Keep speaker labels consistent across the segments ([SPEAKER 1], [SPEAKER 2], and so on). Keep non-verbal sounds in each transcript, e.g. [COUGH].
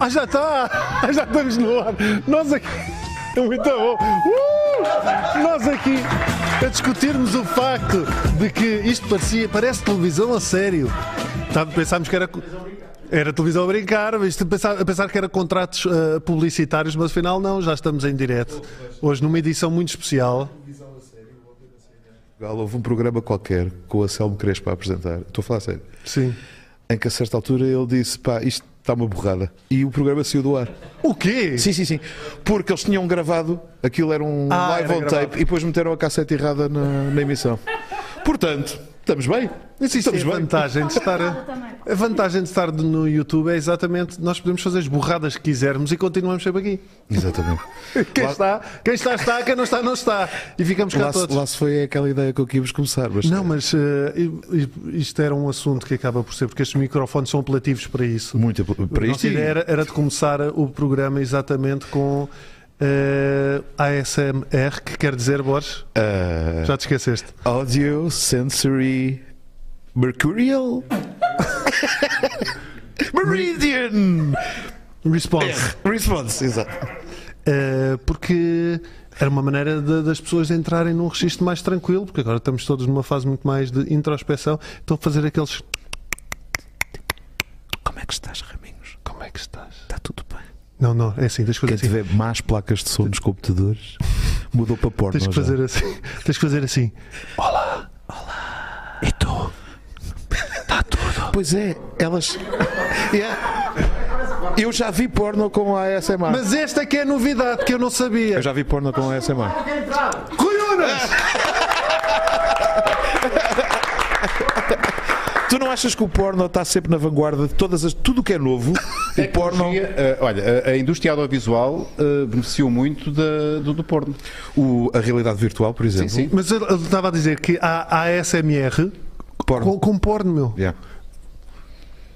[SPEAKER 1] Ah, já está! Já estamos no ar! Nós aqui. É Muito bom! Uh! Nós aqui a discutirmos o facto de que isto parecia, parece televisão a sério. Tá, pensámos que era. Era televisão a brincar, mas isto pensar, a pensar que era contratos ah, publicitários, mas afinal não, já estamos em direto. Hoje numa edição muito especial.
[SPEAKER 2] Portugal, houve um programa qualquer com o Anselmo Crespo a apresentar, estou a falar sério,
[SPEAKER 1] Sim.
[SPEAKER 2] em que a certa altura ele disse, pá, isto está uma borrada. E o programa saiu do ar.
[SPEAKER 1] O quê?
[SPEAKER 2] Sim, sim, sim. Porque eles tinham gravado, aquilo era um
[SPEAKER 1] Ah,
[SPEAKER 2] live
[SPEAKER 1] era
[SPEAKER 2] on
[SPEAKER 1] gravado.
[SPEAKER 2] tape, e depois meteram a cassete errada na, na emissão. Portanto, estamos bem.
[SPEAKER 1] Mas isso é
[SPEAKER 2] estamos
[SPEAKER 1] a vantagem de estar.
[SPEAKER 3] Fala também.
[SPEAKER 1] A vantagem de estar no YouTube é exatamente nós podemos fazer as borradas que quisermos e continuamos sempre aqui.
[SPEAKER 2] Exatamente.
[SPEAKER 1] Quem
[SPEAKER 2] Lá-
[SPEAKER 1] está, quem está, está, quem não está, não está. E ficamos cá
[SPEAKER 2] Lá, se-
[SPEAKER 1] todos.
[SPEAKER 2] lá se foi é aquela ideia com que íamos começar, mas...
[SPEAKER 1] Não, mas eh, i- i- isto era um assunto que acaba por ser, porque estes microfones são apelativos para isso.
[SPEAKER 2] Muito
[SPEAKER 1] A
[SPEAKER 2] para
[SPEAKER 1] nossa
[SPEAKER 2] isto. e-
[SPEAKER 1] ideia era, era de começar o programa exatamente com eh, ASMR, que quer dizer, Borges,
[SPEAKER 2] Ah,
[SPEAKER 1] já te esqueceste.
[SPEAKER 2] Audio Sensory
[SPEAKER 1] [LAUGHS]
[SPEAKER 2] Mercurial Meridian
[SPEAKER 1] Response.
[SPEAKER 2] Response, exato.
[SPEAKER 1] Uh, porque era uma maneira de- das pessoas entrarem num registro mais tranquilo, porque agora estamos todos numa fase muito mais de introspeção. Então fazer aqueles.
[SPEAKER 2] Como é que estás, Raminhos?
[SPEAKER 1] Como é que estás?
[SPEAKER 2] Está tudo bem.
[SPEAKER 1] Não, não, é assim, tens que
[SPEAKER 2] Quem
[SPEAKER 1] fazer assim.
[SPEAKER 2] tiver más placas de som nos computadores mudou para porno.
[SPEAKER 1] Tens que fazer assim. [LAUGHS] Tens que fazer assim.
[SPEAKER 2] E tu? Está tudo. Pois é, elas. Yeah. Eu já vi porno com a ASMR.
[SPEAKER 1] Mas esta que é a novidade que eu não sabia.
[SPEAKER 2] Eu já vi porno com a ASMR.
[SPEAKER 1] Cuyunas!
[SPEAKER 2] Tu não achas que o porno está sempre na vanguarda de todas as. tudo o que é novo? o porno.
[SPEAKER 4] Tecnologia, eh, olha, a, a indústria audiovisual eh, beneficiou muito da- do, do porno.
[SPEAKER 2] O, a realidade virtual, por exemplo.
[SPEAKER 4] sim.
[SPEAKER 1] Mas eu eu estava a dizer que há ASMR
[SPEAKER 2] Porno.
[SPEAKER 1] com, com porno, meu.
[SPEAKER 2] Yeah.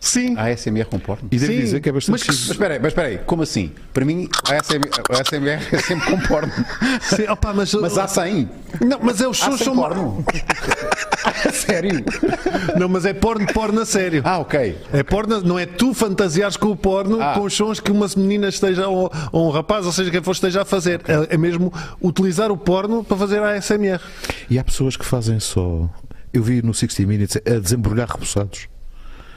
[SPEAKER 1] Sim.
[SPEAKER 4] A ASMR com porno?
[SPEAKER 2] E devo
[SPEAKER 1] Sim,
[SPEAKER 2] dizer que é bastante.
[SPEAKER 1] mas que-
[SPEAKER 4] Mas espera aí, mas espera aí, como assim? Para mim, a ASMR, a ASMR é sempre com porno.
[SPEAKER 1] Sim, opá, mas,
[SPEAKER 4] Mas há 100.
[SPEAKER 1] não, mas é os
[SPEAKER 4] Há
[SPEAKER 1] shows
[SPEAKER 4] 100
[SPEAKER 1] são.
[SPEAKER 4] [LAUGHS] porno. Sério?
[SPEAKER 1] Não, mas é porno, porno a sério.
[SPEAKER 4] Ah, ok.
[SPEAKER 1] É porno, não é tu fantasiares com o porno,
[SPEAKER 4] Ah.
[SPEAKER 1] com os sons que uma menina esteja, ou, ou um rapaz, ou seja, quem for esteja a fazer. É, é mesmo utilizar o porno para fazer a ASMR.
[SPEAKER 2] E há pessoas que fazem só. Eu vi no 60 Minutes a desembrulhar repousados.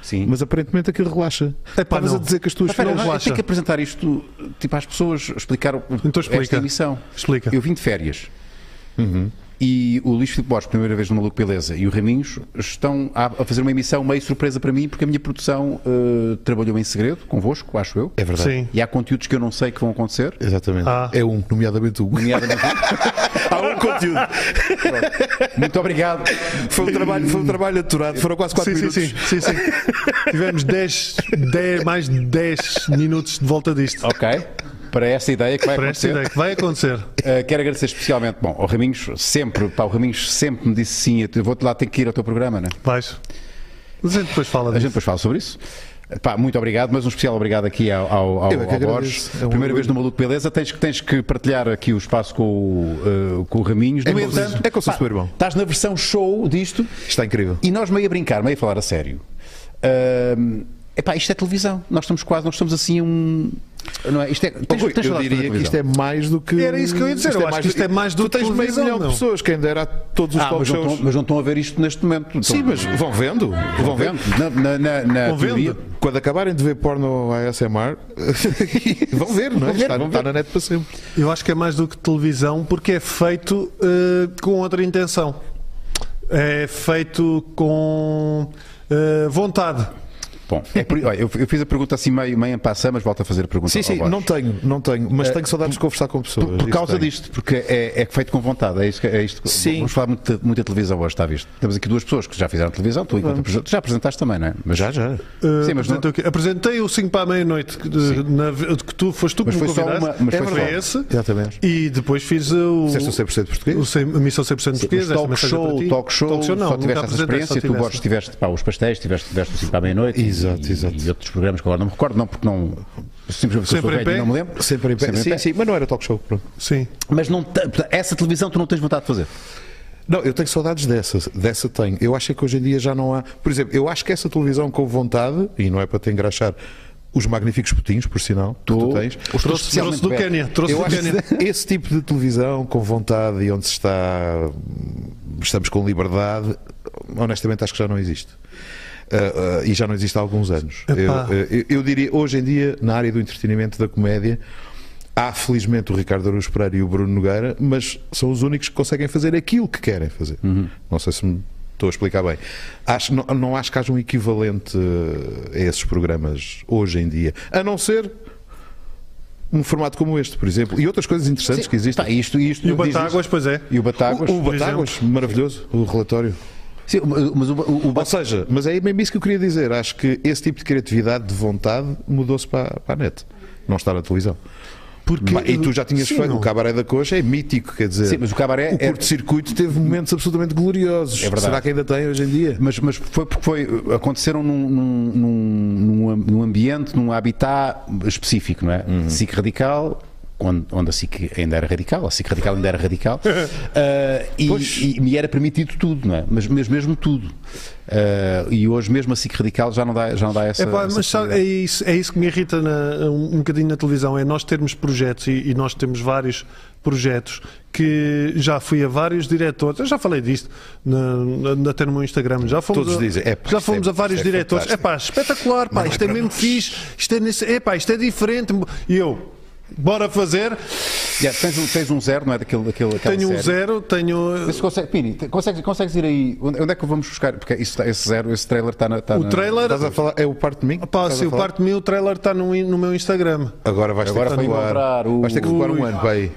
[SPEAKER 4] Sim.
[SPEAKER 2] Mas aparentemente aquilo relaxa.
[SPEAKER 1] Epá,
[SPEAKER 2] Estavas
[SPEAKER 1] É não.
[SPEAKER 2] a dizer que as tuas
[SPEAKER 4] Mas espera,
[SPEAKER 1] não
[SPEAKER 4] mas
[SPEAKER 2] filhas.
[SPEAKER 4] eu
[SPEAKER 1] relaxa.
[SPEAKER 4] tenho que apresentar isto tipo, às pessoas, explicar o,
[SPEAKER 1] Então explica.
[SPEAKER 4] esta emissão.
[SPEAKER 1] Explica.
[SPEAKER 4] Eu vim de férias. Uhum. E o Luís Filipe Borges, primeira vez no Maluco Beleza, e o Raminhos estão a, a fazer uma emissão meio surpresa para mim, porque a minha produção eh, trabalhou em segredo convosco, acho eu.
[SPEAKER 2] É verdade.
[SPEAKER 1] Sim.
[SPEAKER 4] E há conteúdos que eu não sei que vão acontecer.
[SPEAKER 2] Exatamente.
[SPEAKER 1] Ah.
[SPEAKER 2] É um, nomeadamente
[SPEAKER 1] [LAUGHS]
[SPEAKER 2] um.
[SPEAKER 4] Nomeadamente.
[SPEAKER 2] Há um conteúdo.
[SPEAKER 4] Muito obrigado.
[SPEAKER 2] Foi um trabalho, foi um trabalho aturado. Foram quase 4
[SPEAKER 1] Sim, sim,
[SPEAKER 2] minutos.
[SPEAKER 1] sim, sim, sim.
[SPEAKER 2] [LAUGHS]
[SPEAKER 1] Tivemos 10, 10, mais de 10 minutos de volta disto.
[SPEAKER 4] Ok. Para essa ideia que vai
[SPEAKER 1] Para esta
[SPEAKER 4] acontecer.
[SPEAKER 1] ideia que vai acontecer.
[SPEAKER 4] Uh, quero agradecer especialmente, bom, ao Raminhos sempre, pá, o Raminhos sempre me disse sim, eu te- vou-te lá, tenho que ir ao teu programa, né?
[SPEAKER 1] Vais. Mas a gente depois fala
[SPEAKER 4] A gente
[SPEAKER 1] disso.
[SPEAKER 4] depois fala sobre isso. Pá, muito obrigado, mas um especial obrigado aqui ao, ao, ao,
[SPEAKER 2] Eu é que
[SPEAKER 4] ao Borges.
[SPEAKER 2] agradeço. É um
[SPEAKER 4] Primeira
[SPEAKER 2] orgulho.
[SPEAKER 4] vez no Maluco Beleza, tens, que- tens que partilhar aqui o espaço com, o, uh, com o Raminhos.
[SPEAKER 2] É como se- é como se fosse o irmão.
[SPEAKER 4] Estás na versão show disto
[SPEAKER 2] Está incrível.
[SPEAKER 4] e nós meio a brincar, meio a falar a sério. Uh, epá, isto é televisão. Nós estamos quase, nós estamos assim um. Não é? Isto é.
[SPEAKER 2] Oh,
[SPEAKER 4] Tens,
[SPEAKER 2] Rui,
[SPEAKER 4] tens
[SPEAKER 2] eu
[SPEAKER 4] saudades da
[SPEAKER 2] diria que
[SPEAKER 4] televisão.
[SPEAKER 2] isto é mais do que.
[SPEAKER 1] Era isso que eu ia dizer. Eu acho que isto é mais do
[SPEAKER 2] Tu tens
[SPEAKER 1] que
[SPEAKER 2] meio
[SPEAKER 1] televisão,
[SPEAKER 2] milhão de
[SPEAKER 1] não.
[SPEAKER 2] pessoas, quem dera a todos os
[SPEAKER 4] Ah,
[SPEAKER 2] talk
[SPEAKER 4] mas, não
[SPEAKER 2] shows.
[SPEAKER 4] estão, mas não estão a ver isto neste momento.
[SPEAKER 2] Sim,
[SPEAKER 4] Estão-
[SPEAKER 2] mas vão vendo. Vão vendo.
[SPEAKER 4] Na, na, na, na
[SPEAKER 1] Vão vendo?
[SPEAKER 4] teoria.
[SPEAKER 2] Quando acabarem de ver porno ASMR, [LAUGHS] vão ver, não é?
[SPEAKER 4] Vão ver,
[SPEAKER 2] está,
[SPEAKER 4] vão ver.
[SPEAKER 2] está na net para sempre.
[SPEAKER 1] Eu acho que é mais do que televisão porque é feito eh, com outra intenção. É feito com eh, vontade.
[SPEAKER 4] Bom, é por- olha, eu, eu fiz a pergunta assim meio, meio em passar, mas volto a fazer a pergunta.
[SPEAKER 2] Sim,
[SPEAKER 4] ao
[SPEAKER 2] sim,
[SPEAKER 4] Borges.
[SPEAKER 2] não tenho, não tenho, mas tenho saudades de conversar com pessoas.
[SPEAKER 4] Por, por
[SPEAKER 2] isso
[SPEAKER 4] causa
[SPEAKER 2] tenho.
[SPEAKER 4] disto, porque é, é feito com vontade, é isto, que- é isto que-
[SPEAKER 2] Sim.
[SPEAKER 4] Vamos falar muito de- muita televisão hoje, está a visto? Temos aqui duas pessoas que já fizeram televisão, tu enquanto apresen- já apresentaste também, não é? Mas
[SPEAKER 2] Já, já.
[SPEAKER 1] Eh,
[SPEAKER 4] Sim, mas não-
[SPEAKER 1] apresentei o quê? Apresentei o 5 para a meia-noite, que, eh, na- que tu foste tu que
[SPEAKER 4] Mas
[SPEAKER 1] me
[SPEAKER 4] foi só
[SPEAKER 1] convidaste.
[SPEAKER 4] uma- mas
[SPEAKER 1] É
[SPEAKER 4] foi só
[SPEAKER 1] verdade.
[SPEAKER 4] uma.
[SPEAKER 1] esse.
[SPEAKER 2] Exatamente.
[SPEAKER 1] E depois fiz o.
[SPEAKER 2] Fizeste o 100% português?
[SPEAKER 1] o cem- a missão 100% portuguesa. esta
[SPEAKER 4] talk
[SPEAKER 1] mensagem é para
[SPEAKER 4] show,
[SPEAKER 1] ti.
[SPEAKER 4] talk show,
[SPEAKER 1] não,
[SPEAKER 4] só
[SPEAKER 1] nunca
[SPEAKER 4] tiveste essa
[SPEAKER 1] apresentei,
[SPEAKER 4] experiência,
[SPEAKER 1] só
[SPEAKER 4] tu
[SPEAKER 1] tiveste.
[SPEAKER 4] Borges tiveste pá, os pastéis, tiveste, tiveste o 5 à meia-noite
[SPEAKER 2] Exato,
[SPEAKER 4] e,
[SPEAKER 2] exato.
[SPEAKER 4] e outros programas que agora não me recordo, não porque não simplesmente porque eu sou
[SPEAKER 1] Sempre em
[SPEAKER 4] velho e
[SPEAKER 1] pé?
[SPEAKER 4] não me lembro.
[SPEAKER 2] Sempre em pé.
[SPEAKER 4] Sempre em
[SPEAKER 2] Sim,
[SPEAKER 4] pé.
[SPEAKER 2] sim, mas não era talk show. pronto.
[SPEAKER 1] Sim.
[SPEAKER 4] Mas não te- portanto, essa televisão tu não tens vontade de fazer.
[SPEAKER 2] Não, eu tenho saudades dessa, dessa tenho. Eu acho é que hoje em dia já não há. Por exemplo, eu acho que essa televisão com vontade, e não é para te engraxar, os magníficos putinhos, por sinal, que tu
[SPEAKER 4] Tô.
[SPEAKER 2] tens.
[SPEAKER 4] Os trouxe
[SPEAKER 1] Trouxe, trouxe
[SPEAKER 4] especialmente
[SPEAKER 1] do
[SPEAKER 4] bem.
[SPEAKER 1] Quênia. Trouxe
[SPEAKER 2] Eu
[SPEAKER 1] do
[SPEAKER 2] acho
[SPEAKER 1] Quênia.
[SPEAKER 2] que esse tipo de televisão, com vontade e onde se está, estamos com liberdade, honestamente acho que já não existe. Ah, ah, e já não existe há alguns anos. Eu,
[SPEAKER 1] Epá.
[SPEAKER 2] eu- eu diria, hoje em dia, na área do entretenimento da comédia, há felizmente o Ricardo Aruz Pereira e o Bruno Nogueira, mas são os únicos que conseguem fazer aquilo que querem fazer. Não sei se me estou a explicar bem. Acho, não, não acho que haja um equivalente eh, a esses programas hoje em dia, a não ser um formato como este, por exemplo, e outras coisas interessantes que existem.
[SPEAKER 4] Pá, isto, isto,
[SPEAKER 3] E o
[SPEAKER 4] diz isto.
[SPEAKER 3] Batáguas, pois é.
[SPEAKER 4] E Tá. o Batáguas.
[SPEAKER 2] O, o
[SPEAKER 3] por
[SPEAKER 2] Batáguas, maravilhoso, o relatório.
[SPEAKER 4] Sim, mas o, o, o
[SPEAKER 2] Ou
[SPEAKER 4] Batáguas.
[SPEAKER 2] seja, mas é mesmo isso que eu queria dizer. Acho que esse tipo de criatividade, de vontade, mudou-se para, para a net. Não está na televisão.
[SPEAKER 1] Porque,
[SPEAKER 2] Bah, e tu já tinhas
[SPEAKER 1] Sim,
[SPEAKER 2] feito.
[SPEAKER 1] não.
[SPEAKER 2] O Cabaré da Coxa é mítico, quer dizer.
[SPEAKER 4] Sim, mas o cabaré
[SPEAKER 2] o
[SPEAKER 4] é-
[SPEAKER 2] curto-circuito teve momentos absolutamente gloriosos.
[SPEAKER 4] É verdade.
[SPEAKER 2] Será que ainda tem hoje em dia?
[SPEAKER 4] Mas, mas foi porque foi, aconteceram num, num, num, num am- num ambiente, num habitat específico, não é?
[SPEAKER 1] Uhum.
[SPEAKER 4] SIC radical, onde, onde a SIC ainda era radical, a SIC radical ainda
[SPEAKER 1] [LAUGHS]
[SPEAKER 4] era radical, ah, e, e me era permitido tudo, não é? Mas, mas mesmo tudo. Ah, e hoje mesmo a SIC radical já não dá, já não dá essa.
[SPEAKER 1] É pá,
[SPEAKER 4] essa
[SPEAKER 1] mas sabe, é,
[SPEAKER 4] possibilidade.
[SPEAKER 1] isso, é isso que me irrita na- um, um bocadinho na televisão, é nós termos projetos, e, e nós temos vários projetos, que já fui a vários diretores, eu já falei disto na, na, até no meu Instagram, já fomos
[SPEAKER 2] Todos
[SPEAKER 1] a,
[SPEAKER 2] dizem, "É pá,
[SPEAKER 1] já
[SPEAKER 2] isto
[SPEAKER 1] fomos
[SPEAKER 2] é-
[SPEAKER 1] a vários
[SPEAKER 2] isto é
[SPEAKER 1] diretores, é
[SPEAKER 2] fantástico."
[SPEAKER 1] pá, espetacular, pá, isto é mesmo fixe, isto é, nesse, é pá, isto é diferente, e eu... Bora fazer.
[SPEAKER 4] Yeah, tens, um- tens um zero, não é? Daquele, daquele, daquela
[SPEAKER 1] Tenho um
[SPEAKER 4] série.
[SPEAKER 1] zero, tenho.
[SPEAKER 4] Mas se consegue, Pini, te- consegues, consegues ir aí? Onde onde é que vamos buscar? Porque isso tá- esse zero, esse trailer está na. Tá
[SPEAKER 1] O
[SPEAKER 4] na-
[SPEAKER 1] trailer.
[SPEAKER 2] Estás a falar? É o parte de mim?
[SPEAKER 1] Pá,
[SPEAKER 2] Estás a
[SPEAKER 1] se o
[SPEAKER 2] falar?
[SPEAKER 1] parte mil, o trailer está no, in- no meu Instagram.
[SPEAKER 2] Agora vais
[SPEAKER 4] Agora
[SPEAKER 2] ter
[SPEAKER 4] foi
[SPEAKER 2] que recuar.
[SPEAKER 4] encontrar o-
[SPEAKER 2] Vais ter que recuar um
[SPEAKER 1] Ui.
[SPEAKER 2] ano para aí.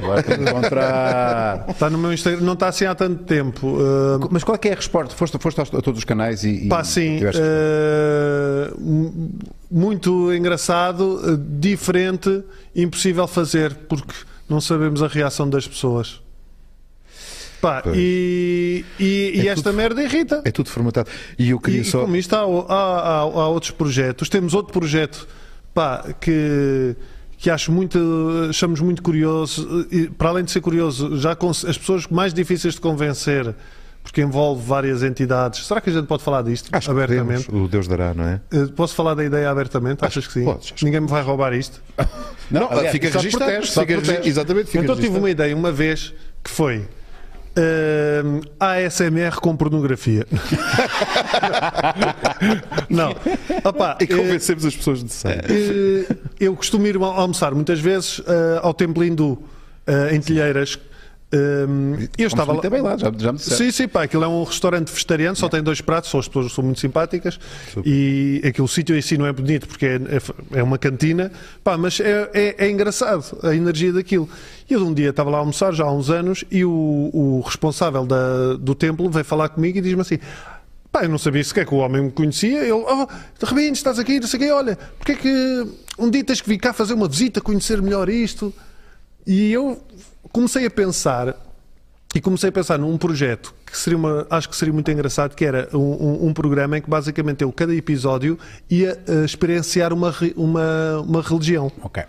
[SPEAKER 4] Vai para encontrar.
[SPEAKER 1] Está no meu Instagram, não está assim há tanto tempo. Ah,
[SPEAKER 4] Mas qual é que é a resposta? Foste, foste aos- a todos os canais e. e
[SPEAKER 1] Pá, sim,
[SPEAKER 4] tiveste-
[SPEAKER 1] eh, mu- muito engraçado, eh, diferente, impossível fazer, porque não sabemos a reação das pessoas. Pá, e, e- e
[SPEAKER 2] É
[SPEAKER 1] esta
[SPEAKER 2] tudo-
[SPEAKER 1] merda irrita.
[SPEAKER 2] É tudo formatado. E eu
[SPEAKER 1] E,
[SPEAKER 2] queria
[SPEAKER 1] e
[SPEAKER 2] só.
[SPEAKER 1] como isto há, o- há- há- há outros projetos. Temos outro projeto pá, que, que acho muito, achamos muito curioso. E, para além de ser curioso, já con- as pessoas mais difíceis de convencer, porque envolve várias entidades. Será que a gente pode falar disto
[SPEAKER 2] Acho que
[SPEAKER 1] abertamente?
[SPEAKER 2] podemos. O Deus dará, não é?
[SPEAKER 1] Eh, Posso falar da ideia abertamente? Achas que sim?
[SPEAKER 2] podes, acho que
[SPEAKER 1] Ninguém me vai roubar isto.
[SPEAKER 2] Não,
[SPEAKER 1] Tá
[SPEAKER 4] aliás,
[SPEAKER 2] fica
[SPEAKER 4] só te
[SPEAKER 2] registado.
[SPEAKER 4] protege, só te
[SPEAKER 2] fica regi-
[SPEAKER 4] protege.
[SPEAKER 2] Exatamente, fica
[SPEAKER 1] então tive
[SPEAKER 2] registado.
[SPEAKER 1] uma ideia uma vez que foi ehm, ASMR com pornografia. [LAUGHS] Não. Opá,
[SPEAKER 2] E
[SPEAKER 1] eh,
[SPEAKER 2] convencemos as pessoas de sair.
[SPEAKER 1] eh, eu costumo ir al- almoçar muitas vezes eh, ao Templo Hindu, eh, em Telheiras. Ehm, eu
[SPEAKER 4] Fomos
[SPEAKER 1] estava lá.
[SPEAKER 4] muito bem lá, já, já me disseram.
[SPEAKER 1] Sim, sim, pá, aquilo é um restaurante vegetariano, só tem dois pratos, só as pessoas são muito simpáticas e aquele sítio em si não é bonito porque é, é- é uma cantina, pá, mas é, é- é engraçado a energia daquilo. E eu de um dia estava lá a almoçar, já há uns anos, e o, o responsável da- do templo veio falar comigo e diz-me assim. Pá, eu não sabia sequer que o homem me conhecia. Ele, oh, Rabino, estás aqui, não sei o quê, olha, porque é que um dia tens que vir cá fazer uma visita, conhecer melhor isto? E eu comecei a pensar, e comecei a pensar num projeto que seria uma, acho que seria muito engraçado, que era um, um- um programa em que basicamente eu, cada episódio, ia eh, experienciar uma, re- uma, uma religião.
[SPEAKER 4] Ok.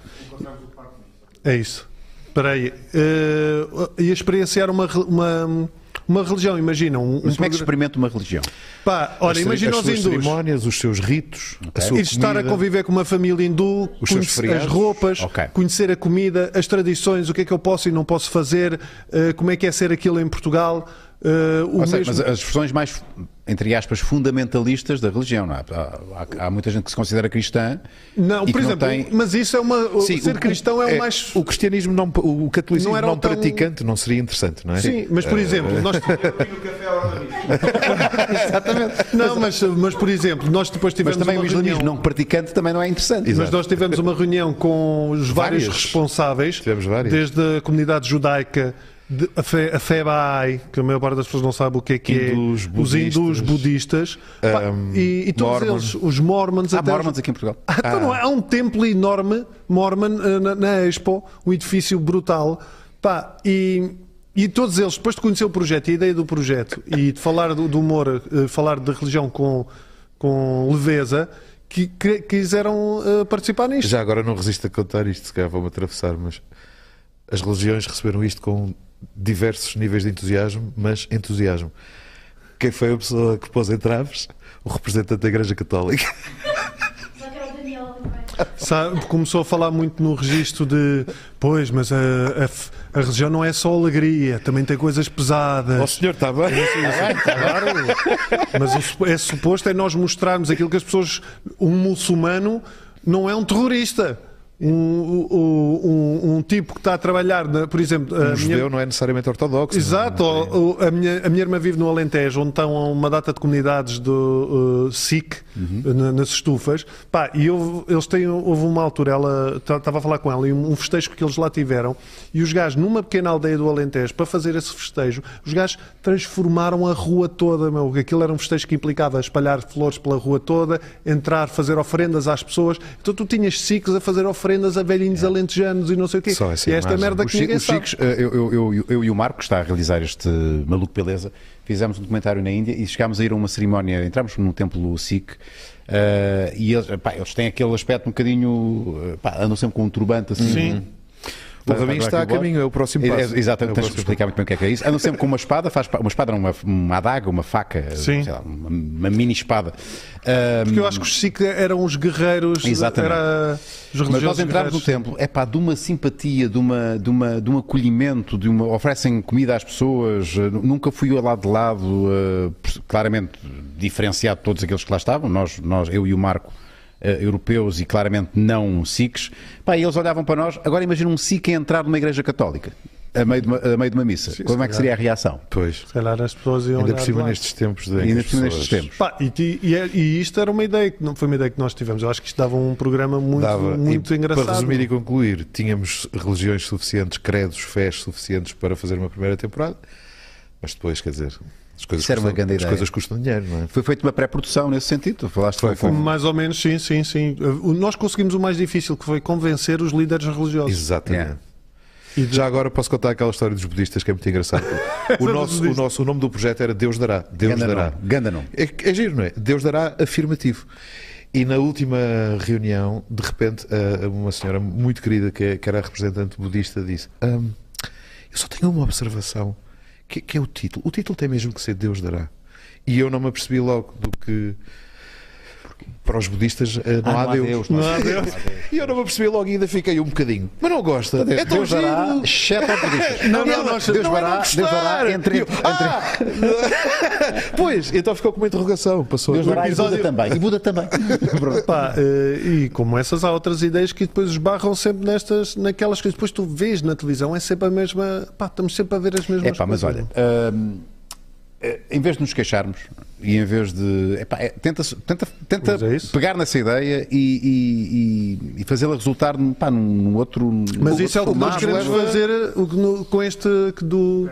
[SPEAKER 1] É isso. Espera aí. Eh, ia experienciar uma, re- uma, uma religião, imagina. Um, um
[SPEAKER 4] Mas como é que
[SPEAKER 1] progra-
[SPEAKER 4] experimenta uma religião?
[SPEAKER 1] Pá, ora,
[SPEAKER 2] As
[SPEAKER 1] É, imagina
[SPEAKER 2] suas
[SPEAKER 1] os hindus.
[SPEAKER 2] cerimónias, os seus ritos, a sua
[SPEAKER 1] Ir estar a
[SPEAKER 2] comida.
[SPEAKER 1] conviver com uma família hindu,
[SPEAKER 2] Os seus
[SPEAKER 1] conhecer
[SPEAKER 2] feriados.
[SPEAKER 1] as roupas,
[SPEAKER 4] Ok.
[SPEAKER 1] conhecer a comida, as tradições, o que é que eu posso e não posso fazer, eh, como é que é ser aquilo em Portugal. eh, o
[SPEAKER 4] Ou seja,
[SPEAKER 1] mesmo-
[SPEAKER 4] mas as versões mais, entre aspas, fundamentalistas da religião, não é? Há, há- há muita gente que se considera cristã.
[SPEAKER 1] Não,
[SPEAKER 4] e que
[SPEAKER 1] por exemplo,
[SPEAKER 4] Não tem...
[SPEAKER 1] mas isso é uma.
[SPEAKER 2] Sim,
[SPEAKER 1] ser
[SPEAKER 2] o-
[SPEAKER 1] cristão é, o mais.
[SPEAKER 2] O cristianismo não, o catolicismo
[SPEAKER 1] Não
[SPEAKER 2] não,
[SPEAKER 1] era um tão-
[SPEAKER 2] praticante não seria interessante, não é?
[SPEAKER 1] Sim, mas
[SPEAKER 4] Eh,
[SPEAKER 1] por exemplo, nós.
[SPEAKER 3] um
[SPEAKER 1] Exatamente. [LAUGHS] Não, mas, mas por exemplo, nós depois
[SPEAKER 4] Mas
[SPEAKER 1] tivemos
[SPEAKER 4] também o
[SPEAKER 1] uma
[SPEAKER 4] islamismo
[SPEAKER 1] reunião.
[SPEAKER 4] não praticante também não é interessante.
[SPEAKER 1] Mas nós tivemos uma reunião com os vários
[SPEAKER 2] Várias.
[SPEAKER 1] responsáveis,
[SPEAKER 2] Tivemos várias.
[SPEAKER 1] desde a comunidade judaica, de, a, fe, a FEBAI, que a maior parte das pessoas não sabe o que é que
[SPEAKER 2] Hindus, um,
[SPEAKER 1] é, os hindus budistas, pá, e, e todos
[SPEAKER 2] Mormon.
[SPEAKER 1] eles, os mormons,
[SPEAKER 4] Há
[SPEAKER 1] até os-
[SPEAKER 4] mormons aqui em Portugal.
[SPEAKER 1] Ah, então não é? Há um templo enorme, Mormon, eh, na, na Expo, um edifício brutal. Pá, e, e todos eles, depois de conhecer o projeto e a ideia do projeto e de falar do, do humor, eh, falar de religião com, com leveza, que, que- quiseram eh, participar nisto.
[SPEAKER 2] Já agora não resisto a contar isto, se calhar vou-me atravessar, mas as religiões receberam isto com diversos níveis de entusiasmo, mas entusiasmo. Quem foi a pessoa que pôs em traves? O representante da Igreja Católica.
[SPEAKER 5] Só que era o Daniel.
[SPEAKER 3] É
[SPEAKER 1] sabe, começou a falar muito no registro de pois, mas a, a f- a religião não é só alegria, também tem coisas
[SPEAKER 2] Ó
[SPEAKER 1] pesadas.
[SPEAKER 2] senhor, está bem?
[SPEAKER 1] Claro, mas o sup- é suposto é nós mostrarmos aquilo que as pessoas. Um muçulmano não é um terrorista. Um, um- um- um tipo que está a trabalhar, na- por exemplo, a
[SPEAKER 2] Um
[SPEAKER 1] minha-
[SPEAKER 2] judeu não é necessariamente ortodoxo.
[SPEAKER 1] Exato,
[SPEAKER 2] é?
[SPEAKER 1] o- o- a, minha, a minha irmã vive no Alentejo, onde estão uma data de comunidades do uh, SIC,
[SPEAKER 2] Uhum.
[SPEAKER 1] na- nas estufas. Pá, e houve, eles têm, houve uma altura, ela estava a falar com ela, e um, um festejo que eles lá tiveram, e os gajos, numa pequena aldeia do Alentejo, para fazer esse festejo, os gajos transformaram a rua toda, meu. Aquilo era um festejo que implicava espalhar flores pela rua toda, entrar, fazer oferendas às pessoas. Então tu tinhas SICs a fazer oferendas a velhinhos alentejanos e não sei o quê.
[SPEAKER 2] É. Só essa
[SPEAKER 1] e esta
[SPEAKER 2] imagem.
[SPEAKER 1] merda
[SPEAKER 4] Os
[SPEAKER 1] que
[SPEAKER 4] chi-
[SPEAKER 1] ninguém
[SPEAKER 4] os
[SPEAKER 1] sabe.
[SPEAKER 4] Chicos, eh, eu, eu- eu- eu e o Marco, que está a realizar este Maluco Beleza, fizemos um documentário na Índia e chegámos a ir a uma cerimónia, entramos num templo Sikh eh, e eles, pá, eles têm aquele aspecto um bocadinho. eh, Pá, andam sempre com um turbante assim. Sim.
[SPEAKER 2] O rabinho está a caminho, é o próximo passo.
[SPEAKER 4] exatamente,
[SPEAKER 2] É o
[SPEAKER 4] tens de
[SPEAKER 2] próximo
[SPEAKER 4] explicar muito bem o que é que é isso. Andam sempre com uma espada, faz pa- uma espada, não, uma, uma adaga, uma faca,
[SPEAKER 1] Sim.
[SPEAKER 4] sei lá, uma, uma mini espada. Ah,
[SPEAKER 1] Porque eu acho que os Sikh eram os guerreiros.
[SPEAKER 4] Exatamente.
[SPEAKER 1] Era os
[SPEAKER 4] Mas nós
[SPEAKER 1] religiosos
[SPEAKER 4] entrarmos no
[SPEAKER 1] guerreiros.
[SPEAKER 4] templo, é pá, de uma simpatia, de, uma, de, uma, de um acolhimento, de uma, oferecem comida às pessoas, eh, nunca fui eu lá de lado, eh, pers- claramente diferenciado de todos aqueles que lá estavam, nós, nós eu e o Marco, eh, europeus e claramente não sikhs, pá, e eles olhavam para nós, agora imagina um sikh a entrar numa igreja católica, a meio de uma, a meio de uma missa, como é que seria a reação?
[SPEAKER 2] Pois.
[SPEAKER 1] Se calhar as pessoas iam
[SPEAKER 2] Ainda
[SPEAKER 1] olhar
[SPEAKER 2] por cima
[SPEAKER 1] de lado.
[SPEAKER 2] nestes tempos. de-
[SPEAKER 4] Ainda
[SPEAKER 2] das
[SPEAKER 4] por cima
[SPEAKER 2] pessoas.
[SPEAKER 4] nestes tempos.
[SPEAKER 1] Pá, e, ti- e é- e isto era uma ideia que não foi uma ideia que nós tivemos. Eu acho que isto dava um programa muito,
[SPEAKER 2] Dava.
[SPEAKER 1] muito
[SPEAKER 2] E,
[SPEAKER 1] engraçado.
[SPEAKER 2] Para resumir e concluir, tínhamos religiões suficientes, credos, fés suficientes para fazer uma primeira temporada, mas depois, quer dizer, as coisas,
[SPEAKER 4] Isso era uma
[SPEAKER 2] custam,
[SPEAKER 4] grande
[SPEAKER 2] as
[SPEAKER 4] ideia.
[SPEAKER 2] coisas custam dinheiro, não é?
[SPEAKER 4] Foi feita uma pré-produção nesse sentido, tu falaste
[SPEAKER 2] Foi,
[SPEAKER 4] com- com-
[SPEAKER 1] Mais ou menos, sim, sim, sim. Uh, Nós conseguimos o mais difícil, que foi convencer os líderes religiosos.
[SPEAKER 2] Exatamente.
[SPEAKER 4] Yeah.
[SPEAKER 1] E de-
[SPEAKER 2] Já agora posso contar aquela história dos budistas que é muito
[SPEAKER 4] [LAUGHS]
[SPEAKER 2] engraçado. o, nosso, o nosso o nome do projeto era Deus dará. Deus
[SPEAKER 4] Ganda
[SPEAKER 2] dará.
[SPEAKER 4] nome, ganda nome.
[SPEAKER 2] É, é giro, não é? Deus dará afirmativo. E na última reunião, de repente, a- a uma senhora muito querida, que, é- que era a representante budista, disse: "Hum, Eu só tenho uma observação, que, que é o título. O título tem mesmo que ser Deus dará. E eu não me apercebi logo do que. Para os budistas eh, não,
[SPEAKER 4] Ah,
[SPEAKER 2] há Deus.
[SPEAKER 4] não há
[SPEAKER 2] [LAUGHS] E eu não me apercebi logo e ainda fiquei um bocadinho. Mas não gosta. É tão
[SPEAKER 4] Deus
[SPEAKER 2] giro.
[SPEAKER 4] dará, exceto ao budista.
[SPEAKER 1] Então, [LAUGHS] Não, não,
[SPEAKER 2] Ela,
[SPEAKER 1] não,
[SPEAKER 2] Deus
[SPEAKER 1] não é Tipo,
[SPEAKER 2] dará,
[SPEAKER 1] não
[SPEAKER 2] Deus dará,
[SPEAKER 4] gostar.
[SPEAKER 2] entre,
[SPEAKER 4] E eu,
[SPEAKER 2] entre- [LAUGHS] pois, então ficou com uma interrogação. Passou
[SPEAKER 4] Deus
[SPEAKER 2] O
[SPEAKER 4] dará e
[SPEAKER 2] episódio-
[SPEAKER 4] Buda também. E
[SPEAKER 1] [LAUGHS]
[SPEAKER 4] Buda também. Pronto.
[SPEAKER 1] Pá, eh, e como essas, há outras ideias que depois esbarram sempre nestas, naquelas que depois tu vês na televisão, é sempre a mesma. Pá, estamos sempre a ver as mesmas
[SPEAKER 4] É pá, mas olha,
[SPEAKER 1] coisas.
[SPEAKER 4] hum, eh, em vez de nos queixarmos e em vez de. epá, é, tenta tenta, tenta
[SPEAKER 1] Mas é isso.
[SPEAKER 4] pegar nessa ideia e, e- e- e fazê-la resultar num, pá, num, num outro.
[SPEAKER 1] Mas isso é o que nós
[SPEAKER 2] Mas
[SPEAKER 1] queremos
[SPEAKER 2] leva-
[SPEAKER 1] fazer eh, o que no- com este que do.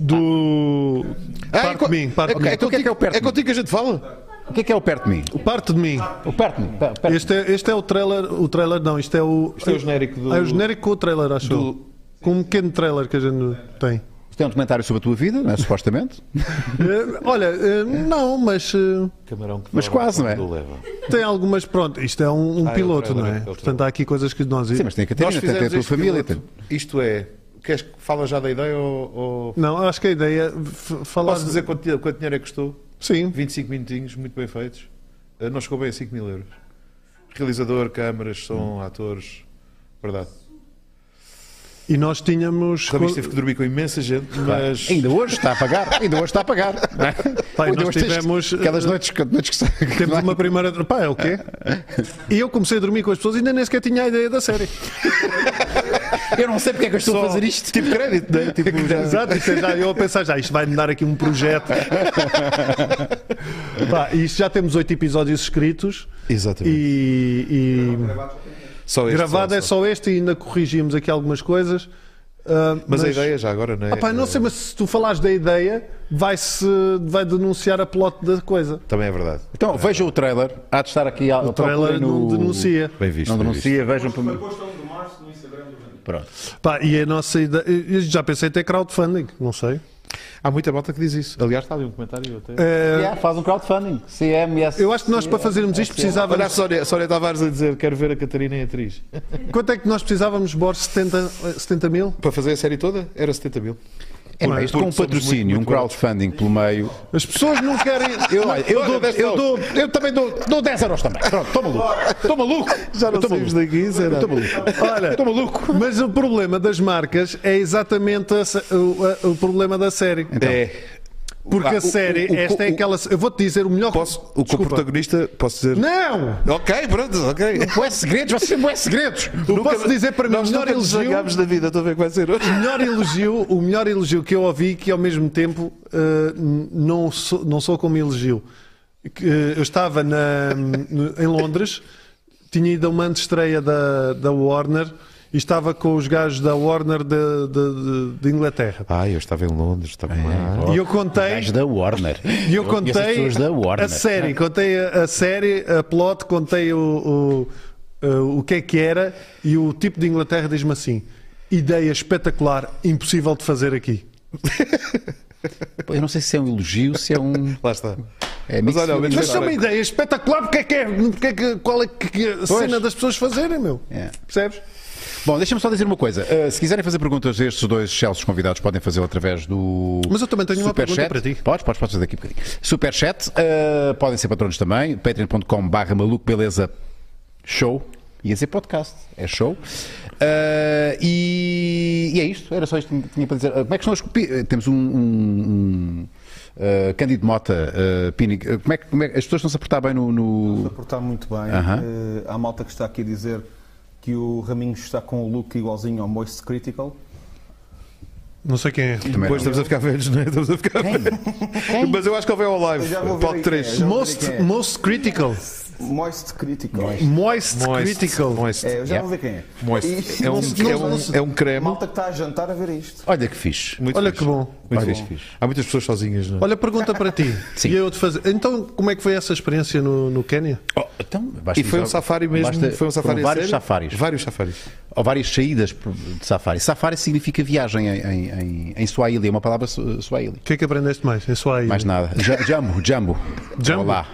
[SPEAKER 1] Do.
[SPEAKER 2] Ah, é
[SPEAKER 1] parte
[SPEAKER 2] co-
[SPEAKER 1] de mim, parte de mim.
[SPEAKER 2] é, é,
[SPEAKER 4] Então o que é que é o
[SPEAKER 2] contigo,
[SPEAKER 4] perto
[SPEAKER 2] é
[SPEAKER 4] de mim?
[SPEAKER 2] contigo que a gente fala?
[SPEAKER 4] O que é que é o perto de mim?
[SPEAKER 1] Parte de mim.
[SPEAKER 4] O perto de mim. pá, o perto de mim.
[SPEAKER 1] Este é, este é o trailer. O trailer não, isto é o.
[SPEAKER 2] Isto é o genérico do-
[SPEAKER 1] É o genérico com o trailer, acho
[SPEAKER 2] do-
[SPEAKER 1] eu. Com um pequeno trailer que a gente tem.
[SPEAKER 4] Isto é um documentário sobre a tua vida, não é? supostamente.
[SPEAKER 1] [LAUGHS] Eh, olha, eh, não, mas. eh,
[SPEAKER 2] Camarão que
[SPEAKER 4] Mas
[SPEAKER 2] dorme,
[SPEAKER 4] quase, não é?
[SPEAKER 2] quando leva.
[SPEAKER 1] tem algumas. Pronto, isto é um, um
[SPEAKER 2] é o
[SPEAKER 1] piloto,
[SPEAKER 2] trailer,
[SPEAKER 1] não
[SPEAKER 2] é
[SPEAKER 1] é?
[SPEAKER 2] o trailer.
[SPEAKER 1] Portanto, há aqui coisas que nós.
[SPEAKER 4] Sim, mas tem a
[SPEAKER 2] Nós
[SPEAKER 4] Catarina, tem
[SPEAKER 2] fizemos
[SPEAKER 4] a tua
[SPEAKER 2] este
[SPEAKER 4] família.
[SPEAKER 2] piloto.
[SPEAKER 4] tem-
[SPEAKER 2] Isto é. Queres que fala já da ideia ou. ou-
[SPEAKER 1] Não, acho que a ideia. é f- Falar.
[SPEAKER 2] Posso dizer quanto, dinheiro- quanto dinheiro é que custou?
[SPEAKER 1] Sim.
[SPEAKER 2] 25 minutinhos, muito bem feitos. Eh, Não chegou bem a 5 mil euros. Realizador, câmaras, som, atores. Verdade.
[SPEAKER 1] E nós tínhamos.
[SPEAKER 2] Também teve que dormir com imensa gente, mas.
[SPEAKER 4] Ainda hoje está a pagar. Ainda hoje está a pagar. não é?
[SPEAKER 1] Pai,
[SPEAKER 4] Ainda
[SPEAKER 1] nós
[SPEAKER 4] hoje tens-
[SPEAKER 1] tivemos,
[SPEAKER 4] Aquelas
[SPEAKER 1] eh,
[SPEAKER 4] noites que. noites que- que
[SPEAKER 1] Temos
[SPEAKER 4] não há-
[SPEAKER 1] uma primeira. Pá, é o
[SPEAKER 2] [LAUGHS]
[SPEAKER 1] quê? E eu comecei a dormir com as pessoas e ainda nem sequer tinha a ideia da série.
[SPEAKER 4] Eu não sei porque é que eu estou a fazer isto.
[SPEAKER 2] Tipo crédito, né? tipo, já-
[SPEAKER 1] Exato, isto é já, eu a pensar já, isto vai-me dar aqui um
[SPEAKER 2] [LAUGHS]
[SPEAKER 1] projeto. Pá, e isto já temos oito episódios escritos
[SPEAKER 2] Exatamente.
[SPEAKER 1] e,
[SPEAKER 2] Só
[SPEAKER 1] e
[SPEAKER 2] este,
[SPEAKER 1] gravado é só este e ainda corrigimos aqui algumas coisas. Ah,
[SPEAKER 2] Mas, a ideia já agora, não é?
[SPEAKER 1] Ah pá, não sei, mas se tu falares da ideia, vai-se vai denunciar a plot da coisa.
[SPEAKER 2] Também é verdade.
[SPEAKER 4] Então, vejam o trailer. Há de estar aqui.
[SPEAKER 1] O trailer não denuncia.
[SPEAKER 2] Bem visto.
[SPEAKER 4] Não
[SPEAKER 2] bem
[SPEAKER 4] denuncia, vejam para mim.
[SPEAKER 3] Depois estão do março no Instagram do Vanda.
[SPEAKER 4] Pronto.
[SPEAKER 1] Pá, e a nossa ideia. eu Já pensei em ter crowdfunding, não sei.
[SPEAKER 2] visto. Há muita malta que diz isso. Aliás, está ali um comentário até.
[SPEAKER 1] Ah,
[SPEAKER 4] Yeah, faz um crowdfunding. CMS.
[SPEAKER 1] eu acho que nós para fazermos isto
[SPEAKER 2] Olha a
[SPEAKER 1] precisávamos.
[SPEAKER 2] Sónia, a Sónia Tavares a dizer: quero ver a Catarina em atriz.
[SPEAKER 1] Quanto é que nós precisávamos, Borges? 70, 70 mil?
[SPEAKER 2] Para fazer a série toda, era 70 mil.
[SPEAKER 4] É, pá,
[SPEAKER 1] Porque
[SPEAKER 4] isto com um
[SPEAKER 1] somos muito
[SPEAKER 4] patrocínio, um crowdfunding pelo meio.
[SPEAKER 1] As pessoas não querem.
[SPEAKER 4] Eu, olha, eu,
[SPEAKER 2] Olha,
[SPEAKER 4] dou,
[SPEAKER 2] dez
[SPEAKER 4] eu,
[SPEAKER 2] euros.
[SPEAKER 4] dou, eu também dou, dou 10 euros também. Pronto, estou maluco. Estou maluco.
[SPEAKER 1] Já não
[SPEAKER 4] Estou
[SPEAKER 1] saímos
[SPEAKER 4] maluco.
[SPEAKER 1] daqui, será?
[SPEAKER 4] Estou maluco.
[SPEAKER 1] Olha,
[SPEAKER 4] Estou maluco.
[SPEAKER 1] Mas o problema das marcas é exatamente a se- o, a- o problema da série.
[SPEAKER 4] Então,
[SPEAKER 2] É.
[SPEAKER 1] Porque
[SPEAKER 2] Ah,
[SPEAKER 1] a
[SPEAKER 2] o-
[SPEAKER 1] série,
[SPEAKER 2] o- o-
[SPEAKER 1] esta é
[SPEAKER 2] o-
[SPEAKER 1] aquela. Eu vou-te dizer o melhor.
[SPEAKER 2] Posso, o que o
[SPEAKER 1] Desculpa.
[SPEAKER 2] protagonista, posso dizer.
[SPEAKER 1] Não!
[SPEAKER 2] Ok, pronto, ok.
[SPEAKER 4] Boé é segredos, vocês têm boé segredos.
[SPEAKER 1] Eu posso dizer para mim o
[SPEAKER 2] Nós
[SPEAKER 1] melhor
[SPEAKER 2] nunca nos
[SPEAKER 1] elogio.
[SPEAKER 2] zangámos da vida, estou a ver o que vai ser hoje.
[SPEAKER 1] o melhor elogio, o melhor elogio que eu ouvi que ao mesmo tempo eh, n- não sou, não sou como elogio. Que, eh, eu estava na- no- em Londres, tinha ido a uma estreia da, da Warner e estava com os gajos da Warner de, de- de- de Inglaterra.
[SPEAKER 2] Ai, Ah, eu estava em Londres, estava lá.
[SPEAKER 1] E eu contei.
[SPEAKER 4] Gajo da Warner.
[SPEAKER 1] E eu
[SPEAKER 4] conheço as
[SPEAKER 1] contei
[SPEAKER 4] pessoas da Warner.
[SPEAKER 1] a série, contei a, a série, a plot, contei o, o, uh, o que é que era e o tipo de Inglaterra diz-me assim: ideia espetacular, impossível de fazer aqui.
[SPEAKER 4] Pô, Eu não sei se é um elogio, se é um.
[SPEAKER 2] Lá está.
[SPEAKER 4] É
[SPEAKER 2] Mas
[SPEAKER 4] mixed
[SPEAKER 2] olha, ao menos
[SPEAKER 1] Mas
[SPEAKER 2] Agora-
[SPEAKER 1] é uma ideia espetacular, porque é que é, porque é que, qual é que é a cena das pessoas fazerem, meu?
[SPEAKER 4] É.
[SPEAKER 1] Percebes?
[SPEAKER 4] Bom, deixa-me só dizer uma coisa. Uh, se quiserem fazer perguntas a estes dois excelsos convidados, podem fazê-lo através do.
[SPEAKER 1] Mas eu também tenho uma pergunta
[SPEAKER 4] Superchat.
[SPEAKER 1] para ti.
[SPEAKER 4] Podes, podes, podes fazer daqui a bocadinho. Superchat. Uh, podem ser patronos também. patreon.com/barra maluco, beleza. Show. Ia dizer podcast. É show. Uh, e, e é isto. Era só isto que tinha para dizer. Uh, como é que são as. copi- uh, Temos um. um- um, uh, Cândido Mota, uh, Pini, uh, como, é que, como é que- as pessoas estão-se a portar bem no.
[SPEAKER 3] Estou a
[SPEAKER 4] no...
[SPEAKER 3] portar muito bem.
[SPEAKER 4] Aham.
[SPEAKER 3] Eh, há malta que está aqui a dizer que o Raminhos está com o look igualzinho ao Moist Critical.
[SPEAKER 1] Não sei quem é.
[SPEAKER 4] Também
[SPEAKER 2] Depois
[SPEAKER 4] não.
[SPEAKER 2] estamos a ficar velhos, não é? Estamos a ficar velhos. Mas eu acho que ele veio ao
[SPEAKER 3] Eu
[SPEAKER 2] live.
[SPEAKER 3] já vou ver
[SPEAKER 2] Palco
[SPEAKER 3] aí
[SPEAKER 2] 3.
[SPEAKER 3] quem é.
[SPEAKER 1] Most, most critical.
[SPEAKER 3] Moist Critical.
[SPEAKER 1] Moist,
[SPEAKER 2] Moist.
[SPEAKER 1] critical.
[SPEAKER 2] Moist.
[SPEAKER 3] É, eu já
[SPEAKER 4] Yeah.
[SPEAKER 3] vou ver quem é.
[SPEAKER 2] Moist.
[SPEAKER 3] E-
[SPEAKER 2] É um,
[SPEAKER 3] Não-
[SPEAKER 2] é
[SPEAKER 3] não-
[SPEAKER 2] um, é um creme.
[SPEAKER 3] Malta que está a jantar a ver isto.
[SPEAKER 4] Olha que fixe.
[SPEAKER 2] Muito
[SPEAKER 1] Olha
[SPEAKER 2] fixe.
[SPEAKER 1] que bom.
[SPEAKER 2] Muito
[SPEAKER 4] Olha
[SPEAKER 2] fixe.
[SPEAKER 4] que fixe.
[SPEAKER 2] Há muitas pessoas sozinhas, não é?
[SPEAKER 1] Olha, pergunta para ti.
[SPEAKER 4] Sim.
[SPEAKER 1] E eu te fazer. Então, como é que foi essa experiência no, no Quénia?
[SPEAKER 4] Oh, então, basta
[SPEAKER 2] E foi um
[SPEAKER 4] dizer-
[SPEAKER 2] safari mesmo.
[SPEAKER 4] basta-
[SPEAKER 2] foi um safari
[SPEAKER 4] foram
[SPEAKER 2] a
[SPEAKER 4] vários
[SPEAKER 2] sério?
[SPEAKER 4] safaris.
[SPEAKER 2] Vários safaris.
[SPEAKER 4] Ou várias saídas por- de safari. Safari significa viagem em, em, em, em Swahili, é uma palavra su- Swahili.
[SPEAKER 1] O que é que aprendeste mais? É só aí.
[SPEAKER 4] Mais nada. Ja- Jambo, jambo.
[SPEAKER 1] Jambo?
[SPEAKER 4] Olá.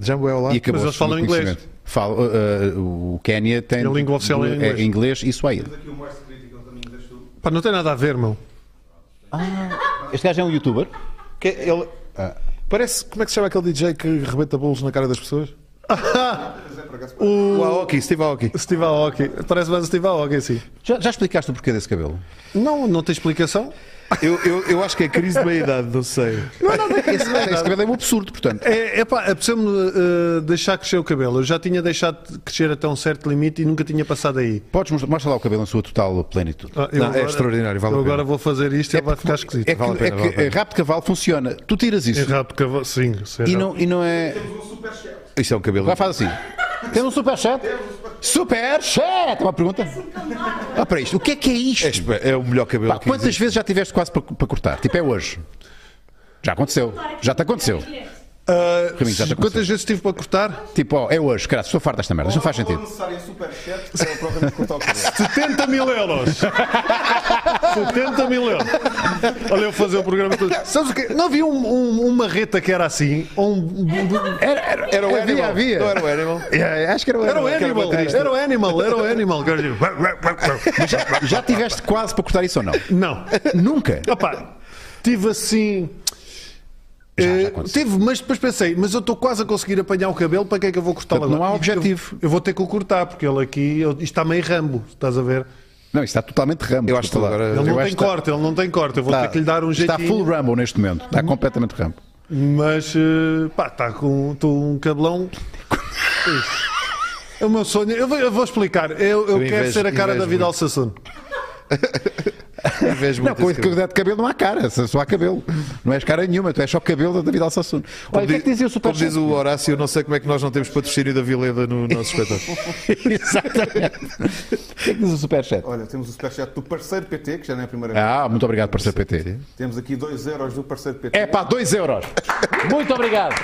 [SPEAKER 2] Jambo é lá.
[SPEAKER 4] E acabou
[SPEAKER 1] eles falam inglês.
[SPEAKER 4] Falo, uh, uh, o Quénia tem.
[SPEAKER 1] A língua oficial é
[SPEAKER 4] du-
[SPEAKER 1] inglês.
[SPEAKER 4] e Swahili.
[SPEAKER 3] Aqui o Moist Critical também deixou.
[SPEAKER 1] Pá, não tem nada a ver, meu.
[SPEAKER 4] Este gajo é um youtuber.
[SPEAKER 2] Que ele...
[SPEAKER 4] Ah.
[SPEAKER 2] Parece, como é que se chama aquele DJ que rebenta bolos na cara das pessoas? O Aoki, Steve Aoki.
[SPEAKER 1] Steve Aoki. Parece mais o Steve Aoki, sim.
[SPEAKER 4] Já, já explicaste o porquê desse cabelo?
[SPEAKER 1] Não, não tem explicação.
[SPEAKER 2] Eu, eu, eu acho que é crise de meia-idade, não sei.
[SPEAKER 4] Esse, esse cabelo é um absurdo, portanto.
[SPEAKER 1] É, é pá, apeteceu-me eh, deixar crescer o cabelo. Eu já tinha deixado crescer até um certo limite e nunca tinha passado aí.
[SPEAKER 4] Podes mostrar, mostra lá o cabelo na sua total plenitude.
[SPEAKER 1] Ah, eu
[SPEAKER 2] Não, é extraordinário, vale
[SPEAKER 1] eu
[SPEAKER 2] a pena.
[SPEAKER 1] agora vou fazer isto e ele vai ficar esquisito.
[SPEAKER 4] É
[SPEAKER 1] É,
[SPEAKER 4] que,
[SPEAKER 2] Vale a pena,
[SPEAKER 4] é
[SPEAKER 2] vale a
[SPEAKER 4] que
[SPEAKER 2] pena. É
[SPEAKER 4] rabo de cavalo funciona. Tu tiras isso.
[SPEAKER 1] rápido, cavalo. Sim, sim.
[SPEAKER 4] E
[SPEAKER 1] rápido.
[SPEAKER 4] não, e não é.
[SPEAKER 2] Isto é um cabelo.
[SPEAKER 4] Agora faz assim. Temos um superchat? Superchat! É Uma pergunta? Olha para isto. O que é que é isto?
[SPEAKER 2] É espe- É o melhor cabelo
[SPEAKER 4] Pá,
[SPEAKER 2] que
[SPEAKER 4] quantas
[SPEAKER 2] existe.
[SPEAKER 4] vezes já tiveste quase para, para cortar? Tipo, é hoje. Já aconteceu. Já te aconteceu.
[SPEAKER 1] Ah,
[SPEAKER 2] tá
[SPEAKER 4] Raminho, já te aconteceu.
[SPEAKER 1] quantas vezes tive para cortar?
[SPEAKER 4] Tipo, ó, é hoje. Caralho, estou farto desta merda. Isto não faz
[SPEAKER 3] O
[SPEAKER 4] sentido.
[SPEAKER 3] necessário é superchat para o programa cortar o cabelo.
[SPEAKER 1] 70 mil euros! [LAUGHS] 70 mil euros! Olha, eu fazer o programa todo. Sabes o quê? Não havia um, um, uma reta que era assim? Ou um-
[SPEAKER 4] Era, era,
[SPEAKER 2] Era o
[SPEAKER 4] havia,
[SPEAKER 2] Animal.
[SPEAKER 4] havia.
[SPEAKER 2] Não era o Animal.
[SPEAKER 4] [LAUGHS] É, acho que era o
[SPEAKER 1] Era o
[SPEAKER 4] Animal.
[SPEAKER 2] que era
[SPEAKER 1] Animal!
[SPEAKER 2] baterista.
[SPEAKER 1] Era o Animal! um, Era o Animal!
[SPEAKER 4] Mas já, já tiveste quase para cortar isso ou não?
[SPEAKER 1] Não!
[SPEAKER 4] Nunca.
[SPEAKER 1] Opa, tive assim.
[SPEAKER 4] Já, já
[SPEAKER 1] eh,
[SPEAKER 4] aconteceu.
[SPEAKER 1] tive, mas depois pensei, mas eu estou quase a conseguir apanhar o cabelo, para que é que eu vou cortá-lo
[SPEAKER 4] Portanto,
[SPEAKER 1] agora?
[SPEAKER 4] não há
[SPEAKER 1] Isto eu-
[SPEAKER 4] objetivo.
[SPEAKER 1] Eu, vou ter que o cortar, porque ele aqui eu, isto está meio rambo, estás a ver?
[SPEAKER 4] Não, isto está totalmente rambo.
[SPEAKER 2] Eu acho que
[SPEAKER 4] Desculpa lá.
[SPEAKER 2] agora-
[SPEAKER 1] Ele
[SPEAKER 2] Eu
[SPEAKER 1] não
[SPEAKER 4] acho
[SPEAKER 1] tem
[SPEAKER 4] que está-
[SPEAKER 1] corte, ele não tem corte, eu vou ter que lhe dar um jeitinho.
[SPEAKER 4] Está full rambo neste momento. Está completamente rambo.
[SPEAKER 1] Mas eh, pá, está com estou um
[SPEAKER 2] [LAUGHS]
[SPEAKER 1] cabelão. Isso. É o meu sonho. Eu vou, eu vou explicar. Eu, eu
[SPEAKER 2] Eu
[SPEAKER 1] quero
[SPEAKER 2] invejo-
[SPEAKER 1] ser a cara da
[SPEAKER 2] invejo
[SPEAKER 1] vida
[SPEAKER 2] muito.
[SPEAKER 1] ao Sassuno.
[SPEAKER 2] Vejo
[SPEAKER 4] Não,
[SPEAKER 2] muito
[SPEAKER 4] com
[SPEAKER 2] esse
[SPEAKER 4] esse
[SPEAKER 2] cabelo.
[SPEAKER 4] é de cabelo não há cara, só só há cabelo. Não és cara nenhuma, tu és só cabelo da David Alsassuno. Olha, o que é que dizia o
[SPEAKER 2] como diz
[SPEAKER 4] Superchat?
[SPEAKER 2] o Horácio, eu não sei como é que nós não temos patrocínio da Vileda no nosso espetáculo.
[SPEAKER 4] [LAUGHS] Exatamente. O que é que diz o Superchat?
[SPEAKER 3] Olha, temos o superchat do parceiro PT, que já não é a primeira vez.
[SPEAKER 4] Ah, muito obrigado por ser PT.
[SPEAKER 2] É.
[SPEAKER 3] Temos aqui 2 euros do parceiro PT.
[SPEAKER 4] É pá, 2 euros. Muito obrigado.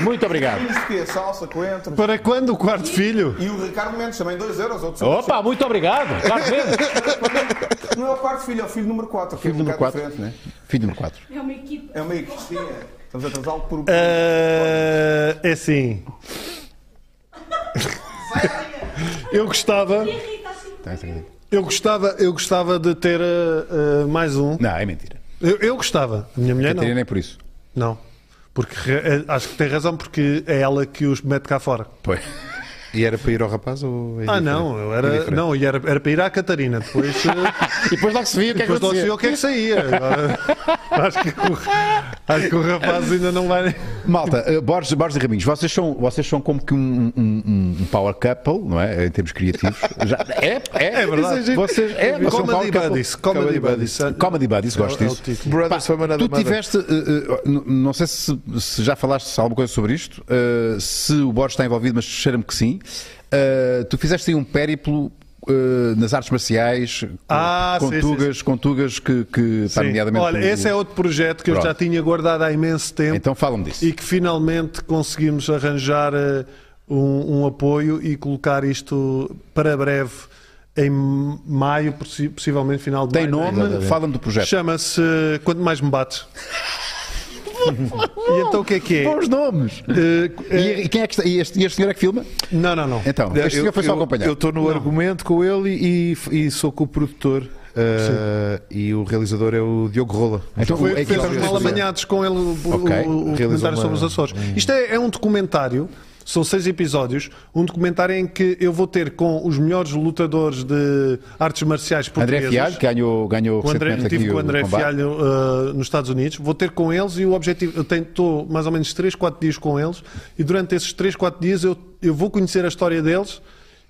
[SPEAKER 4] Muito obrigado.
[SPEAKER 3] Isto que é salsa, coentro.
[SPEAKER 1] Para quando o quarto filho?
[SPEAKER 3] E o Ricardo Mendes também, 2 euros. Outro
[SPEAKER 4] Opa, muito obrigado. Claro mesmo.
[SPEAKER 3] superchat. Não é o quarto filho, é o filho número 4.
[SPEAKER 4] Filho número 4.
[SPEAKER 3] Né?
[SPEAKER 4] Filho número 4.
[SPEAKER 5] É uma equipa.
[SPEAKER 3] É meio que sim, é. Estamos a tratá-lo por.
[SPEAKER 1] Ah, é
[SPEAKER 2] [LAUGHS]
[SPEAKER 1] assim. Eu gostava.
[SPEAKER 4] Tá,
[SPEAKER 5] Rita, assim,
[SPEAKER 1] Eu gostava, eu gostava de ter eh, eh, mais um.
[SPEAKER 4] Não, é mentira.
[SPEAKER 1] Eu, eu gostava. A minha mulher
[SPEAKER 4] Catarina
[SPEAKER 1] não.
[SPEAKER 4] é por isso.
[SPEAKER 1] Não. Porque re- eh, acho que tem razão, porque é ela que os mete cá fora.
[SPEAKER 4] Pois.
[SPEAKER 2] E era para ir ao rapaz ou. é
[SPEAKER 1] Ah,
[SPEAKER 2] diferente?
[SPEAKER 1] não, eu
[SPEAKER 2] É
[SPEAKER 1] era.
[SPEAKER 2] diferente.
[SPEAKER 1] Não, e era, era para ir à Catarina. Depois, eh,
[SPEAKER 4] E depois logo se via o que é que
[SPEAKER 1] depois logo se
[SPEAKER 4] acontecia.
[SPEAKER 1] viu o que é que saía. Agora, [LAUGHS] acho, que o, acho que o rapaz ainda não vai. nem-
[SPEAKER 4] Malta, eh, Borges, Borges e Raminhos, vocês são, vocês são como que um, um- um- um power couple, não é? Em termos criativos. Já- é, é,
[SPEAKER 1] É verdade.
[SPEAKER 4] Vocês, é, vocês são
[SPEAKER 1] Comedy
[SPEAKER 4] um power couple.
[SPEAKER 1] Buddies. Comedy Buddies.
[SPEAKER 4] Comedy Buddies, gosto
[SPEAKER 1] É o
[SPEAKER 4] disso.
[SPEAKER 1] título.
[SPEAKER 2] Brothers
[SPEAKER 4] Pá,
[SPEAKER 2] from another
[SPEAKER 4] tu
[SPEAKER 2] mother.
[SPEAKER 4] tiveste, eh, eh, n- não sei se, se já falaste alguma coisa sobre isto, eh, se o Borges está envolvido, mas cheira-me que sim. Eh, tu fizeste aí um périplo eh, nas artes marciais, com-
[SPEAKER 1] Ah,
[SPEAKER 4] com,
[SPEAKER 1] sim,
[SPEAKER 4] tugas, com tugas que, que está
[SPEAKER 1] Sim.
[SPEAKER 4] nomeadamente.
[SPEAKER 1] Olha,
[SPEAKER 4] o-
[SPEAKER 1] esse é outro projeto que eu
[SPEAKER 4] Pronto.
[SPEAKER 1] já tinha guardado há imenso tempo.
[SPEAKER 4] Então fala-me disso.
[SPEAKER 1] e que finalmente conseguimos arranjar eh, um, um apoio e colocar isto para breve em maio, possi- possivelmente final de
[SPEAKER 4] Tem
[SPEAKER 1] maio.
[SPEAKER 4] nome, fala-me do projeto.
[SPEAKER 1] Chama-se eh, Quanto Mais Me
[SPEAKER 4] [LAUGHS]
[SPEAKER 1] Bates. e então o que é que é?
[SPEAKER 4] Bons nomes!
[SPEAKER 1] Eh, eh,
[SPEAKER 4] E, e quem é que está- e este, e este senhor é que filma?
[SPEAKER 1] não, não, não.
[SPEAKER 4] Então,
[SPEAKER 2] Eu-
[SPEAKER 4] este senhor foi só
[SPEAKER 2] eu-
[SPEAKER 4] acompanhar.
[SPEAKER 2] Eu estou no argumento com ele e, e sou co-produtor. uh, e o realizador é o Diogo Rola.
[SPEAKER 4] Então,
[SPEAKER 1] Foi,
[SPEAKER 4] é que
[SPEAKER 1] fez
[SPEAKER 4] ele-
[SPEAKER 1] uns mal amanhados com ele o, o-
[SPEAKER 4] Ok.
[SPEAKER 1] o- o
[SPEAKER 2] Realizou
[SPEAKER 1] documentário
[SPEAKER 2] uma-
[SPEAKER 1] sobre os Açores. Isto é, é um documentário, são seis episódios, um documentário em que eu vou ter com os melhores lutadores de artes marciais
[SPEAKER 4] André
[SPEAKER 1] portuguesas.
[SPEAKER 4] Fialho, que é ganhou, ganhou
[SPEAKER 1] com o André,
[SPEAKER 4] recentemente
[SPEAKER 1] tive
[SPEAKER 4] aqui
[SPEAKER 1] com o
[SPEAKER 4] o
[SPEAKER 1] André
[SPEAKER 4] combate.
[SPEAKER 1] Fialho eh, nos Estados Unidos, vou ter com eles e o objetivo, eu tenho- estou mais ou menos 3, 4 dias com eles e durante esses 3, 4 dias eu, eu vou conhecer a história deles,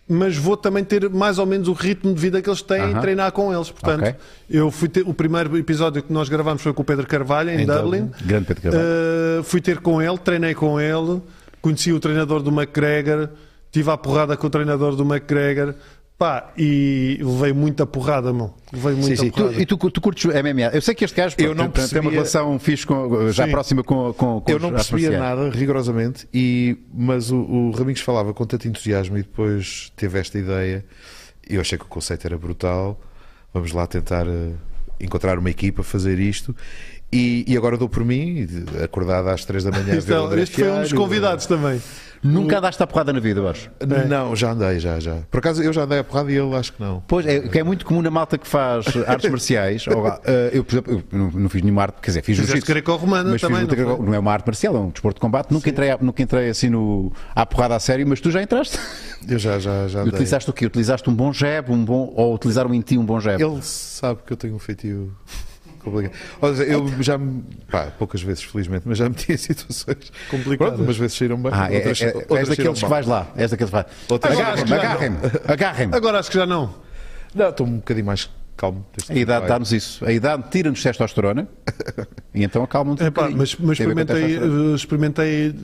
[SPEAKER 1] mas vou também ter mais ou menos o ritmo de vida que eles têm
[SPEAKER 4] Aham.
[SPEAKER 1] e treinar com eles. Portanto,
[SPEAKER 4] Ok.
[SPEAKER 1] eu fui ter, o primeiro episódio que nós gravamos foi com o Pedro Carvalho em,
[SPEAKER 4] Em Dublin.
[SPEAKER 1] Dublin.
[SPEAKER 4] Grande Pedro Carvalho.
[SPEAKER 1] Eh, fui ter com ele, treinei com ele, conheci o treinador do McGregor, tive a porrada com o treinador do McGregor. Pá, e levei muita porrada, meu. Levei muita
[SPEAKER 4] Sim, sim. Tu-
[SPEAKER 1] porrada.
[SPEAKER 4] e tu, tu curtes MMA? Eu sei que este gajo
[SPEAKER 2] Eu
[SPEAKER 4] pronto,
[SPEAKER 2] não
[SPEAKER 4] tem- tem
[SPEAKER 2] percebia-
[SPEAKER 4] uma relação fixe com, já
[SPEAKER 1] Sim.
[SPEAKER 4] próxima com, com, com
[SPEAKER 2] Eu
[SPEAKER 4] os
[SPEAKER 2] não
[SPEAKER 4] artes
[SPEAKER 2] percebia
[SPEAKER 4] marciais.
[SPEAKER 2] nada, rigorosamente, e, mas o, o Raminhos falava com tanto entusiasmo e depois teve esta ideia. Eu achei que o conceito era brutal. Vamos lá tentar eh, encontrar uma equipa, fazer isto. E, e agora dou por mim, de- acordado às três da manhã. a
[SPEAKER 1] Este,
[SPEAKER 2] ver
[SPEAKER 1] é-
[SPEAKER 2] o
[SPEAKER 4] Então,
[SPEAKER 2] André
[SPEAKER 1] este foi um dos
[SPEAKER 2] Fialho.
[SPEAKER 1] convidados também.
[SPEAKER 4] Nunca daste a porrada na vida, É. Borges.
[SPEAKER 2] Não, já andei, já, já. Por acaso eu já andei a porrada e ele acho que não.
[SPEAKER 4] Pois, é, que é muito comum na malta que
[SPEAKER 1] [LAUGHS]
[SPEAKER 4] faz artes marciais. ou, ah, eu, por exemplo, eu não, não fiz nenhuma arte, quer dizer, fiz
[SPEAKER 1] Fizeste
[SPEAKER 4] jiu-jitsu.
[SPEAKER 1] greco-romana
[SPEAKER 4] mas fiz
[SPEAKER 1] também,
[SPEAKER 4] luta
[SPEAKER 1] não foi?
[SPEAKER 4] greco- não, é uma arte marcial, é um desporto de combate. Nunca entrei, a- nunca entrei assim no, à porrada a sério, mas tu já entraste.
[SPEAKER 2] Eu já, já, já
[SPEAKER 4] E
[SPEAKER 2] andei.
[SPEAKER 4] utilizaste o quê? Utilizaste um bom jab, um bom, ou utilizaram em ti um bom jab?
[SPEAKER 2] Ele sabe que eu tenho um feitio complicado. Ou seja, eu já me. Pá, poucas vezes, felizmente, mas já meti em situações.
[SPEAKER 1] Complicadas.
[SPEAKER 2] Pronto, umas vezes saíram bem.
[SPEAKER 4] Ah, é, é,
[SPEAKER 2] outras,
[SPEAKER 4] é,
[SPEAKER 2] outras
[SPEAKER 4] és
[SPEAKER 2] saíram
[SPEAKER 4] daqueles que
[SPEAKER 2] mal.
[SPEAKER 4] vais lá. És daqueles que vais.
[SPEAKER 2] Outras-
[SPEAKER 4] Agarrem-me,
[SPEAKER 1] Agora-
[SPEAKER 4] agarrem-me, agarrem-me.
[SPEAKER 1] Agora acho que já não.
[SPEAKER 2] Não, estou um bocadinho mais calmo. deste
[SPEAKER 4] A
[SPEAKER 2] tempo,
[SPEAKER 4] idade
[SPEAKER 2] vai.
[SPEAKER 4] dá-nos isso. A idade
[SPEAKER 2] [LAUGHS]
[SPEAKER 4] tira-nos testosterona e então acalma-nos. um
[SPEAKER 1] Epá,
[SPEAKER 4] bocadinho.
[SPEAKER 1] mas mas
[SPEAKER 4] Tem a ver com
[SPEAKER 1] experimentei,
[SPEAKER 4] testosterona.
[SPEAKER 1] eh, experimentei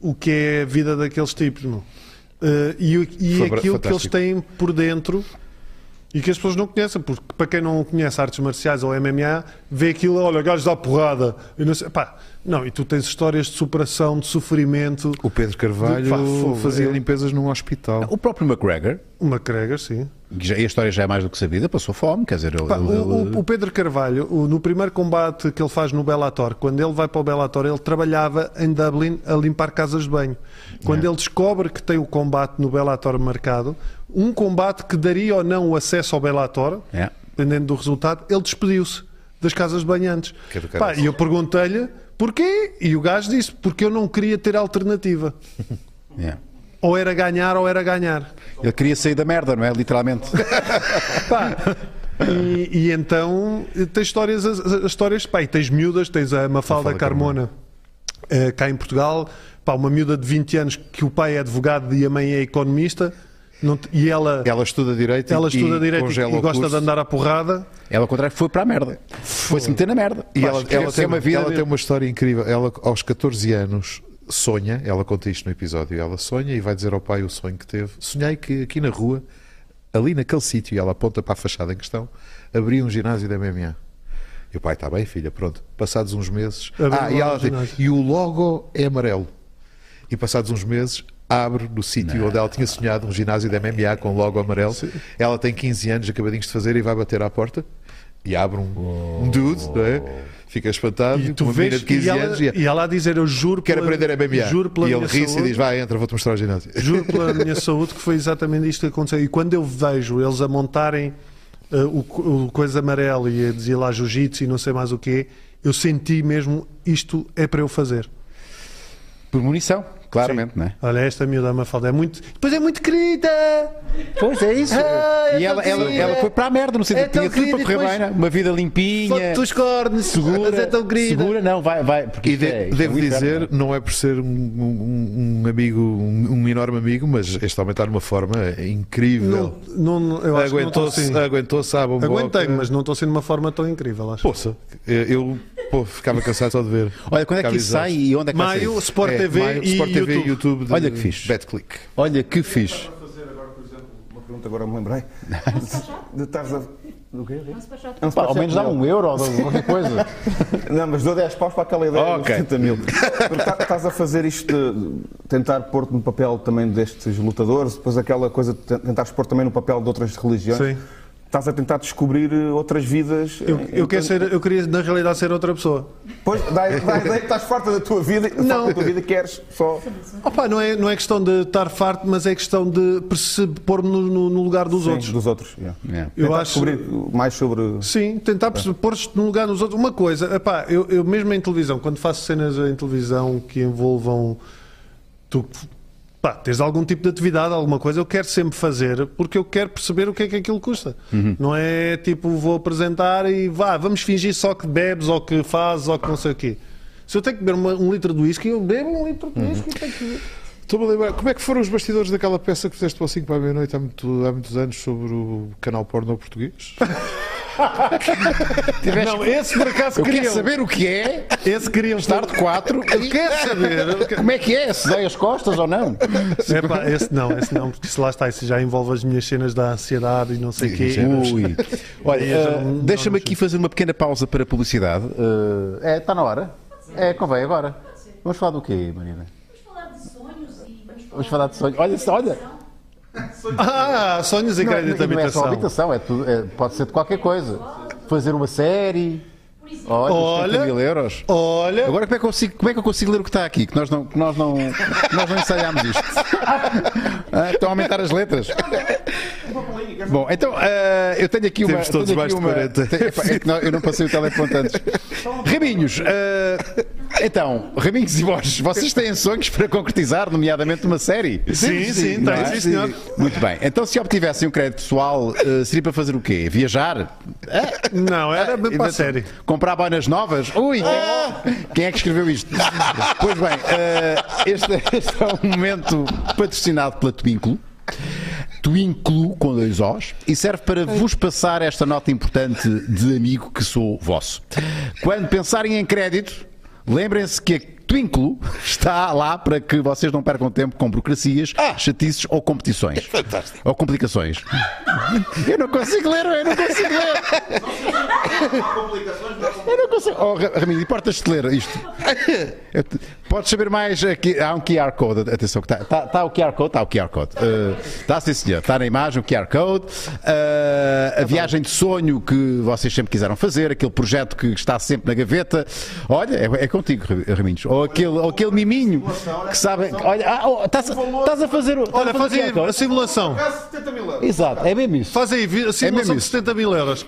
[SPEAKER 1] o que é a vida daqueles tipos. Não? Eh, e o- e
[SPEAKER 2] Fabra-
[SPEAKER 1] aquilo que eles
[SPEAKER 2] fantástico.
[SPEAKER 1] têm por dentro e que as pessoas não conhecem, porque para quem não conhece artes marciais ou MMA, vê aquilo, olha, gajo dá porrada. E não, sei, pá, não, e tu tens histórias de superação, de sofrimento.
[SPEAKER 2] O Pedro Carvalho
[SPEAKER 1] Pá, fogo,
[SPEAKER 2] fazia
[SPEAKER 1] é.
[SPEAKER 2] limpezas num hospital.
[SPEAKER 4] O próprio McGregor,
[SPEAKER 1] Uma crega, sim.
[SPEAKER 4] que já- a história já é mais do que sabida, passou fome, quer dizer, ele,
[SPEAKER 1] Pá,
[SPEAKER 4] ele-
[SPEAKER 1] o, o- o Pedro Carvalho, o- no primeiro combate que ele faz no Bellator, quando ele vai para o Bellator, ele trabalhava em Dublin a limpar casas de banho.
[SPEAKER 2] É.
[SPEAKER 1] Quando ele descobre que tem o combate no Bellator marcado, um combate que daria ou não o acesso ao Bellator,
[SPEAKER 4] É.
[SPEAKER 1] dependendo do resultado, ele despediu-se das casas de banho antes.
[SPEAKER 2] Que é do
[SPEAKER 1] Pá,
[SPEAKER 2] caralho.
[SPEAKER 1] e eu perguntei-lhe porquê, e o gajo disse, porque eu não queria ter alternativa.
[SPEAKER 4] é.
[SPEAKER 1] Ou era ganhar ou era ganhar.
[SPEAKER 4] Ele queria sair da merda, não
[SPEAKER 2] [LAUGHS]
[SPEAKER 4] é? Literalmente.
[SPEAKER 1] E, e então eh, tens histórias, as- as histórias pá, e tens miúdas, tens a Mafalda Carmona, eh, cá em Portugal, pá, uma miúda de 20 anos que o pai é advogado e a mãe é economista, não te- e ela,
[SPEAKER 2] Ela estuda direito
[SPEAKER 1] ela
[SPEAKER 2] e-
[SPEAKER 1] estuda
[SPEAKER 2] e
[SPEAKER 1] direito
[SPEAKER 2] congela
[SPEAKER 1] e,
[SPEAKER 2] o
[SPEAKER 1] gosta de
[SPEAKER 2] curso.
[SPEAKER 1] andar à porrada.
[SPEAKER 4] Ela, ao contrário, foi para a merda. Foi-se meter na merda.
[SPEAKER 2] E
[SPEAKER 4] Pá,
[SPEAKER 2] ela,
[SPEAKER 4] esquece,
[SPEAKER 2] ela tem,
[SPEAKER 4] é uma vida.
[SPEAKER 2] ela tem uma história incrível. Ela, aos 14 anos, sonha, ela conta isto no episódio, ela sonha e vai dizer ao pai o sonho que teve. Sonhei que aqui na rua, ali naquele sítio, e ela aponta para a fachada em questão, abria um ginásio da MMA. E o pai, está bem, filha, pronto. Passados uns meses.
[SPEAKER 1] Abriu
[SPEAKER 2] Ah,
[SPEAKER 1] lá
[SPEAKER 2] e, ela
[SPEAKER 1] um
[SPEAKER 2] tem-
[SPEAKER 1] ginásio.
[SPEAKER 2] e o logo é amarelo. E passados uns meses, abre no sítio onde ela tinha sonhado um ginásio de MMA com logo amarelo. Ela tem 15 anos, acabadinhos de fazer, e vai bater à porta. E abre um, um dude, não é? fica espantado.
[SPEAKER 1] Oh. E tu
[SPEAKER 2] uma menina
[SPEAKER 1] vês
[SPEAKER 2] de 15
[SPEAKER 1] e, ela,
[SPEAKER 2] anos e
[SPEAKER 1] e ela a dizer, eu juro
[SPEAKER 2] quer
[SPEAKER 1] pela-
[SPEAKER 2] aprender a BMA.
[SPEAKER 1] Juro pela
[SPEAKER 2] e ele
[SPEAKER 1] minha
[SPEAKER 2] ri-se e
[SPEAKER 1] saúde. É,
[SPEAKER 2] diz: vai, entra, vou-te mostrar o ginásio.
[SPEAKER 1] Juro pela minha saúde que foi exatamente isto que aconteceu. E quando eu vejo eles a montarem eh, o, co- o coisa amarela e a dizer lá jiu-jitsu e não sei mais o quê, eu senti mesmo isto é para eu fazer.
[SPEAKER 4] Por munição, claramente, não é?
[SPEAKER 1] Olha, esta miúda Mafalda é muito. Depois é muito querida!
[SPEAKER 4] Pois é [LAUGHS] isso.
[SPEAKER 1] Ah, é
[SPEAKER 4] e
[SPEAKER 1] tão
[SPEAKER 4] ela, ela,
[SPEAKER 1] querida.
[SPEAKER 4] ela foi para a merda, no sentido
[SPEAKER 1] É
[SPEAKER 4] de tinha
[SPEAKER 1] tão
[SPEAKER 4] tudo para
[SPEAKER 1] querida,
[SPEAKER 4] correr
[SPEAKER 1] depois-
[SPEAKER 4] bem, não é? uma vida limpinha,
[SPEAKER 1] Foto dos cornes!
[SPEAKER 4] segura.
[SPEAKER 1] Mas é tão querida!
[SPEAKER 4] segura, não, vai, vai. Porque
[SPEAKER 2] E
[SPEAKER 4] isto
[SPEAKER 2] de-
[SPEAKER 4] é- isto é
[SPEAKER 2] devo
[SPEAKER 4] um inferno,
[SPEAKER 2] dizer,
[SPEAKER 4] não é?
[SPEAKER 2] não é por ser um, um- um amigo, um, um enorme amigo, mas este homem está numa forma incrível.
[SPEAKER 1] Não, não, não, eu acho
[SPEAKER 2] Aguentou-se,
[SPEAKER 1] que não estou assim.
[SPEAKER 2] aguentou-se à bomboca.
[SPEAKER 1] Aguentei-me, mas não estou assim de uma forma tão incrível, acho.
[SPEAKER 2] Poça, eu pô, ficava cansado só de ver.
[SPEAKER 4] Olha, quando é que
[SPEAKER 2] Ficava
[SPEAKER 4] isso sai e onde é que vai sair?
[SPEAKER 1] Maio, Sport
[SPEAKER 2] É,
[SPEAKER 1] TV
[SPEAKER 2] maio,
[SPEAKER 1] e
[SPEAKER 2] Sport TV e
[SPEAKER 1] YouTube.
[SPEAKER 2] YouTube de
[SPEAKER 4] Olha que fixe.
[SPEAKER 2] BetClick.
[SPEAKER 4] Olha que fixe.
[SPEAKER 3] fazer agora, por exemplo, uma pergunta, agora me lembrei. De estás a. Do quê? É um
[SPEAKER 4] Pá, ao menos dá um euro ou qualquer coisa.
[SPEAKER 3] Não, mas dou 10 paus para aquela ideia
[SPEAKER 4] Ah,
[SPEAKER 3] dos
[SPEAKER 4] ok.
[SPEAKER 3] 70 mil. Porque tá- Estás a fazer isto de tentar pôr-te no papel também destes lutadores, depois aquela coisa de te- tentares pôr também no papel de outras religiões.
[SPEAKER 1] Sim.
[SPEAKER 3] Estás a tentar descobrir eh, outras vidas.
[SPEAKER 1] Eu,
[SPEAKER 3] eh,
[SPEAKER 1] eu,
[SPEAKER 3] então-
[SPEAKER 1] quero ser, eu queria, na realidade, ser outra pessoa.
[SPEAKER 3] Pois, dá, dá a ideia que estás farta da tua vida, não. da tua vida queres só.
[SPEAKER 1] Opa, não, é, não é questão de estar farto, mas é questão de perce- pôr-me no, no- no lugar dos outros.
[SPEAKER 3] Dos outros. yeah.
[SPEAKER 4] Yeah.
[SPEAKER 1] Eu
[SPEAKER 3] Tentar
[SPEAKER 1] acho-
[SPEAKER 3] descobrir É. mais sobre.
[SPEAKER 1] Sim, tentar perce- pôr-te no lugar dos outros. Uma coisa, epá, eu, eu mesmo em televisão, quando faço cenas em televisão que envolvam. Tu, pá, tens algum tipo de atividade, alguma coisa, eu quero sempre fazer porque eu quero perceber o que é que aquilo custa.
[SPEAKER 3] Uhum.
[SPEAKER 1] Não é tipo, vou apresentar e vá, vamos fingir só que bebes ou que fazes ou que não sei o quê. Se eu tenho que beber uma- um litro de whisky, eu bebo um litro
[SPEAKER 3] Uhum.
[SPEAKER 1] de whisky e tenho que beber.
[SPEAKER 2] Estou-me a lembrar, como é que foram os bastidores daquela peça que fizeste ao 5 para a meia-noite há, muito- há muitos anos sobre o canal porno [LAUGHS] português?
[SPEAKER 1] Não, esse por acaso
[SPEAKER 4] Eu quero
[SPEAKER 1] queriam.
[SPEAKER 4] saber o que é
[SPEAKER 1] Esse queriam
[SPEAKER 4] estar de [LAUGHS] 4.
[SPEAKER 1] Eu quero saber. eu quero-
[SPEAKER 4] Como é que é? Se dói as costas ou não?
[SPEAKER 1] Epá, esse não, esse não, porque se lá está, isso já envolve as minhas cenas da ansiedade e não sei o quê.
[SPEAKER 4] Ui. Olha,
[SPEAKER 1] Então,
[SPEAKER 4] eh,
[SPEAKER 1] não,
[SPEAKER 4] deixa-me
[SPEAKER 1] não
[SPEAKER 4] aqui fazer uma pequena pausa para a publicidade. Eh, é, está na hora. É, convém agora. Vamos falar do quê, Marina?
[SPEAKER 5] Vamos falar de sonhos e vamos falar,
[SPEAKER 4] Vamos falar de sonhos. Olha, olha.
[SPEAKER 1] Ah, sonhos em
[SPEAKER 4] Não é,
[SPEAKER 1] crédito de
[SPEAKER 4] não é só
[SPEAKER 1] habitação.
[SPEAKER 4] habitação, é tudo, é- pode ser de qualquer coisa. Fazer uma série. Olha,
[SPEAKER 1] Olha.
[SPEAKER 4] 30 mil euros.
[SPEAKER 1] Olha,
[SPEAKER 4] Agora como é, que eu consigo, como é que eu consigo ler o que está aqui? Que nós não, que nós não, nós não ensaiámos isto. [LAUGHS] Ah, estão a aumentar as letras. Bom, então ah, eu tenho aqui uma.
[SPEAKER 2] Temos todos
[SPEAKER 4] tenho
[SPEAKER 2] mais
[SPEAKER 4] aqui
[SPEAKER 2] de 40.
[SPEAKER 4] Tenho- epá, é que não- eu não passei o telefone antes. Raminhos, ah, então, Raminhos e vós, vocês têm sonhos para concretizar, nomeadamente uma série?
[SPEAKER 1] Sim, sim, sim,
[SPEAKER 4] Não
[SPEAKER 1] tem,
[SPEAKER 4] é?
[SPEAKER 1] Tá sim, senhor.
[SPEAKER 4] Muito bem, então se obtivessem um crédito pessoal, eh, seria para fazer o quê? Viajar?
[SPEAKER 1] não,
[SPEAKER 4] Ah,
[SPEAKER 1] era bem para a série.
[SPEAKER 4] Comprar boinas novas? Ui! Quem é que escreveu isto? pois bem, eh, este, este é um momento patrocinado pela Twinklo. Twinklo com dois Os e serve para vos passar esta nota importante de amigo que sou vosso. Quando pensarem em crédito, lembrem-se que a Twinklo está lá para que vocês não percam tempo com burocracias, chatices ou competições. Ou complicações. eu não consigo ler, eu não consigo ler. Eu não consigo. Oh, Ra- Ramiro, importas-te ler isto? Eu te- Podes saber mais. Aqui, há um QR Code. Atenção, que está tá, tá o QR Code. Está o QR Code. Está, sim, senhor. Está na imagem o QR Code. Uh, a viagem de sonho que vocês sempre quiseram fazer. Aquele projeto que está sempre na gaveta. Olha, é, é contigo, Ra- Raminhos. Ou aquele, ou aquele miminho que sabe. Olha, ah, oh, estás a- estás a fazer. o- estás
[SPEAKER 1] Olha,
[SPEAKER 4] a fazer
[SPEAKER 1] fazem
[SPEAKER 4] o QR Code.
[SPEAKER 1] a simulação.
[SPEAKER 4] Exato, é mesmo isso.
[SPEAKER 1] Fazem aí vi- a simulação
[SPEAKER 4] mesmo
[SPEAKER 1] de
[SPEAKER 4] isso.
[SPEAKER 1] 70 mil euros.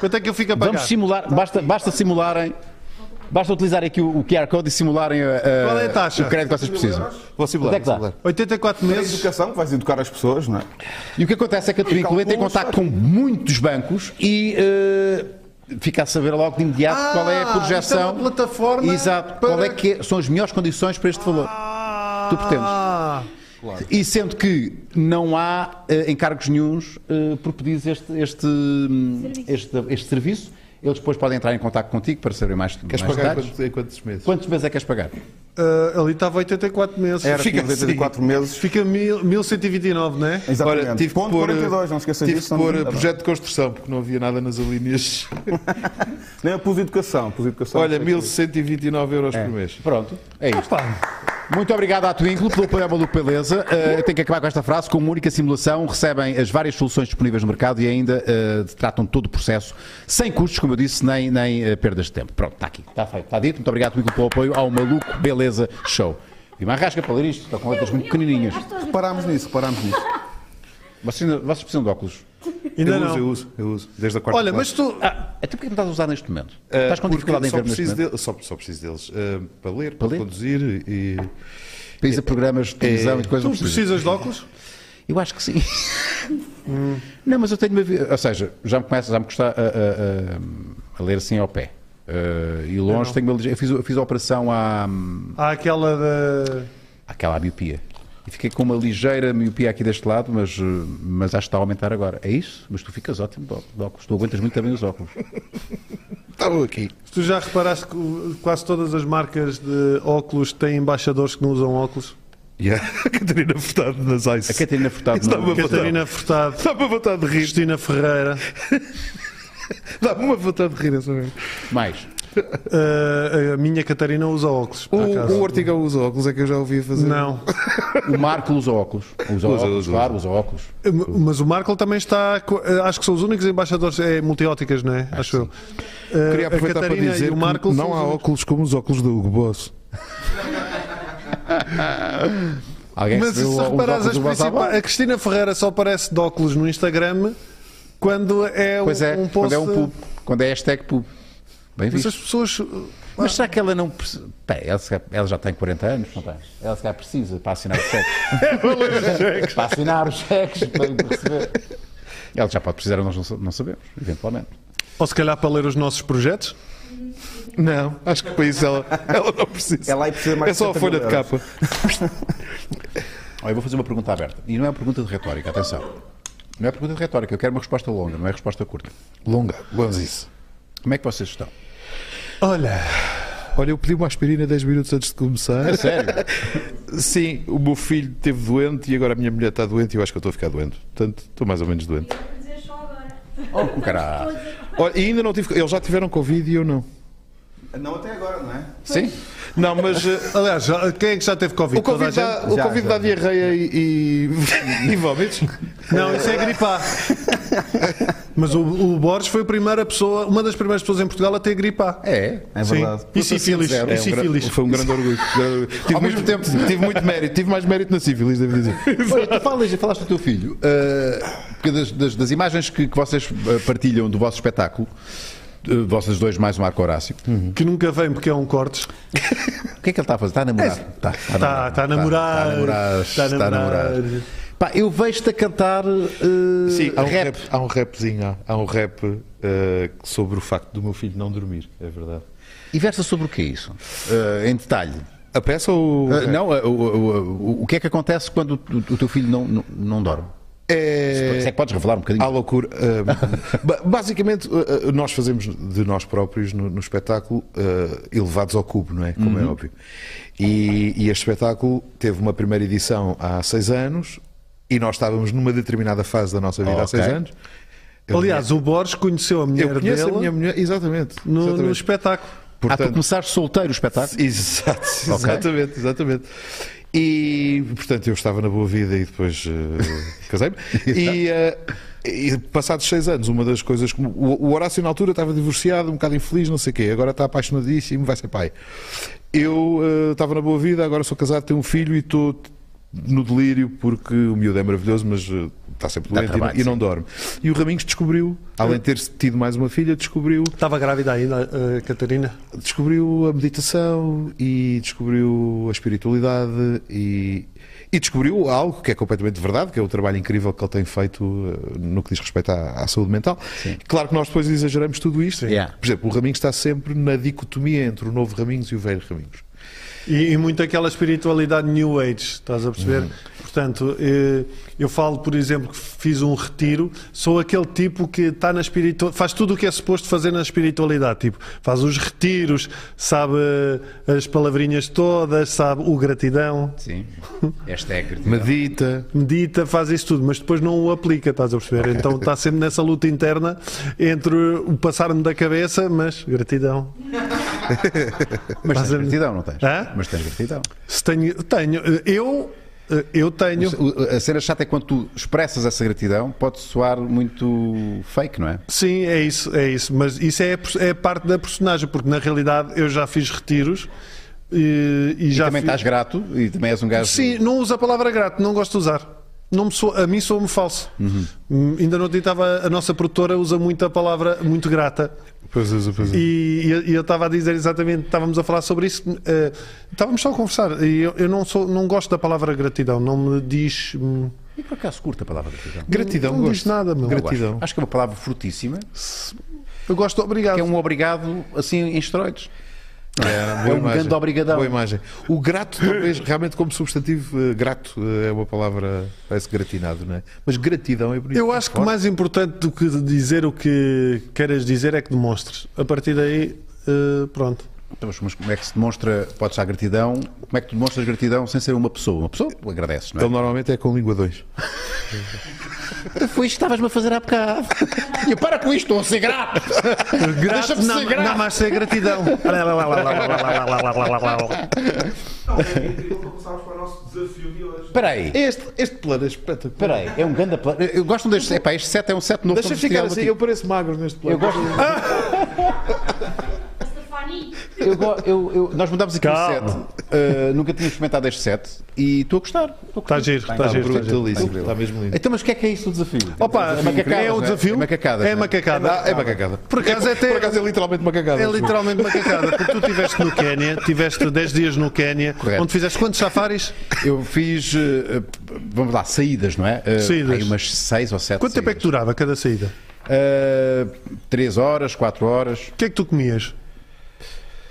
[SPEAKER 1] Quanto é que eu fico a pagar?
[SPEAKER 4] Vamos simular, basta, basta simularem. Basta utilizar aqui o, o QR Code e simularem a, a-
[SPEAKER 1] Qual é a taxa?
[SPEAKER 4] o crédito que vocês precisam.
[SPEAKER 2] Vou
[SPEAKER 4] Onde
[SPEAKER 2] simular.
[SPEAKER 4] é que dá?
[SPEAKER 2] vou simular.
[SPEAKER 1] 84 meses.
[SPEAKER 3] Educação, que vais educar as pessoas, não é?
[SPEAKER 4] E o que acontece é que a Twinkle entra em
[SPEAKER 3] calculas,
[SPEAKER 4] contato com muitos bancos e eh, fica a saber logo de imediato
[SPEAKER 1] Ah,
[SPEAKER 4] qual é a
[SPEAKER 1] isto é uma
[SPEAKER 4] projeção.
[SPEAKER 1] plataforma
[SPEAKER 4] Exato, qual
[SPEAKER 1] para-
[SPEAKER 4] é que é- são as melhores condições para este valor. Tu
[SPEAKER 1] Ah,
[SPEAKER 4] E sendo que não há eh, encargos nenhuns eh, por pedires este, este, hum, este, este serviço, eles depois podem entrar em contato contigo para saber mais,
[SPEAKER 2] Queres
[SPEAKER 4] mais
[SPEAKER 2] pagar em
[SPEAKER 4] detalhes.
[SPEAKER 2] quantos, em quantos meses?
[SPEAKER 4] Quantos meses é que queres pagar?
[SPEAKER 1] ah, ali estava 84 meses.
[SPEAKER 3] Era
[SPEAKER 1] fica, assim.
[SPEAKER 3] Fica 84 meses.
[SPEAKER 1] fica mil- 1129, não é?
[SPEAKER 3] Exatamente.
[SPEAKER 2] Olha, tive
[SPEAKER 3] Ponto
[SPEAKER 2] que pôr, eh,
[SPEAKER 3] 42, não esqueças
[SPEAKER 2] tive
[SPEAKER 3] disso.
[SPEAKER 2] que
[SPEAKER 3] senão
[SPEAKER 2] pôr
[SPEAKER 3] não-
[SPEAKER 2] eh, projeto de construção, porque não havia nada nas alíneas.
[SPEAKER 3] Não, eu pus educação. Pus educação
[SPEAKER 2] [LAUGHS] Olha,
[SPEAKER 3] Não sei é o quê.
[SPEAKER 2] 1129 euros por mês.
[SPEAKER 4] Pronto, é isto.
[SPEAKER 1] Opa,
[SPEAKER 4] Muito obrigado à Twinkle pelo programa Lupeleza. eu tenho que acabar com esta frase. Com uma única simulação, recebem as várias soluções disponíveis no mercado e ainda eh, tratam todo o processo sem custos, como eu disse, nem, nem eh, perdas de tempo. Pronto, está aqui. Está feito. Está dito. Muito obrigado, Twinkle, pelo apoio ao Maluco Beleza Show. E uma rasca para ler isto. Estão com letras muito pequenininhas.
[SPEAKER 3] Reparámos é. nisso, reparámos nisso.
[SPEAKER 4] Vocês, ainda- vocês precisam de óculos.
[SPEAKER 1] Ainda
[SPEAKER 2] eu
[SPEAKER 1] não.
[SPEAKER 2] uso, eu uso, eu uso. Desde a quarta
[SPEAKER 1] Olha, mas
[SPEAKER 2] classe.
[SPEAKER 1] tu.
[SPEAKER 4] Ah, até porque não estás a usar neste momento?
[SPEAKER 2] Ah,
[SPEAKER 4] Estás com
[SPEAKER 2] porque
[SPEAKER 4] dificuldade em
[SPEAKER 2] só
[SPEAKER 4] ver neste
[SPEAKER 2] preciso
[SPEAKER 4] momento?
[SPEAKER 2] dele- só, só preciso deles ah, para ler, para,
[SPEAKER 4] ler?
[SPEAKER 2] conduzir e.
[SPEAKER 4] Precisa de programas de televisão e de coisas
[SPEAKER 1] É, Tu
[SPEAKER 4] não precisa.
[SPEAKER 1] precisas de óculos?
[SPEAKER 4] Eu acho que sim. Não, mas eu tenho uma vida. Ou seja, já me começa, já me custa a, a- a- a ler assim ao pé. Eh, e longe tenho uma lige- eu fiz, eu fiz a operação à,
[SPEAKER 1] Há aquela de.
[SPEAKER 4] àquela à miopia. E fiquei com uma ligeira miopia aqui deste lado, mas, eh, mas acho que está a aumentar agora. É isso? Mas tu ficas ótimo de ó- de óculos. Tu aguentas muito bem os óculos.
[SPEAKER 2] Estava aqui.
[SPEAKER 1] Tu já reparaste que o- quase todas as marcas de óculos têm embaixadores que não usam óculos?
[SPEAKER 2] E a [LAUGHS] Catarina Furtado nas ICE.
[SPEAKER 4] A Catarina Furtado
[SPEAKER 2] Isso dá
[SPEAKER 4] não-
[SPEAKER 2] uma
[SPEAKER 1] Catarina
[SPEAKER 2] vontade-
[SPEAKER 1] Furtado,
[SPEAKER 2] dá uma vontade de rir.
[SPEAKER 1] Cristina Ferreira,
[SPEAKER 2] Dá-me uma vontade de rir essa mesmo.
[SPEAKER 4] Mais.
[SPEAKER 1] uh, a minha Catarina usa óculos. por acaso.
[SPEAKER 2] O, um o Ortiga usa óculos, é que eu já ouvi fazer.
[SPEAKER 1] Não,
[SPEAKER 4] O Marco usa óculos. Usa
[SPEAKER 2] Usa,
[SPEAKER 4] óculos,
[SPEAKER 2] usa,
[SPEAKER 4] claro,
[SPEAKER 2] usa.
[SPEAKER 4] usa óculos.
[SPEAKER 1] mas o Marco também está. co- eh, Acho que são os únicos embaixadores. É multióticas, não é? Acho eu. Eh,
[SPEAKER 2] Queria aproveitar para dizer que não há óculos como os óculos do Hugo Boss.
[SPEAKER 4] Alguém
[SPEAKER 1] Mas
[SPEAKER 4] se viu
[SPEAKER 1] se
[SPEAKER 4] alguns
[SPEAKER 1] reparares,
[SPEAKER 4] um óculos
[SPEAKER 1] as
[SPEAKER 4] do Vasco
[SPEAKER 1] principais-
[SPEAKER 4] Alvaro?
[SPEAKER 1] a Cristina Ferreira só aparece de óculos no Instagram quando é, um-
[SPEAKER 4] Pois
[SPEAKER 1] um
[SPEAKER 4] é,
[SPEAKER 1] post.
[SPEAKER 4] quando é um pub. Quando é hashtag pub. Bem
[SPEAKER 1] Mas
[SPEAKER 4] visto.
[SPEAKER 1] as pessoas. eh,
[SPEAKER 4] Mas será que ela não precisa. Bem, ela, se calhar- ela já tem 40 anos, não tem? Ela se calhar precisa para assinar os cheques. [LAUGHS] para assinar os cheques, para receber. Ela já pode precisar, nós não, sa- não sabemos, eventualmente.
[SPEAKER 1] Ou se calhar para ler os nossos projetos.
[SPEAKER 2] Não, acho que para isso ela, [LAUGHS] ela não precisa.
[SPEAKER 3] Ela aí precisa mais
[SPEAKER 2] é só a
[SPEAKER 3] de
[SPEAKER 2] folha de
[SPEAKER 3] 70 mil
[SPEAKER 2] capa.
[SPEAKER 4] Olha, eu vou fazer uma pergunta aberta. E não é uma pergunta de retórica, atenção. Não é pergunta de retórica, eu quero uma resposta longa, não é resposta curta.
[SPEAKER 2] Longa, vamos a isso.
[SPEAKER 4] Como é que vocês estão?
[SPEAKER 2] Olha. Olha, eu pedi uma aspirina 10 minutos antes de começar.
[SPEAKER 4] Sério?
[SPEAKER 2] Sim, o meu filho esteve doente e agora a minha mulher está doente e eu acho que eu estou a ficar doente. Portanto, estou mais ou menos doente.
[SPEAKER 5] dizer só agora.
[SPEAKER 4] Oh, com caralho.
[SPEAKER 2] Olha, e ainda não tive. Eles já tiveram Covid e eu não.
[SPEAKER 3] Não até agora, não é?
[SPEAKER 4] Sim?
[SPEAKER 2] Não, mas. eh,
[SPEAKER 1] [LAUGHS] Aliás, já- quem é que já teve Covid?
[SPEAKER 2] O Covid
[SPEAKER 1] Toda a
[SPEAKER 2] dá,
[SPEAKER 1] gente?
[SPEAKER 2] o
[SPEAKER 3] Já,
[SPEAKER 2] COVID
[SPEAKER 3] já,
[SPEAKER 2] dá
[SPEAKER 3] já.
[SPEAKER 2] diarreia e, e, e vómitos.
[SPEAKER 1] Não, isso é gripar. Mas o, o Borges foi a primeira pessoa, uma das primeiras pessoas em Portugal a ter gripar.
[SPEAKER 4] É.
[SPEAKER 3] É verdade.
[SPEAKER 1] E sífilis.
[SPEAKER 4] zero. É
[SPEAKER 1] E
[SPEAKER 4] um
[SPEAKER 2] um grande-
[SPEAKER 1] sífilis.
[SPEAKER 2] foi um grande orgulho.
[SPEAKER 3] [LAUGHS]
[SPEAKER 2] grande orgulho. Tive
[SPEAKER 4] Ao mesmo tempo.
[SPEAKER 2] Tive muito mérito. Tive mais mérito na sífilis, devo
[SPEAKER 4] [LAUGHS]
[SPEAKER 2] dizer.
[SPEAKER 4] Olha, tu falas, falaste do teu filho, ah, porque das, das- das imagens que, que vocês ah, partilham do vosso espetáculo, ah, vocês dois mais o Marco Horácio,
[SPEAKER 1] Que nunca vem porque é um cortes.
[SPEAKER 4] o que é que ele está a fazer? Está a namorar? Está, está
[SPEAKER 1] Está, está a namorar.
[SPEAKER 4] Está a namorar.
[SPEAKER 1] Está a
[SPEAKER 4] Está a namorar.
[SPEAKER 1] namorar.
[SPEAKER 4] Pá, eu vejo-te a cantar ah,
[SPEAKER 2] [LAUGHS] Sim, há um,
[SPEAKER 4] rap.
[SPEAKER 2] rap. há um rapzinho, há, há um rap eh, sobre o facto do meu filho não dormir, é verdade.
[SPEAKER 4] E versa sobre o que é isso? Ah, em detalhe.
[SPEAKER 2] A peça ou. o
[SPEAKER 4] Ah,
[SPEAKER 2] rap?
[SPEAKER 4] não, ah, o, o- o- o que é que acontece quando o, o teu filho não, não, não dorme?
[SPEAKER 2] É...
[SPEAKER 4] Se é que podes revelar um bocadinho.
[SPEAKER 2] À loucura. Ahm, [LAUGHS] ba- basicamente, uh, uh, nós fazemos de nós próprios no, no espetáculo uh, elevados ao cubo, não é? Como é óbvio. E, e este espetáculo teve uma primeira edição há seis anos e nós estávamos numa determinada fase da nossa vida há
[SPEAKER 4] Ok.
[SPEAKER 2] seis anos. Eu
[SPEAKER 1] Aliás, o Borges conheceu a
[SPEAKER 2] conhe-
[SPEAKER 1] mulher
[SPEAKER 2] eu conheço
[SPEAKER 1] dele
[SPEAKER 2] a minha mulher, exatamente.
[SPEAKER 1] no, no
[SPEAKER 2] exatamente.
[SPEAKER 1] espetáculo.
[SPEAKER 4] ah, tu
[SPEAKER 2] Portanto,
[SPEAKER 4] começaste solteiro o
[SPEAKER 2] [LAUGHS]
[SPEAKER 4] espetáculo?
[SPEAKER 2] Exato,
[SPEAKER 4] Ok.
[SPEAKER 2] exatamente, exatamente. E portanto eu estava na boa vida e depois
[SPEAKER 4] [LAUGHS]
[SPEAKER 2] eh, casei-me. e, eh, e passados seis anos, uma das coisas que o, o Horácio na altura estava divorciado, um bocado infeliz, não sei o quê, agora está apaixonadíssimo, vai ser pai. Eu eh, estava na boa vida, agora sou casado, tenho um filho e estou no delírio porque o miúdo é maravilhoso, mas eh, está sempre
[SPEAKER 4] Dá
[SPEAKER 2] doente e não-
[SPEAKER 4] trabalho,
[SPEAKER 2] e, não,
[SPEAKER 4] sim.
[SPEAKER 2] dorme. E o Raminhos descobriu, além de ter tido mais uma filha, descobriu
[SPEAKER 1] Estava grávida ainda, a Catarina.
[SPEAKER 2] descobriu a meditação e descobriu a espiritualidade e, e descobriu algo que é completamente verdade, que é o trabalho incrível que ele tem feito eh, no que diz respeito à, à saúde mental. Claro que nós depois exageramos tudo isto.
[SPEAKER 4] Yeah.
[SPEAKER 2] Por exemplo, o Raminhos está sempre na dicotomia entre o novo Raminhos e o velho Raminhos.
[SPEAKER 1] E, e muito aquela espiritualidade New Age, estás a perceber? Portanto, eh, eu falo, por exemplo, que fiz um retiro, sou aquele tipo que está na espiritualidade, faz tudo o que é suposto fazer na espiritualidade, tipo, faz os retiros, sabe eh, as palavrinhas todas, sabe o gratidão,
[SPEAKER 4] Sim. Esta é a crítica.
[SPEAKER 2] Medita.
[SPEAKER 1] medita, faz isso tudo, mas depois não o aplica, estás a perceber? Então está sempre nessa luta interna entre o passar-me da cabeça, mas gratidão.
[SPEAKER 4] Mas tens
[SPEAKER 1] Faz a-
[SPEAKER 4] gratidão, não tens?
[SPEAKER 1] Hã?
[SPEAKER 4] Mas tens gratidão.
[SPEAKER 1] Se tenho, tenho, eh, eu, eh, eu tenho,
[SPEAKER 4] O- A cena chata é quando tu expressas essa gratidão, pode soar muito fake, não é?
[SPEAKER 1] sim, é isso, é isso, mas isso é, a pers- é a parte da personagem, porque na realidade eu já fiz retiros e, e
[SPEAKER 4] E
[SPEAKER 1] já
[SPEAKER 4] também
[SPEAKER 1] fiz...
[SPEAKER 4] estás grato e também és um gajo.
[SPEAKER 1] Sim, não uso a palavra grato, não gosto de usar. Não me sou, a mim sou-me falso. Hum, Ainda não estava a nossa produtora usa muito a palavra muito grata.
[SPEAKER 2] Pois é, pois é.
[SPEAKER 1] E, e eu- e eu estava a dizer exatamente, estávamos a falar sobre isso, eh, estávamos só a conversar. E eu, eu não, sou, não gosto da palavra gratidão, não me diz. hum,
[SPEAKER 4] E por acaso curta a palavra gratidão?
[SPEAKER 2] Gratidão,
[SPEAKER 1] não diz
[SPEAKER 2] gosto.
[SPEAKER 1] nada, meu.
[SPEAKER 2] Gratidão.
[SPEAKER 4] Acho que é uma palavra frutíssima,
[SPEAKER 1] Eu gosto de obrigado.
[SPEAKER 4] que é um obrigado assim em esteroides.
[SPEAKER 2] É,
[SPEAKER 4] É um grande obrigadão.
[SPEAKER 2] Boa imagem. O grato, talvez, realmente, como substantivo, eh, grato eh, é uma palavra, parece gratinado, não é? Mas gratidão é bonito.
[SPEAKER 1] Eu acho que mais importante do que dizer o que queiras dizer é que demonstres. A partir daí, eh, pronto.
[SPEAKER 4] Então, mas como é que se demonstra, pode estar gratidão? Como é que tu demonstras gratidão sem ser uma pessoa? Uma pessoa agradeces, não é?
[SPEAKER 2] Ele normalmente é com língua 2.
[SPEAKER 4] Então, foi isto que estavas-me a fazer há bocado. E [LAUGHS] eu, para com isto, estou a ser grato. Deixa-me ser
[SPEAKER 1] não,
[SPEAKER 4] grato.
[SPEAKER 1] não, mas é [LAUGHS] gratidão.
[SPEAKER 3] é
[SPEAKER 6] começarmos para o nosso desafio de hoje.
[SPEAKER 4] Espera aí.
[SPEAKER 2] Este, este plano é espetacular.
[SPEAKER 4] Espera aí, é um grande plano. Eu gosto deste. Epá, este set é um set novo.
[SPEAKER 2] Deixa
[SPEAKER 4] todo
[SPEAKER 2] ficar
[SPEAKER 4] vestido
[SPEAKER 2] assim,
[SPEAKER 4] de
[SPEAKER 2] eu pareço magro neste plano.
[SPEAKER 4] Eu gosto.
[SPEAKER 5] Stefani,
[SPEAKER 4] [LAUGHS] Eu, go- eu- eu- nós mudámos aqui
[SPEAKER 1] Calma.
[SPEAKER 4] o set. Uh, nunca tínhamos experimentado este set e estou a gostar.
[SPEAKER 1] Está
[SPEAKER 4] Estou a gostar.
[SPEAKER 1] giro, está
[SPEAKER 2] Está
[SPEAKER 1] giro. tá giro.
[SPEAKER 2] brutalíssimo. Está mesmo lindo.
[SPEAKER 4] Então, mas o que é que é isso do desafio?
[SPEAKER 1] Opa,
[SPEAKER 4] Macacadas,
[SPEAKER 1] é um
[SPEAKER 4] né?
[SPEAKER 1] desafio.
[SPEAKER 4] É macacadas,
[SPEAKER 1] É
[SPEAKER 4] né?
[SPEAKER 1] macacada.
[SPEAKER 2] Ah, é macacada.
[SPEAKER 1] Por acaso é até-
[SPEAKER 2] Por acaso é literalmente macacada.
[SPEAKER 1] É literalmente macacada, porque tu estiveste no Quénia, tiveste 10 dias no Quénia,
[SPEAKER 4] Correto.
[SPEAKER 1] onde fizeste quantos safaris?
[SPEAKER 4] Eu fiz, uh, uh, vamos lá, saídas, não é? Uh,
[SPEAKER 1] Saídas.
[SPEAKER 4] Aí umas 6 ou 7
[SPEAKER 1] Quanto tempo é que durava cada saída?
[SPEAKER 4] tu... 3 horas, 4 horas.
[SPEAKER 1] O que é que tu comias?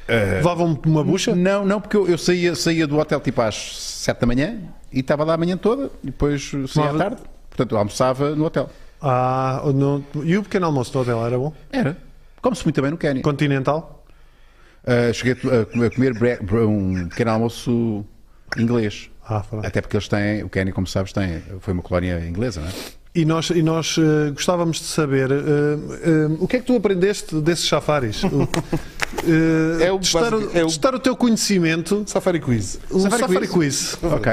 [SPEAKER 1] Eh, Levavam-te uma bucha?
[SPEAKER 4] Não, não, porque eu, eu saía, saía do hotel tipo às 7 da manhã e estava lá a manhã toda e depois uh, saía à
[SPEAKER 1] Tomava-
[SPEAKER 4] tarde. Portanto, eu almoçava no hotel.
[SPEAKER 1] Ah, não. E o pequeno almoço do hotel era bom?
[SPEAKER 4] Era. Come-se muito bem no Quênia.
[SPEAKER 1] Continental?
[SPEAKER 4] Uh, cheguei a to- a comer bre- bre- um pequeno almoço inglês.
[SPEAKER 1] Ah, pronto.
[SPEAKER 4] Até porque eles têm, o Quênia, como sabes, tem, foi uma colónia inglesa, não é?
[SPEAKER 1] E nós, e nós eh, gostávamos de saber eh, eh, o que é que tu aprendeste desses safaris? O- eh,
[SPEAKER 2] É o
[SPEAKER 1] testar, o,
[SPEAKER 2] básico- é o-
[SPEAKER 1] testar o teu conhecimento.
[SPEAKER 2] Safari Quiz.
[SPEAKER 1] O
[SPEAKER 4] Safari
[SPEAKER 1] Safari,
[SPEAKER 4] quiz.
[SPEAKER 1] quiz.
[SPEAKER 4] Ok.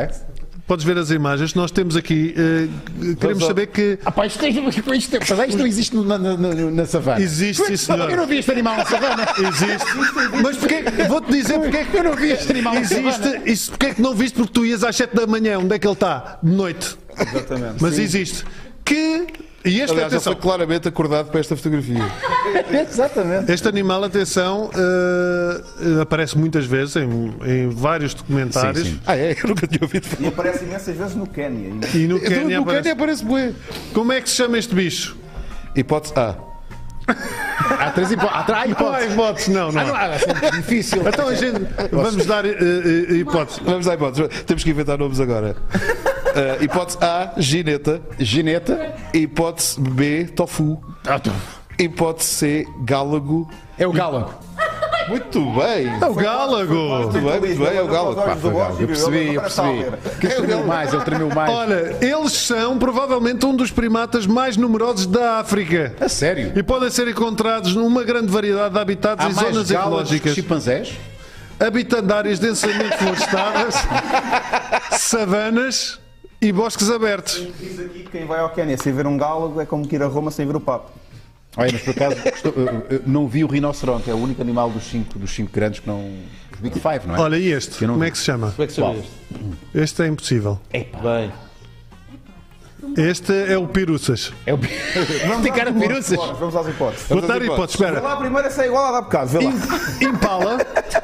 [SPEAKER 1] Podes ver as imagens. Nós temos aqui. eh, queremos
[SPEAKER 2] ao-
[SPEAKER 1] saber que
[SPEAKER 4] Ah, pá, isto, isto, isto, isto não existe na, na, na, na savana.
[SPEAKER 1] Existe, sim, senhor.
[SPEAKER 4] Eu não vi este animal na savana.
[SPEAKER 1] existe. Mas porque vou-te dizer porque é que
[SPEAKER 4] Eu não vi este animal na savana.
[SPEAKER 1] existe. Isso porque é que não viste? Porque tu ias às 7 da manhã. Onde é que ele está? De noite.
[SPEAKER 3] Exatamente.
[SPEAKER 1] Mas existe. Que. E este,
[SPEAKER 2] Aliás, ele
[SPEAKER 1] Ah, atenção,
[SPEAKER 2] foi claramente acordado para esta fotografia.
[SPEAKER 4] Exatamente.
[SPEAKER 1] Este animal, atenção, eh, eh, aparece muitas vezes em, em vários documentários.
[SPEAKER 4] Sim, sim.
[SPEAKER 2] Ah, é? Eu nunca tinha ouvido
[SPEAKER 3] E
[SPEAKER 2] falar.
[SPEAKER 3] aparece imensas vezes no Quénia. E
[SPEAKER 1] E no
[SPEAKER 2] No
[SPEAKER 1] Quênia
[SPEAKER 2] no
[SPEAKER 1] aparece.
[SPEAKER 2] Quênia aparece bué.
[SPEAKER 1] Como é que se chama este bicho?
[SPEAKER 2] Hipótese A.
[SPEAKER 4] Há três hipó- há tra-
[SPEAKER 1] Não
[SPEAKER 4] há
[SPEAKER 1] há
[SPEAKER 4] hipóteses.
[SPEAKER 1] hipótese, não, não.
[SPEAKER 4] Ah, não,
[SPEAKER 1] há.
[SPEAKER 4] há, assim, difícil.
[SPEAKER 1] Então a gente. Vamos dar eh, eh, hipótese.
[SPEAKER 2] Vamos à hipótese. Temos que inventar nomes agora. Ah, hipótese A, gineta.
[SPEAKER 4] Gineta.
[SPEAKER 2] Hipótese B, tofu.
[SPEAKER 4] Ah, tu-
[SPEAKER 2] Hipótese C, gálago.
[SPEAKER 4] É o Gálago.
[SPEAKER 2] Muito bem.
[SPEAKER 1] É o Gálago!
[SPEAKER 2] Muito bem, muito bem. É o gálago.
[SPEAKER 4] Pá, foi o Gálago. Eu percebi, eu percebi. Que ele tremeu mais, ele tremeu mais.
[SPEAKER 1] Olha, eles são provavelmente um dos primatas mais numerosos da África.
[SPEAKER 4] A sério?
[SPEAKER 1] E podem ser encontrados numa grande variedade de habitats
[SPEAKER 4] Há
[SPEAKER 1] e
[SPEAKER 4] mais
[SPEAKER 1] zonas
[SPEAKER 4] galas que
[SPEAKER 1] ecológicas.
[SPEAKER 4] chimpanzés?
[SPEAKER 1] habitando áreas [LAUGHS] densamente florestadas, savanas e bosques abertos.
[SPEAKER 3] diz aqui que quem vai ao Quénia sem ver um gálago é como que ir a Roma sem ver o Papa.
[SPEAKER 4] Olha, mas por acaso [LAUGHS] estou- eu- eu não vi o rinoceronte, é o único animal dos cinco, dos cinco grandes que não. Os Big Five, não é?
[SPEAKER 1] Olha, e este?
[SPEAKER 4] Eu não
[SPEAKER 1] Como é
[SPEAKER 4] vi.
[SPEAKER 1] que se chama?
[SPEAKER 7] Como é que chama este?
[SPEAKER 1] Este é impossível.
[SPEAKER 7] Bem,
[SPEAKER 1] Este é o Piruças.
[SPEAKER 4] É o. Tem cara de piruças.
[SPEAKER 3] Bora, Vamos às hipóteses.
[SPEAKER 1] Vou dar hipótese,
[SPEAKER 2] hipóteses.
[SPEAKER 3] Vê
[SPEAKER 1] espera.
[SPEAKER 3] lá a primeira se é igual à da bocado, vê lá.
[SPEAKER 1] [LAUGHS] Impala,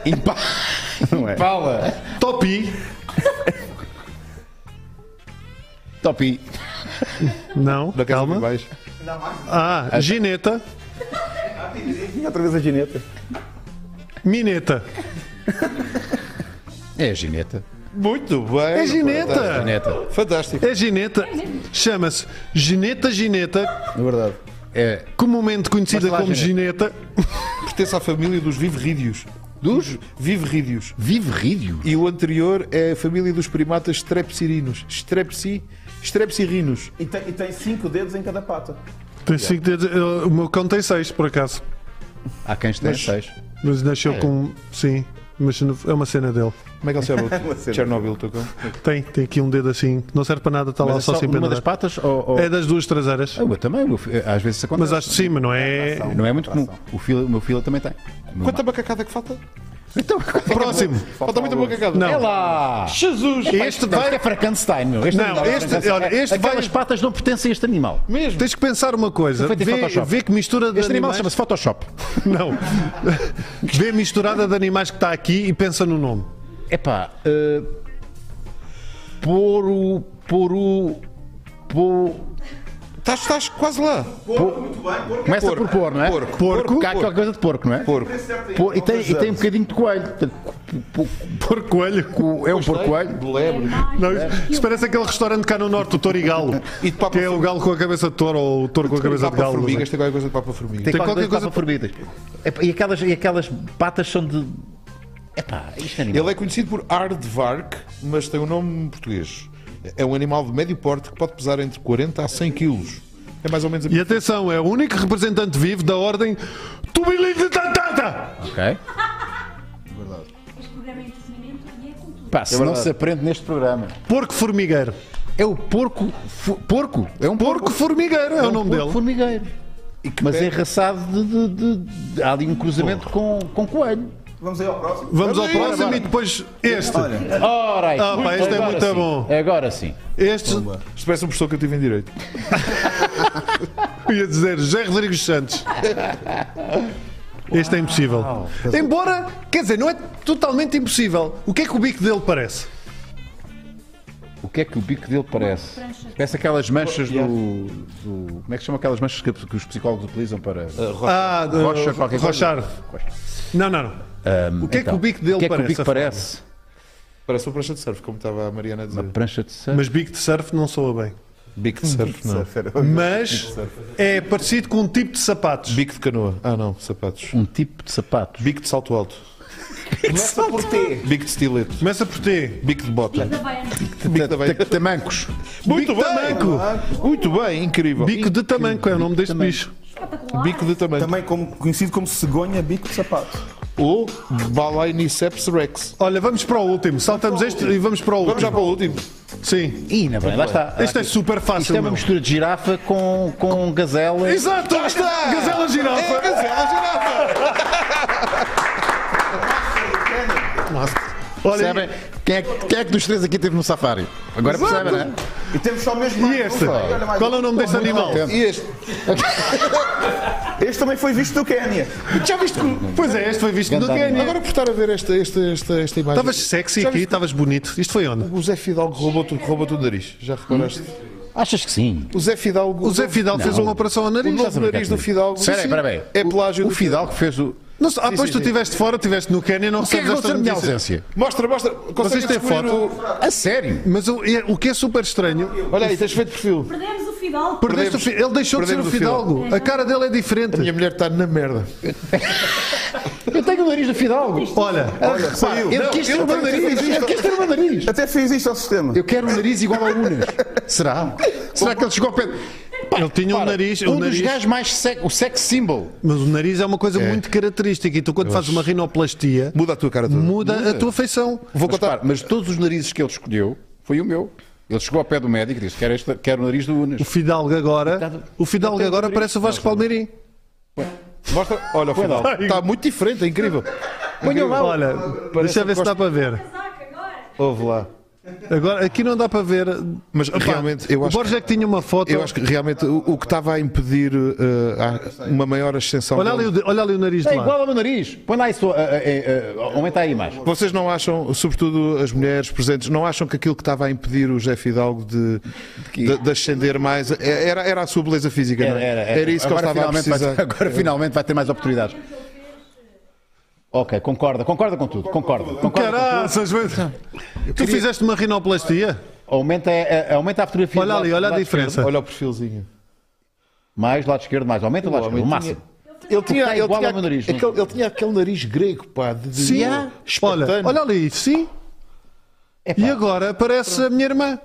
[SPEAKER 4] Impa... [LAUGHS] Não é?
[SPEAKER 7] fala!
[SPEAKER 1] Topi.
[SPEAKER 4] Topi.
[SPEAKER 1] Não,
[SPEAKER 2] Não quer saber
[SPEAKER 1] calma.
[SPEAKER 2] mais?
[SPEAKER 1] Ah, Gineta,
[SPEAKER 3] E outra vez a gineta.
[SPEAKER 1] Mineta.
[SPEAKER 4] É a gineta.
[SPEAKER 2] Muito bem.
[SPEAKER 1] É Gineta!
[SPEAKER 4] Gineta.
[SPEAKER 2] Fantástico.
[SPEAKER 1] É Gineta. Chama-se Gineta Gineta,
[SPEAKER 3] É verdade.
[SPEAKER 4] É.
[SPEAKER 1] comumente conhecida
[SPEAKER 4] Mostra lá a
[SPEAKER 1] como Gineta.
[SPEAKER 2] Pertence à família dos viverrídeos. Dos viverrídeos.
[SPEAKER 4] Vive rídeo.
[SPEAKER 2] E o anterior é a família dos primatas strepsirinos. Strepsi... Strepsirinos.
[SPEAKER 3] E tem, e tem cinco dedos em cada pata.
[SPEAKER 1] Tem cinco dedos. eh, O meu cão tem seis, por acaso.
[SPEAKER 4] Há quem esteja seis.
[SPEAKER 1] Mas
[SPEAKER 4] É.
[SPEAKER 1] nasceu com. um- Sim, mas não- é uma cena dele.
[SPEAKER 2] Como é que ele se chama? Chernobyl, tu com?
[SPEAKER 1] Tem, tem aqui um dedo assim, que não serve para nada, está lá
[SPEAKER 4] Mas
[SPEAKER 1] só
[SPEAKER 4] é
[SPEAKER 1] sem
[SPEAKER 4] uma
[SPEAKER 1] pena.
[SPEAKER 4] das patas ou. ou-
[SPEAKER 1] É das duas traseiras.
[SPEAKER 4] Ah, eu também, eu- às vezes isso acontece.
[SPEAKER 1] Mas acho que sim, mas não é.
[SPEAKER 4] Não é muito comum. O, fila, o meu fila também tem.
[SPEAKER 2] Quanta bacacada que falta?
[SPEAKER 4] [LAUGHS] Então,
[SPEAKER 1] Próximo.
[SPEAKER 2] Falta muita bacacada.
[SPEAKER 1] Não.
[SPEAKER 4] É lá! Jesus!
[SPEAKER 1] Este
[SPEAKER 4] Este
[SPEAKER 1] vai-
[SPEAKER 4] vai. Isto é Frankenstein, meu. Este
[SPEAKER 1] Não,
[SPEAKER 4] animal é
[SPEAKER 1] este-
[SPEAKER 4] Frankenstein.
[SPEAKER 1] olha, este
[SPEAKER 4] Aquelas
[SPEAKER 1] vai-
[SPEAKER 4] patas não pertencem a este animal.
[SPEAKER 2] Mesmo.
[SPEAKER 1] Tens que pensar uma coisa.
[SPEAKER 4] Foi feito em
[SPEAKER 1] Vê,
[SPEAKER 4] é Photoshop.
[SPEAKER 1] vê que mistura de
[SPEAKER 4] Este animal
[SPEAKER 1] animais-
[SPEAKER 4] chama-se Photoshop.
[SPEAKER 1] [LAUGHS] Não. Vê a misturada de animais que está aqui e pensa no nome.
[SPEAKER 4] Epá. Uh, por o. Por o. Por.
[SPEAKER 2] Estás, estás quase lá.
[SPEAKER 6] Porco, muito bem, porco.
[SPEAKER 4] Começa por pôr, não é?
[SPEAKER 2] Porco.
[SPEAKER 4] Porco. Cá há
[SPEAKER 1] Porco.
[SPEAKER 4] aquela coisa de porco, não é?
[SPEAKER 2] Porco.
[SPEAKER 4] Por- e, tem, e tem um bocadinho de coelho. Portanto, co-
[SPEAKER 1] Por coelho.
[SPEAKER 4] co- É um porco coelho.
[SPEAKER 2] Lebre.
[SPEAKER 1] Não,
[SPEAKER 4] É.
[SPEAKER 1] isso parece aquele restaurante cá no norte, o Toro e Galo.
[SPEAKER 2] E de papa
[SPEAKER 1] que é o galo com a cabeça de touro ou o touro com a cabeça de galo. é?
[SPEAKER 2] Formigas, tem qualquer é coisa de papa formiga.
[SPEAKER 1] Tem qualquer coisa-
[SPEAKER 4] formidas. Epá, E aquelas, e aquelas patas são de. Epá, isto é animal.
[SPEAKER 2] Ele é conhecido por aardvark, mas tem um nome português. É um animal de médio porte que pode pesar entre 40 a 100 quilos. É mais ou menos a
[SPEAKER 1] E atenção, é o único representante vivo da ordem Tubiliditantata!
[SPEAKER 4] Ok.
[SPEAKER 5] Este programa é entretenimento e é cultura.
[SPEAKER 4] Pá, se não se aprende neste programa.
[SPEAKER 1] Porco formigueiro.
[SPEAKER 4] É o porco. fu- porco? É um porco. um
[SPEAKER 1] Porco formigueiro é o nome
[SPEAKER 4] porco
[SPEAKER 1] dele.
[SPEAKER 4] formigueiro. Mas é raçado de, de- de- de- Há ali um cruzamento com, com coelho.
[SPEAKER 6] Vamos aí ao próximo.
[SPEAKER 1] Vamos ao
[SPEAKER 2] Vamos aí,
[SPEAKER 1] próximo
[SPEAKER 2] agora.
[SPEAKER 1] e depois este.
[SPEAKER 4] Ora, aí,
[SPEAKER 1] Ah, pá, este é
[SPEAKER 4] agora
[SPEAKER 1] muito
[SPEAKER 4] sim.
[SPEAKER 1] bom.
[SPEAKER 4] Agora sim.
[SPEAKER 1] Este,
[SPEAKER 2] Isto parece um professor que eu tive em direito.
[SPEAKER 1] eu ia dizer, José Rodrigues Santos. Este é impossível. Embora, quer dizer, não é totalmente impossível. O que é que o bico dele parece?
[SPEAKER 4] O que é que o bico dele parece?
[SPEAKER 5] prancha.
[SPEAKER 4] Parece aquelas manchas do, do- Como é que se chamam aquelas manchas que, que os psicólogos utilizam para.
[SPEAKER 1] Ah, de-
[SPEAKER 4] Rocha, qualquer coisa.
[SPEAKER 1] Rochar. Não, não, não. o que é que
[SPEAKER 4] Então,
[SPEAKER 1] o bico dele
[SPEAKER 4] o que é que
[SPEAKER 1] parece?
[SPEAKER 4] o bico parece?
[SPEAKER 2] Parece uma prancha de surf, como estava a Mariana a dizer.
[SPEAKER 4] Uma prancha de surf.
[SPEAKER 1] Mas bico de surf não soa bem.
[SPEAKER 2] Bico de surf,
[SPEAKER 4] é?
[SPEAKER 1] é?
[SPEAKER 2] não.
[SPEAKER 1] Mas é parecido com um tipo de sapatos.
[SPEAKER 2] Bico de canoa. Ah, não, sapatos.
[SPEAKER 4] Um tipo de sapatos.
[SPEAKER 2] Bico de salto alto.
[SPEAKER 3] Começa por T.
[SPEAKER 2] Bico de estileto.
[SPEAKER 1] Começa por T.
[SPEAKER 2] Bico de
[SPEAKER 4] Tá.
[SPEAKER 2] bota.
[SPEAKER 5] Da Baiana.
[SPEAKER 2] Bico da veia.
[SPEAKER 4] Tamancos.
[SPEAKER 2] Muito
[SPEAKER 1] bico de
[SPEAKER 2] bem! Muito bem, incrível.
[SPEAKER 1] Bico de tamanco é o nome deste bicho.
[SPEAKER 5] Espetacular.
[SPEAKER 2] Bico de tamanho.
[SPEAKER 3] Também como- conhecido como cegonha bico de sapato.
[SPEAKER 2] Ou Balainiceps rex.
[SPEAKER 1] Olha, vamos para o último. Saltamos este e vamos para o último.
[SPEAKER 2] Vamos já para o Ah, último.
[SPEAKER 1] Sim.
[SPEAKER 4] E na verdade, lá está.
[SPEAKER 1] Este é super fácil.
[SPEAKER 4] Isto é uma
[SPEAKER 1] meu.
[SPEAKER 4] mistura de girafa com, com gazela.
[SPEAKER 1] Exato!
[SPEAKER 2] está!
[SPEAKER 1] Gazela girafa!
[SPEAKER 2] É a gazela girafa! é.
[SPEAKER 1] Olha,
[SPEAKER 4] Percebem? Quem é, que- quem é que dos três aqui teve no safari? Agora percebem, não é?
[SPEAKER 3] E temos só mesmo
[SPEAKER 1] e este? Qual é
[SPEAKER 3] um.
[SPEAKER 1] o nome deste animal?
[SPEAKER 2] E este?
[SPEAKER 3] Este também foi visto do Quénia.
[SPEAKER 2] Já viste que.
[SPEAKER 1] Pois é, este foi visto no
[SPEAKER 4] Gandania.
[SPEAKER 1] Quênia.
[SPEAKER 2] Agora por estar a ver esta, esta, esta, esta imagem.
[SPEAKER 1] Estavas sexy aqui, estavas bonito. Isto foi onde?
[SPEAKER 2] O Zé Fidalgo roubou-te roubou o nariz. Já reparaste?
[SPEAKER 4] Achas que sim?
[SPEAKER 2] O Zé Fidalgo.
[SPEAKER 1] O Zé Fidalgo fez
[SPEAKER 4] Não.
[SPEAKER 1] uma operação ao nariz.
[SPEAKER 2] O novo nariz do Fidalgo.
[SPEAKER 4] Espera aí,
[SPEAKER 2] Sim,
[SPEAKER 4] espera aí.
[SPEAKER 2] É plágio
[SPEAKER 4] O
[SPEAKER 2] do
[SPEAKER 4] Fidalgo fez o.
[SPEAKER 1] Não, sei- ah, pois
[SPEAKER 2] sim,
[SPEAKER 1] tu
[SPEAKER 2] sim.
[SPEAKER 1] estiveste fora, estiveste no Quênia, não
[SPEAKER 4] O que é que
[SPEAKER 1] recebes
[SPEAKER 4] aconteceu
[SPEAKER 1] esta
[SPEAKER 4] na minha
[SPEAKER 1] notícia.
[SPEAKER 4] ausência?
[SPEAKER 2] Mostra, mostra. Consegues
[SPEAKER 1] têm
[SPEAKER 2] descobrir
[SPEAKER 1] foto?
[SPEAKER 2] o-
[SPEAKER 4] A sério?
[SPEAKER 1] Mas o, é- o que é super estranho.
[SPEAKER 2] Olha aí, tens feito perfil.
[SPEAKER 5] Perdemos o Fidalgo.
[SPEAKER 1] Perdeste o fi- Ele deixou de ser o
[SPEAKER 2] Perdemos o
[SPEAKER 1] Fidalgo. A cara dele é diferente.
[SPEAKER 2] Minha mulher está na merda.
[SPEAKER 4] Eu tenho o nariz do Fidalgo.
[SPEAKER 1] Olha,
[SPEAKER 4] Olha,
[SPEAKER 3] saiu.
[SPEAKER 4] Eu
[SPEAKER 2] Não,
[SPEAKER 4] quis
[SPEAKER 2] eu
[SPEAKER 4] ter o meu
[SPEAKER 2] tenho o
[SPEAKER 4] nariz.
[SPEAKER 2] nariz.
[SPEAKER 4] Eu quis ter o meu nariz.
[SPEAKER 3] Até fiz isto ao sistema.
[SPEAKER 4] Eu quero um nariz igual ao Unas. [LAUGHS] Será? Será que ele chegou ao pé. Pá,
[SPEAKER 1] Ele tinha um
[SPEAKER 4] repara,
[SPEAKER 1] nariz-
[SPEAKER 4] Um
[SPEAKER 1] um
[SPEAKER 4] dos
[SPEAKER 1] nariz-
[SPEAKER 4] gajos mais sex, o sex symbol.
[SPEAKER 1] mas o nariz é uma coisa muito característica e tu quando fazes uma rinoplastia
[SPEAKER 2] Muda a tua cara toda.
[SPEAKER 1] muda, a tua feição.
[SPEAKER 4] Vou contar, mas todos os narizes que ele escolheu foi o meu. Ele chegou ao pé do médico e disse: Quero, este, quero o nariz do Unas.
[SPEAKER 1] O Fidalgo agora, o Fidalgo agora parece o Vasco Palmeirim.
[SPEAKER 2] Mostra. Olha, o Fidalgo. Está muito diferente, é incrível.
[SPEAKER 4] Ponham lá. o- um
[SPEAKER 1] Olha, deixa eu ver se dá para ver.
[SPEAKER 5] Casaca agora.
[SPEAKER 2] Ouve lá.
[SPEAKER 1] Agora, aqui não dá para ver.
[SPEAKER 2] Mas realmente, eu
[SPEAKER 1] o
[SPEAKER 2] acho
[SPEAKER 1] Borges é que tinha uma foto.
[SPEAKER 2] Eu acho que realmente o, o que estava a impedir eh, a- uma maior ascensão.
[SPEAKER 1] Olha ali, o, de- olha ali o nariz
[SPEAKER 4] É
[SPEAKER 1] de lá.
[SPEAKER 4] igual ao meu nariz. Põe lá isso. ah, ah, ah, ah, aumenta aí mais.
[SPEAKER 2] Vocês não acham, sobretudo as mulheres presentes, não acham que aquilo que estava a impedir o José Fidalgo de,
[SPEAKER 4] quê?
[SPEAKER 2] de, de ascender mais é- era, era a sua beleza física, não
[SPEAKER 4] Era,
[SPEAKER 2] é?
[SPEAKER 4] era,
[SPEAKER 2] isso que eu
[SPEAKER 4] agora
[SPEAKER 2] estava a
[SPEAKER 4] finalmente vai-
[SPEAKER 2] precisar.
[SPEAKER 4] [LAUGHS] agora finalmente vai ter mais oportunidades.
[SPEAKER 5] é
[SPEAKER 4] Ok, concorda, concorda com tudo, concorda. concorda com tudo.
[SPEAKER 1] Caraças, mas- tu fizeste uma rinoplastia?
[SPEAKER 4] Aumenta, a- a- aumenta a fotografia.
[SPEAKER 1] Olha
[SPEAKER 4] do lado-
[SPEAKER 1] ali, olha
[SPEAKER 4] do
[SPEAKER 1] a
[SPEAKER 4] lado
[SPEAKER 1] diferença.
[SPEAKER 2] Olha o perfilzinho.
[SPEAKER 4] esquerdo. Mais lado esquerdo, mais. Aumenta o lado esquerdo, o máximo.
[SPEAKER 2] Ele tinha,
[SPEAKER 4] Está
[SPEAKER 2] ele,
[SPEAKER 4] igual
[SPEAKER 2] tinha,
[SPEAKER 4] ao meu nariz, não?
[SPEAKER 2] aquele, ele tinha aquele nariz grego, pá. De, de-
[SPEAKER 1] Sim.
[SPEAKER 2] espartano.
[SPEAKER 1] Olha, olha ali, sim.
[SPEAKER 4] Epá.
[SPEAKER 1] E agora parece a minha irmã.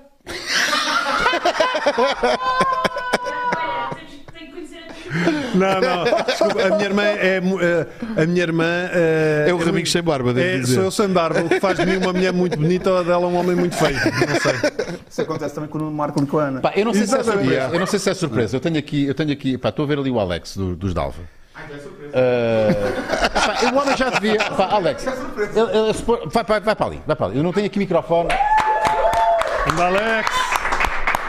[SPEAKER 5] Olha, é, tens- tenho que conhecer a tua
[SPEAKER 1] Não, não. Desculpa, a minha irmã é. mu- eh, A minha irmã. eh,
[SPEAKER 2] É o Raminhos sem barba, devo
[SPEAKER 1] é,
[SPEAKER 2] dizer.
[SPEAKER 1] Sou eu sem barba, o que faz de mim uma mulher muito bonita ou dela um homem muito feio. Não sei.
[SPEAKER 3] Isso acontece também com o Nuno Marco e com a Ana.
[SPEAKER 4] Pá, eu não sei se é
[SPEAKER 1] Exatamente.
[SPEAKER 4] surpresa. Eu não sei se é surpresa. Eu tenho aqui, eu tenho aqui, pá, estou a ver ali o Alex do- dos Dalva.
[SPEAKER 1] é
[SPEAKER 4] Ah, pá, eu- o homem
[SPEAKER 1] [LAUGHS]
[SPEAKER 4] já devia. Pá, Alex,
[SPEAKER 1] é
[SPEAKER 4] eu- eu supor- vai, vai- vai para ali, vai para ali. Eu não tenho aqui microfone.
[SPEAKER 1] Anda, Alex!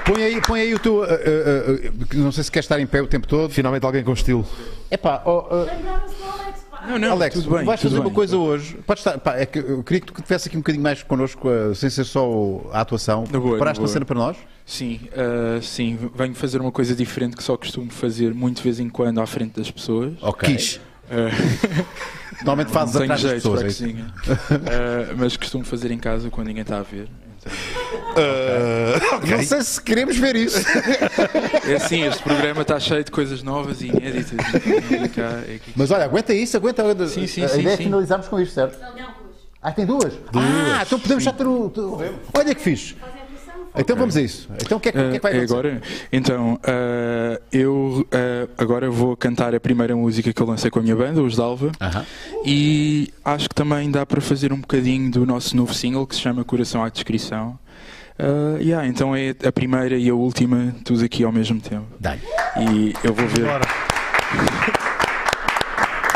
[SPEAKER 4] Põe aí, põe aí o teu. ah, ah, ah, não sei se queres estar em pé o tempo todo.
[SPEAKER 2] Finalmente alguém com estilo.
[SPEAKER 4] É pá, oh, ah,
[SPEAKER 5] Lembrava-se do Alex, pá.
[SPEAKER 4] Alex,
[SPEAKER 8] tudo bem,
[SPEAKER 4] vais
[SPEAKER 8] tudo
[SPEAKER 4] fazer uma
[SPEAKER 8] bem.
[SPEAKER 4] coisa hoje. Podes estar, pá, é que eu queria que tu estivesse aqui um bocadinho mais connosco, ah, sem ser só o- a atuação.
[SPEAKER 8] Na boa,
[SPEAKER 4] Preparaste
[SPEAKER 8] na
[SPEAKER 4] uma
[SPEAKER 8] boa.
[SPEAKER 4] cena para nós?
[SPEAKER 8] Sim, ah, sim, venho fazer uma coisa diferente que só costumo fazer muito de vez em quando à frente das pessoas.
[SPEAKER 4] Ok. Quis.
[SPEAKER 8] Ah,
[SPEAKER 4] [LAUGHS] Normalmente fazes
[SPEAKER 8] não É. tenho
[SPEAKER 4] Oh, atrás das
[SPEAKER 8] jeito
[SPEAKER 4] pessoas.
[SPEAKER 8] para
[SPEAKER 4] é
[SPEAKER 8] a
[SPEAKER 4] isso?
[SPEAKER 8] cozinha. Ah, mas costumo fazer em casa quando ninguém está a ver. Então,
[SPEAKER 4] Não sei se queremos ver isso.
[SPEAKER 8] É assim, este programa está cheio de coisas novas e inéditas. É cá, é
[SPEAKER 4] [LAUGHS]
[SPEAKER 8] aqui.
[SPEAKER 4] Mas olha, aguenta isso, aguenta. aguenta.
[SPEAKER 8] Sim, sim,
[SPEAKER 4] a
[SPEAKER 8] sim,
[SPEAKER 4] ideia é
[SPEAKER 8] sim.
[SPEAKER 4] finalizarmos com isto, certo?
[SPEAKER 5] Ele deu duas.
[SPEAKER 4] Ah, tem duas? Ah, então podemos já ter o. ter o- Olha que fixe.
[SPEAKER 5] Fazem a pressão,
[SPEAKER 4] Então vamos a isso. Então o que é que, o que é que vai
[SPEAKER 8] Ah, é
[SPEAKER 4] acontecer?
[SPEAKER 8] agora? Então, ah, eu ah, agora vou cantar a primeira música que eu lancei com a minha banda, os Dalva,
[SPEAKER 4] Aham.
[SPEAKER 8] e acho que também dá para fazer um bocadinho do nosso novo single que se chama Coração à Descrição. Ah, yeah, então é a primeira e a última, tudo aqui ao mesmo tempo.
[SPEAKER 4] Dá-lhe.
[SPEAKER 8] E eu vou ver.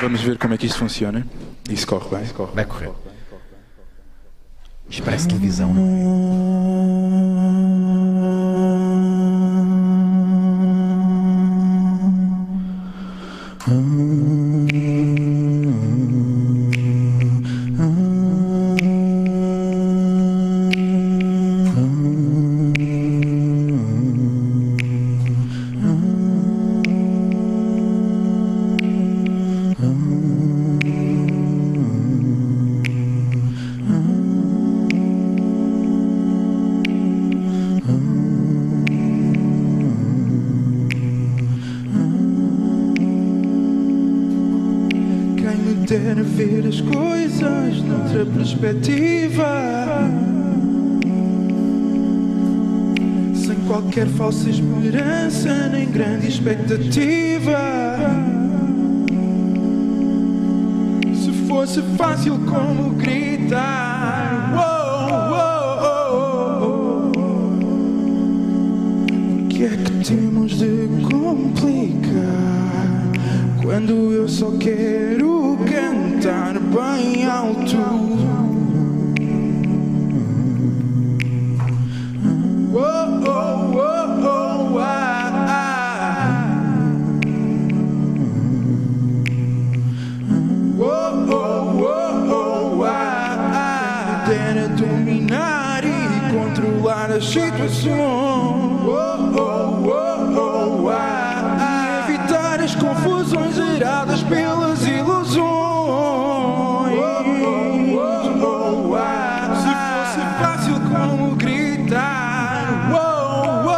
[SPEAKER 8] Vamos ver como é que isto funciona. Isso corre bem. Isso corre
[SPEAKER 4] Vai correr. Isto parece televisão, não é?
[SPEAKER 8] Quem me dera ver as coisas noutra perspectiva Sem qualquer falsa esperança nem grande expectativa Se fosse fácil como gritar "Uou, uou, uou". O que é que temos de complicar quando eu só quero cantar bem alto. Oh, oh, oh, oh, ah, ah. Oh, oh, oh, oh, ah, ah. Tera dominar e controlar as situações. Oh, oh, oh, oh, ah, ah. E evitar as confusões geradas pelas ilusões. Oh, oh, oh, ah, ah. Se fosse fácil como gritar. Oh, oh,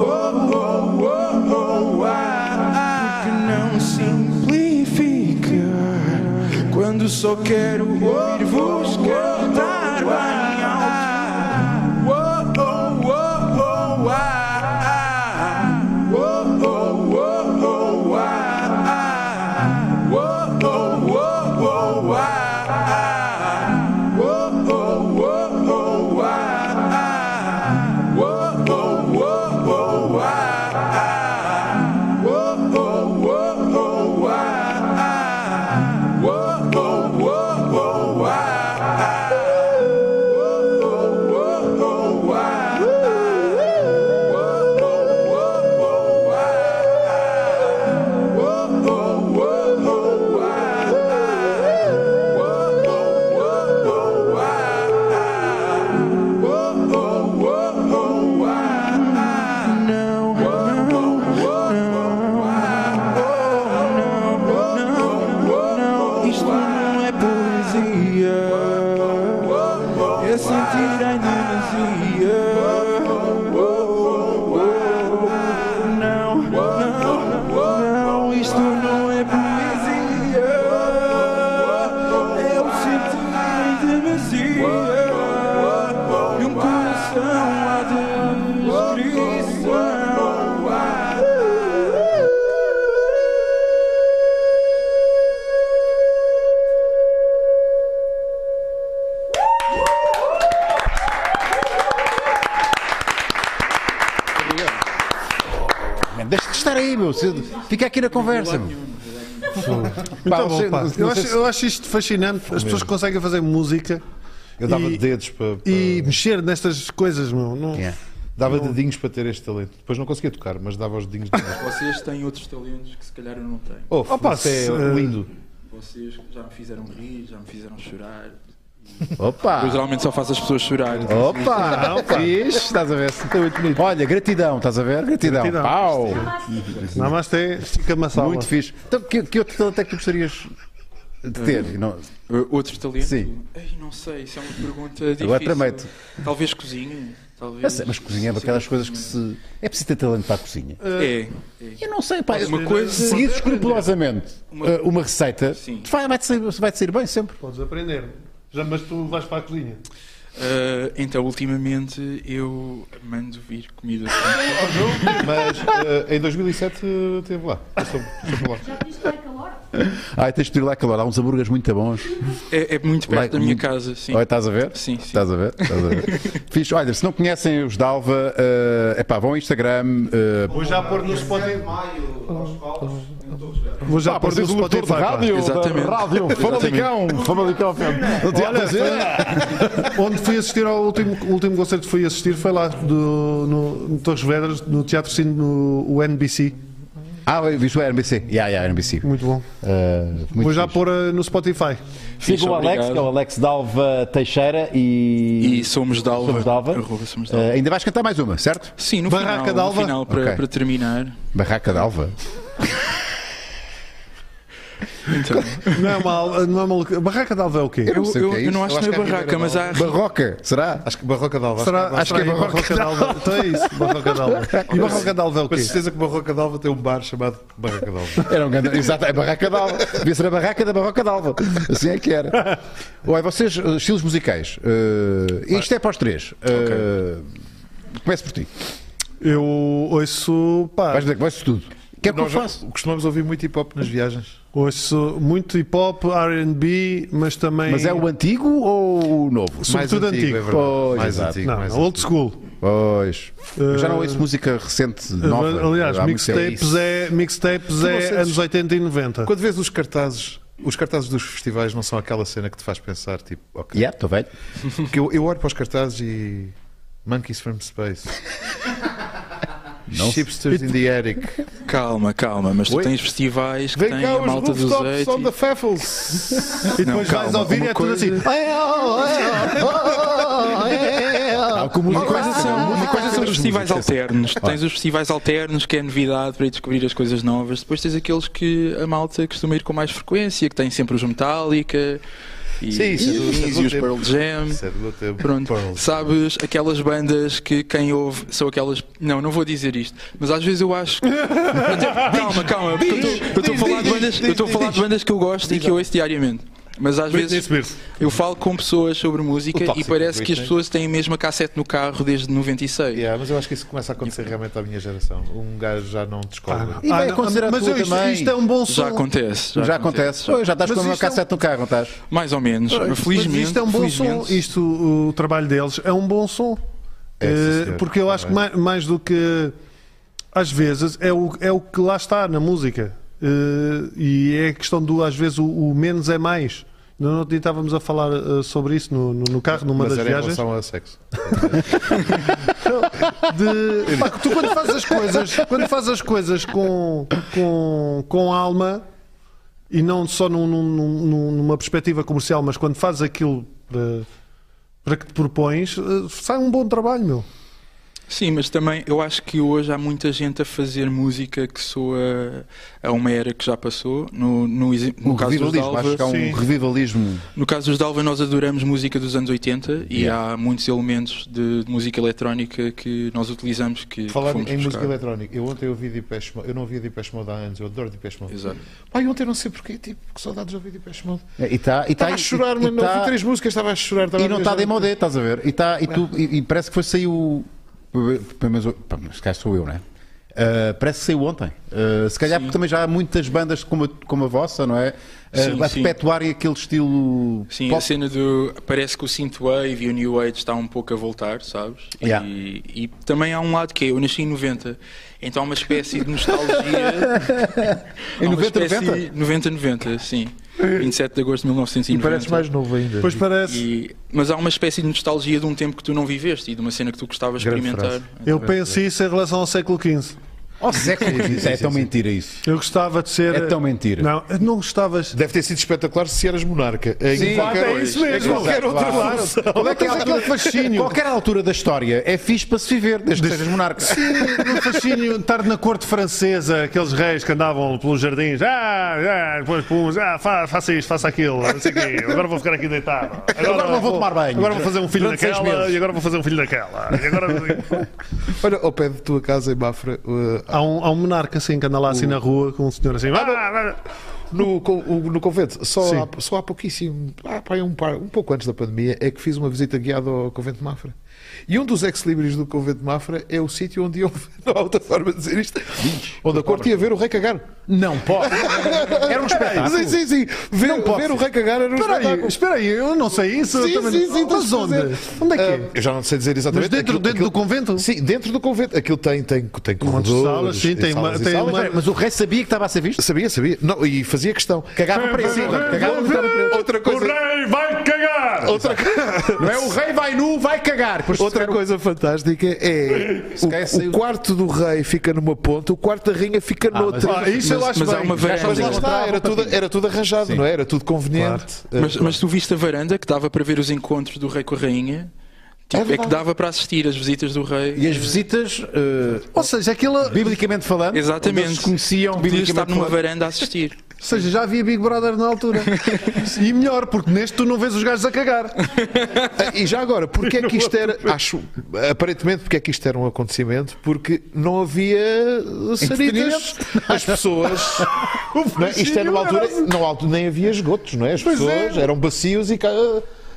[SPEAKER 8] oh, oh, oh, oh. Porque não simplifica quando só quero ouvir-vos cantar bem alto. Oh, oh, oh, oh, ah, ah. Oh, oh, oh, oh, ah, ah. Oh, oh, oh, oh, ah, ah. Oh, oh, oh, oh, ah, ah. Oh, oh, oh, oh, ah, ah. Isto não é poesia. É sentir a energia. Não, não, não. Isto não é poesia. É o sentir a energia. E um coração à descrição.
[SPEAKER 4] Deixa de estar aí, meu. Se- Fica aqui na conversa. meu.
[SPEAKER 2] Tá
[SPEAKER 4] Pá,
[SPEAKER 1] Muito
[SPEAKER 4] não
[SPEAKER 1] então Tá bom,
[SPEAKER 4] sei-
[SPEAKER 1] pá.
[SPEAKER 4] não sei
[SPEAKER 1] Eu, acho,
[SPEAKER 4] se-
[SPEAKER 1] eu acho isto fascinante. As pessoas conseguem fazer música
[SPEAKER 2] Eu dava
[SPEAKER 1] E-
[SPEAKER 2] dedos para. para-
[SPEAKER 1] e mexer nestas coisas, meu. Não...
[SPEAKER 4] Yeah.
[SPEAKER 2] Dava dedinhos para ter este talento. Depois não conseguia tocar, mas dava os dedinhos.
[SPEAKER 8] Vocês têm outros talentos que se calhar eu não tenho.
[SPEAKER 2] oh,
[SPEAKER 1] Opa,
[SPEAKER 2] isso é
[SPEAKER 1] se- eh,
[SPEAKER 2] lindo.
[SPEAKER 8] Vocês já me fizeram rir, já me fizeram chorar. Eu
[SPEAKER 2] é.
[SPEAKER 4] Opa!
[SPEAKER 8] geralmente só faço as pessoas chorarem.
[SPEAKER 4] Opa! Fixe, estás a ver? Olha, gratidão, estás a ver? Gratidão.
[SPEAKER 1] Gratidão.
[SPEAKER 4] Pau!
[SPEAKER 1] Namastê, estica-me a sala.
[SPEAKER 4] Muito fixe. Então, que, que outro talento é que tu gostarias de ter?
[SPEAKER 2] Uhum.
[SPEAKER 4] Não,
[SPEAKER 8] Uh, Outro talento?
[SPEAKER 4] Sim.
[SPEAKER 8] Ei, não sei, isso é uma pergunta difícil.
[SPEAKER 4] Agora prometo.
[SPEAKER 8] Talvez cozinho.
[SPEAKER 4] Eu
[SPEAKER 8] Talvez.
[SPEAKER 4] sei, mas cozinhava
[SPEAKER 8] Sim,
[SPEAKER 4] aquelas coisas que se. É preciso ter talento para a cozinha.
[SPEAKER 2] Uhum.
[SPEAKER 8] É. é.
[SPEAKER 4] Eu não sei, pá.
[SPEAKER 8] Uma
[SPEAKER 4] eu-
[SPEAKER 8] coisa-
[SPEAKER 4] Seguir
[SPEAKER 2] é
[SPEAKER 4] escrupulosamente
[SPEAKER 8] Uma-
[SPEAKER 4] uh, uma receita,
[SPEAKER 8] Sim.
[SPEAKER 4] vai- vai-te sair, vai-te sair bem sempre.
[SPEAKER 1] Podes aprender. Já, mas tu vais para a cozinha.
[SPEAKER 8] Uh, então, ultimamente, eu mando vir comida. assim.
[SPEAKER 2] Mas eh, em 2007 eh, esteve lá. Passou- passou lá.
[SPEAKER 5] Já pediste para calor?
[SPEAKER 4] Ai, tens de ir lá calor. Há uns hambúrgueres muito bons.
[SPEAKER 8] é, é muito perto
[SPEAKER 4] Like,
[SPEAKER 8] da minha
[SPEAKER 4] muito-
[SPEAKER 8] casa, sim.
[SPEAKER 4] hum. Olha, tá. estás a ver?
[SPEAKER 8] Sim, sim.
[SPEAKER 4] Estás a ver? Estás a ver? Fixe. Olha, se não conhecem os Dalva, eh, epá, vão ao Instagram. eh,
[SPEAKER 1] Vou já pôr no Spotify.
[SPEAKER 6] Maio, aos palcos, em Torres Vedras.
[SPEAKER 1] Vou já
[SPEAKER 4] pá,
[SPEAKER 1] pôr no
[SPEAKER 4] pareces um locutor
[SPEAKER 1] Spotify.
[SPEAKER 4] de rádio.
[SPEAKER 8] Exatamente.
[SPEAKER 4] Rádio. Famalicão. Famalicão. FM. Não tinha a dizer.
[SPEAKER 1] pá. Onde fui assistir ao último, o último concerto que fui assistir foi lá do, no, no Torres Vedras, no Teatro Cine, no o NBC.
[SPEAKER 4] Ah, visto a NBC. Yeah, yeah, NBC.
[SPEAKER 1] Muito bom.
[SPEAKER 4] Eh, muito
[SPEAKER 1] Vou já
[SPEAKER 4] fixe.
[SPEAKER 1] pôr eh, no Spotify.
[SPEAKER 4] Siga o Alex,
[SPEAKER 8] obrigado.
[SPEAKER 4] que é o Alex Dalva Teixeira e.
[SPEAKER 8] E somos Dalva.
[SPEAKER 4] Somos Dalva.
[SPEAKER 8] Arroba somos Dalva.
[SPEAKER 4] Eh, ainda vais cantar mais uma, certo?
[SPEAKER 2] É.
[SPEAKER 8] Sim, no
[SPEAKER 1] Barraca
[SPEAKER 8] final,
[SPEAKER 1] Dalva?
[SPEAKER 8] no final para,
[SPEAKER 4] Ok.
[SPEAKER 8] para terminar.
[SPEAKER 4] Barraca Dalva. [LAUGHS]
[SPEAKER 8] Então,
[SPEAKER 1] Não é uma, não é uma louca- Barraca de Alva é o quê?
[SPEAKER 8] eu,
[SPEAKER 4] sei o
[SPEAKER 8] eu,
[SPEAKER 4] que é
[SPEAKER 8] eu não
[SPEAKER 4] isso.
[SPEAKER 8] acho
[SPEAKER 2] Eu
[SPEAKER 8] que
[SPEAKER 2] acho
[SPEAKER 8] não é
[SPEAKER 2] que é Ribeira
[SPEAKER 8] barraca, mas há.
[SPEAKER 4] Barroca, será?
[SPEAKER 2] Acho que Barroca de Alva.
[SPEAKER 1] Será,
[SPEAKER 2] acho que é Barroca de Alva.
[SPEAKER 1] de Alva. Então é isso, Barroca de Alva. E [LAUGHS] Barroca de Alva é o
[SPEAKER 2] Com
[SPEAKER 1] quê?
[SPEAKER 2] certeza que Barroca de Alva tem um bar chamado Barroca de Alva.
[SPEAKER 4] Era um grande. Exato, é Barraca d'Alva. Devia ser a Barraca da Barroca d'Alva. Assim é que era. Olha, vocês, eh, estilos musicais. eh, isto é para os três. Eh, Começo por ti.
[SPEAKER 1] Eu ouço, pá,
[SPEAKER 4] Vais dizer que vais tudo. O que é que eu
[SPEAKER 2] Nós
[SPEAKER 4] faço?
[SPEAKER 2] costumamos ouvir muito hip hop nas viagens.
[SPEAKER 1] ouço muito hip hop, RB, mas também.
[SPEAKER 4] Mas é o antigo ou o novo?
[SPEAKER 1] Sobretudo antigo.
[SPEAKER 2] é verdade.
[SPEAKER 4] Pois,
[SPEAKER 2] mais
[SPEAKER 4] exato.
[SPEAKER 2] antigo. é
[SPEAKER 1] Não,
[SPEAKER 2] mais
[SPEAKER 1] não, old
[SPEAKER 2] antigo.
[SPEAKER 1] school.
[SPEAKER 4] Pois. Eu já não ouço música recente,
[SPEAKER 2] é
[SPEAKER 4] nova.
[SPEAKER 1] Eh, Aliás,
[SPEAKER 4] Há muito tempo.
[SPEAKER 1] mixtapes é, mixtapes
[SPEAKER 2] Tu não
[SPEAKER 1] é
[SPEAKER 2] sentes-
[SPEAKER 1] anos 80 e 90.
[SPEAKER 2] Então Quando vês os cartazes, os cartazes dos festivais não são aquela cena que te faz pensar, tipo, ok.
[SPEAKER 4] Yeah, estou velho.
[SPEAKER 2] Porque eu, eu olho para os cartazes e. Monkeys from Space.
[SPEAKER 4] Não.
[SPEAKER 2] Shipsters in the Attic.
[SPEAKER 8] Calma, calma, mas tu
[SPEAKER 2] Oi?
[SPEAKER 8] tens festivais que
[SPEAKER 2] Vem
[SPEAKER 8] têm
[SPEAKER 2] cá
[SPEAKER 8] a
[SPEAKER 2] os
[SPEAKER 8] malta dos
[SPEAKER 2] rooftops on the
[SPEAKER 8] 80.
[SPEAKER 2] Faffles.
[SPEAKER 1] E depois
[SPEAKER 8] calma,
[SPEAKER 1] vais ouvir e
[SPEAKER 8] uma
[SPEAKER 1] é tudo
[SPEAKER 8] coisa-
[SPEAKER 1] assim.
[SPEAKER 4] Ah, como
[SPEAKER 8] Uma coisa são, uma coisa são os festivais
[SPEAKER 4] músicas.
[SPEAKER 8] alternos. Tens os festivais alternos, que é novidade para ir descobrir as coisas novas. Depois tens aqueles que a malta costuma ir com mais frequência, que têm sempre os Metallica e,
[SPEAKER 2] Sim, isso é
[SPEAKER 8] e
[SPEAKER 2] do-
[SPEAKER 8] os-
[SPEAKER 2] isso é do
[SPEAKER 8] e os
[SPEAKER 2] tempo.
[SPEAKER 8] Pearl Jam.
[SPEAKER 2] Isso é do meu tempo.
[SPEAKER 8] Pronto,
[SPEAKER 2] Pearl.
[SPEAKER 8] sabes, aquelas bandas que quem ouve são aquelas. Não, não vou dizer isto, mas às vezes eu
[SPEAKER 1] [LAUGHS]
[SPEAKER 8] acho. Até- calma, calma, porque eu estou- eu estou a falar de bandas- eu estou a falar de bandas que eu gosto e que eu ouço diariamente. Mas às vezes eu falo com pessoas sobre música e
[SPEAKER 2] tóxico
[SPEAKER 8] parece que
[SPEAKER 2] Britney.
[SPEAKER 8] as pessoas têm mesmo a cassete no carro desde 96.
[SPEAKER 2] Yeah, mas eu acho que isso começa a acontecer realmente à minha geração. Um gajo já não descobre.
[SPEAKER 4] E vai
[SPEAKER 1] Ah, não,
[SPEAKER 4] acontecer à
[SPEAKER 1] mas
[SPEAKER 4] tua
[SPEAKER 1] eu- isto,
[SPEAKER 4] também.
[SPEAKER 1] isto é um bom som.
[SPEAKER 8] Já acontece.
[SPEAKER 4] Já acontece. Pois, já estás
[SPEAKER 1] Mas
[SPEAKER 4] com uma
[SPEAKER 1] isto é um-
[SPEAKER 4] cassete no carro, não estás?
[SPEAKER 8] Mais ou menos. felizmente.
[SPEAKER 1] Mas isto é um bom
[SPEAKER 8] felizmente.
[SPEAKER 1] som. Isto, o, o trabalho deles é um bom som.
[SPEAKER 2] É, sim,
[SPEAKER 1] Eh,
[SPEAKER 2] senhor.
[SPEAKER 1] porque eu acho que
[SPEAKER 2] Tá
[SPEAKER 1] mais, mais do que às vezes é o, é o que lá está na música. Eh, e é a questão do, às vezes, o, o menos é mais. No outro dia estávamos a falar eh, sobre isso no, no- no carro, numa
[SPEAKER 2] Mas
[SPEAKER 1] das
[SPEAKER 2] era em
[SPEAKER 1] viagens.
[SPEAKER 2] relação a sexo.
[SPEAKER 1] de- Pá, tu quando fazes as coisas, quando fazes as coisas com, com, com alma e não só num- num- num- numa perspectiva comercial, mas quando fazes aquilo para, para que te propões, eh, sai um bom trabalho, meu.
[SPEAKER 8] Sim, mas também eu acho que hoje há muita gente a fazer música que soa a uma era que já passou. No, no, exem- no
[SPEAKER 4] Um
[SPEAKER 8] caso dos
[SPEAKER 4] revivalismo.
[SPEAKER 8] Dalva,
[SPEAKER 4] Acho que há um
[SPEAKER 1] sim.
[SPEAKER 4] revivalismo.
[SPEAKER 8] no caso dos Dalva nós adoramos música dos anos 80 e há muitos elementos de, de música eletrónica que nós utilizamos que, que
[SPEAKER 2] Falar em
[SPEAKER 8] fomos buscar.
[SPEAKER 2] música eletrónica, eu ontem ouvi Depeche Mode, eu não ouvia Depeche Mode há anos, eu adoro Depeche Mode.
[SPEAKER 8] Exato.
[SPEAKER 2] Pai, ontem não sei porquê, tipo, que saudades de ouvir Depeche Mode.
[SPEAKER 4] É, E está e tá,
[SPEAKER 2] Estava a chorar,
[SPEAKER 4] e,
[SPEAKER 2] mano,
[SPEAKER 4] tá-
[SPEAKER 2] ouvi três músicas, estava a chorar. estava
[SPEAKER 4] e não
[SPEAKER 2] a
[SPEAKER 4] está de
[SPEAKER 2] viajar.
[SPEAKER 4] moda, estás a tá, ver? E, tá, e, tu, e, e parece que foi saiu. Pelo menos, pá, mas se calhar sou eu, não é? Uh, parece que saiu ontem. Uh, se calhar porque também já há muitas bandas como a, como a vossa, não é? Uh,
[SPEAKER 8] Sim,
[SPEAKER 4] a
[SPEAKER 8] sim.
[SPEAKER 4] perpetuarem aquele estilo.
[SPEAKER 8] Sim, a
[SPEAKER 4] pop.
[SPEAKER 8] cena do. Parece que o Synthwave e o New Age está um pouco a voltar, sabes?
[SPEAKER 4] Yeah.
[SPEAKER 8] E, e também há um lado que é, eu nasci em 90, então há uma espécie de nostalgia.
[SPEAKER 4] Em
[SPEAKER 8] há uma
[SPEAKER 4] 90,
[SPEAKER 8] espécie-
[SPEAKER 4] 90?
[SPEAKER 8] 90, 90, sim. 27 de agosto de
[SPEAKER 2] E
[SPEAKER 8] 1990.
[SPEAKER 2] parece mais novo ainda.
[SPEAKER 1] Pois parece.
[SPEAKER 8] E- mas há uma espécie de nostalgia de um tempo que tu não viveste e de uma cena que tu gostavas de
[SPEAKER 2] Grande
[SPEAKER 8] experimentar.
[SPEAKER 1] Eu penso isso em relação ao século XV.
[SPEAKER 4] Oh, século [LAUGHS] XV. É tão mentira isso.
[SPEAKER 1] Eu gostava de ser.
[SPEAKER 4] É tão mentira.
[SPEAKER 1] Não, eu não gostavas.
[SPEAKER 2] Deve ter sido espetacular se eras monarca. Em
[SPEAKER 4] Sim,
[SPEAKER 2] qualquer-
[SPEAKER 1] é isso mesmo.
[SPEAKER 2] em qualquer outra
[SPEAKER 4] Claro.
[SPEAKER 2] função.
[SPEAKER 4] Qual é que é a
[SPEAKER 1] Mas
[SPEAKER 4] altura-
[SPEAKER 1] aquele fascínio.
[SPEAKER 4] Qualquer altura da história é fixe para se viver, desde que sejas monarca.
[SPEAKER 1] No fascínio, estar na corte francesa, aqueles reis que andavam pelos jardins, ah, ah depois pus, ah, fa- faça isto, faça aquilo, não sei o quê, agora vou ficar aqui deitado. Agora,
[SPEAKER 4] não vou tomar banho.
[SPEAKER 1] Agora vou fazer um filho
[SPEAKER 4] Durante seis
[SPEAKER 1] daquela,
[SPEAKER 4] meses.
[SPEAKER 1] e agora vou fazer um filho daquela. E agora...
[SPEAKER 2] Olha, ao pé de tua casa em Bafra, uh,
[SPEAKER 1] há, um, há um monarca assim que anda lá assim na rua com um senhor assim, ah, ah,
[SPEAKER 2] no, co- o- no convento, só
[SPEAKER 1] Sim.
[SPEAKER 2] há, só há pouquíssimo, há, pá, um, par- um pouco antes da pandemia, é que fiz uma visita guiada ao convento de Mafra. E um dos ex-libris do convento de Mafra é o sítio onde [LAUGHS] houve, não há outra forma de dizer isto, onde a corte ia ver o rei cagar.
[SPEAKER 4] Não pode. Era um espetáculo.
[SPEAKER 2] Sim, sim, sim. Ver,
[SPEAKER 1] pode
[SPEAKER 2] ver o
[SPEAKER 1] ser.
[SPEAKER 2] rei cagar era um
[SPEAKER 1] espera aí,
[SPEAKER 2] espetáculo.
[SPEAKER 1] espera aí, eu não sei isso, eu
[SPEAKER 2] Sim,
[SPEAKER 1] também
[SPEAKER 2] sim,
[SPEAKER 1] não-
[SPEAKER 2] sim,
[SPEAKER 1] mas
[SPEAKER 2] tens de
[SPEAKER 1] onde?
[SPEAKER 2] fazer.
[SPEAKER 1] então Onde é que é?
[SPEAKER 2] Ah, eu já não sei dizer
[SPEAKER 1] Mas
[SPEAKER 2] exatamente.
[SPEAKER 1] dentro,
[SPEAKER 2] Aquilo-
[SPEAKER 1] dentro
[SPEAKER 2] aquilo-
[SPEAKER 1] do convento?
[SPEAKER 2] Sim, dentro do convento. Aquilo tem, tem, tem
[SPEAKER 1] Um monte de
[SPEAKER 2] corredores.
[SPEAKER 1] salas, sim, tem uma-
[SPEAKER 2] salas e
[SPEAKER 1] tem
[SPEAKER 2] salas.
[SPEAKER 1] uma-
[SPEAKER 2] Mas-
[SPEAKER 4] Mas o rei sabia que estava a ser visto?
[SPEAKER 2] Sabia, sabia. Não, e fazia questão.
[SPEAKER 4] Cagavam para ele. Cagavam muito para ele.
[SPEAKER 2] Outra coisa,
[SPEAKER 1] rei vai cagar!
[SPEAKER 2] outra,
[SPEAKER 4] Não é o rei vai nu, vai cagar. Depois se
[SPEAKER 2] outra
[SPEAKER 4] tiver o-
[SPEAKER 2] coisa fantástica é
[SPEAKER 4] um- Se calhar
[SPEAKER 2] o,
[SPEAKER 4] saiu-
[SPEAKER 2] o quarto do rei fica numa ponta, o quarto da rainha fica noutra.
[SPEAKER 1] Ah, isso eu
[SPEAKER 8] Mas-
[SPEAKER 1] acho
[SPEAKER 8] mas há
[SPEAKER 1] bem.
[SPEAKER 8] uma varanda.
[SPEAKER 2] Mas lá está, era tudo, era tudo arranjado, não é? Era tudo conveniente. Eh,
[SPEAKER 8] Mas, mas tu viste a varanda que dava para ver os encontros do rei com a rainha? Tipo, é, que
[SPEAKER 2] verdade.
[SPEAKER 8] dava para assistir as visitas do rei.
[SPEAKER 4] E as visitas, eh,
[SPEAKER 1] Ou seja, aquilo, ou
[SPEAKER 4] biblicamente falando,
[SPEAKER 8] Exatamente.
[SPEAKER 4] eles se conheciam
[SPEAKER 8] Podias
[SPEAKER 4] biblicamente
[SPEAKER 8] estar numa
[SPEAKER 4] falando.
[SPEAKER 8] varanda a assistir.
[SPEAKER 1] seja, já havia Big Brother na altura. [LAUGHS] E melhor, porque neste tu não vês os gajos a cagar.
[SPEAKER 2] Ah, E já agora, porque é que isto era, [LAUGHS] acho, aparentemente, porque é que isto era um acontecimento? Porque não havia uh, [LAUGHS] saritas. As pessoas. [LAUGHS] não é? Isto era uma altura, não, alto- nem havia esgotos, não é? As pessoas eram bacios e cá,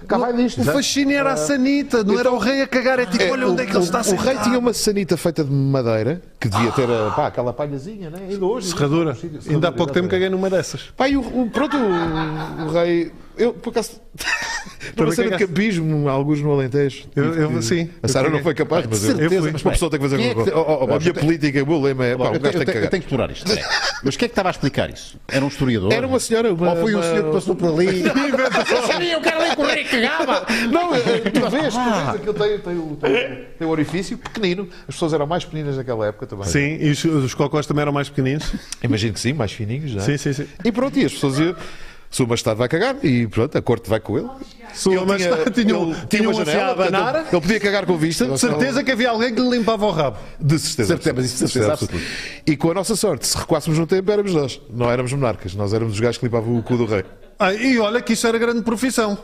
[SPEAKER 2] cá vai disto.
[SPEAKER 1] O fascínio era a sanita, não era o rei a cagar, Ah. é tipo,
[SPEAKER 2] É,
[SPEAKER 1] olha
[SPEAKER 2] o,
[SPEAKER 1] onde é que ele está
[SPEAKER 2] o-
[SPEAKER 1] a
[SPEAKER 2] o rei tinha uma sanita feita de madeira que devia ter ah, pá, aquela palhazinha, né? ainda hoje.
[SPEAKER 1] Serradura. Ainda há pouco tempo
[SPEAKER 2] exatamente.
[SPEAKER 1] caguei numa dessas.
[SPEAKER 2] Pá, e o, o- pronto, o, o rei. Eu, por [LAUGHS] acaso. Numa
[SPEAKER 1] Também
[SPEAKER 2] cena de
[SPEAKER 1] cagaste.
[SPEAKER 2] campismo, alguns no Alentejo.
[SPEAKER 1] Eu- eu- sim.
[SPEAKER 2] A Sara
[SPEAKER 1] Eu
[SPEAKER 2] não foi capaz, mas eu.
[SPEAKER 1] certeza,
[SPEAKER 2] mas uma pessoa tem que fazer
[SPEAKER 4] Quem é
[SPEAKER 2] alguma
[SPEAKER 4] que-
[SPEAKER 2] coisa.
[SPEAKER 4] oh, oh,
[SPEAKER 2] a
[SPEAKER 4] Vasco,
[SPEAKER 2] minha
[SPEAKER 4] eu te-
[SPEAKER 2] política, o meu lema é. Pá,
[SPEAKER 4] Bom,
[SPEAKER 2] o
[SPEAKER 4] eu, tenho,
[SPEAKER 2] gajo
[SPEAKER 4] eu
[SPEAKER 2] tem que
[SPEAKER 4] tenho- eu
[SPEAKER 2] cagar.
[SPEAKER 4] tenho que explorar isto. peraí. Mas quem é que estava a explicar isso? Era um historiador?
[SPEAKER 2] Era uma senhora, uma-
[SPEAKER 4] Ou foi um
[SPEAKER 2] uma-
[SPEAKER 4] senhor que passou
[SPEAKER 2] [LAUGHS]
[SPEAKER 4] por ali? Eu sabia, o cara ali correr e cagava. Ah.
[SPEAKER 2] Não, eh, eh, tu vês, tu vês, aquilo tem, tem, o- tem, o- tem o orifício pequenino. As pessoas eram mais pequeninas naquela época também.
[SPEAKER 1] Sim, e os, os cocós também eram mais pequeninos.
[SPEAKER 2] Imagino que sim, mais fininhos, não é?
[SPEAKER 1] Sim, sim, sim.
[SPEAKER 2] E pronto, e as pessoas iam. Sua Majestade vai cagar e pronto, a corte vai com ele.
[SPEAKER 1] Sua Majestade tinha, um-
[SPEAKER 2] ele
[SPEAKER 1] tinha, tinha uma
[SPEAKER 2] janela,
[SPEAKER 1] janela,
[SPEAKER 2] portanto,
[SPEAKER 1] abanar.
[SPEAKER 2] ele podia cagar com vista.
[SPEAKER 1] De certeza que havia alguém que lhe limpava o rabo.
[SPEAKER 2] De certeza.
[SPEAKER 4] Certeza, mas isso de certeza
[SPEAKER 2] E com a nossa sorte, se recuássemos no tempo, éramos nós. Não éramos monarcas, nós éramos os gajos que limpavam o cu do rei.
[SPEAKER 1] Ah, e olha que isso era grande profissão.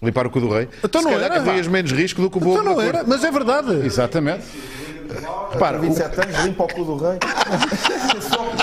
[SPEAKER 2] Limpar o cu do rei.
[SPEAKER 1] Então
[SPEAKER 2] se
[SPEAKER 1] não
[SPEAKER 2] calhar
[SPEAKER 1] era,
[SPEAKER 2] corrias
[SPEAKER 1] vá.
[SPEAKER 2] menos risco do que o bolo.
[SPEAKER 1] Então não
[SPEAKER 2] da
[SPEAKER 1] era,
[SPEAKER 2] corte.
[SPEAKER 1] mas é verdade.
[SPEAKER 4] Exatamente.
[SPEAKER 2] Repara, o-
[SPEAKER 3] 27 anos, limpa o cu do rei.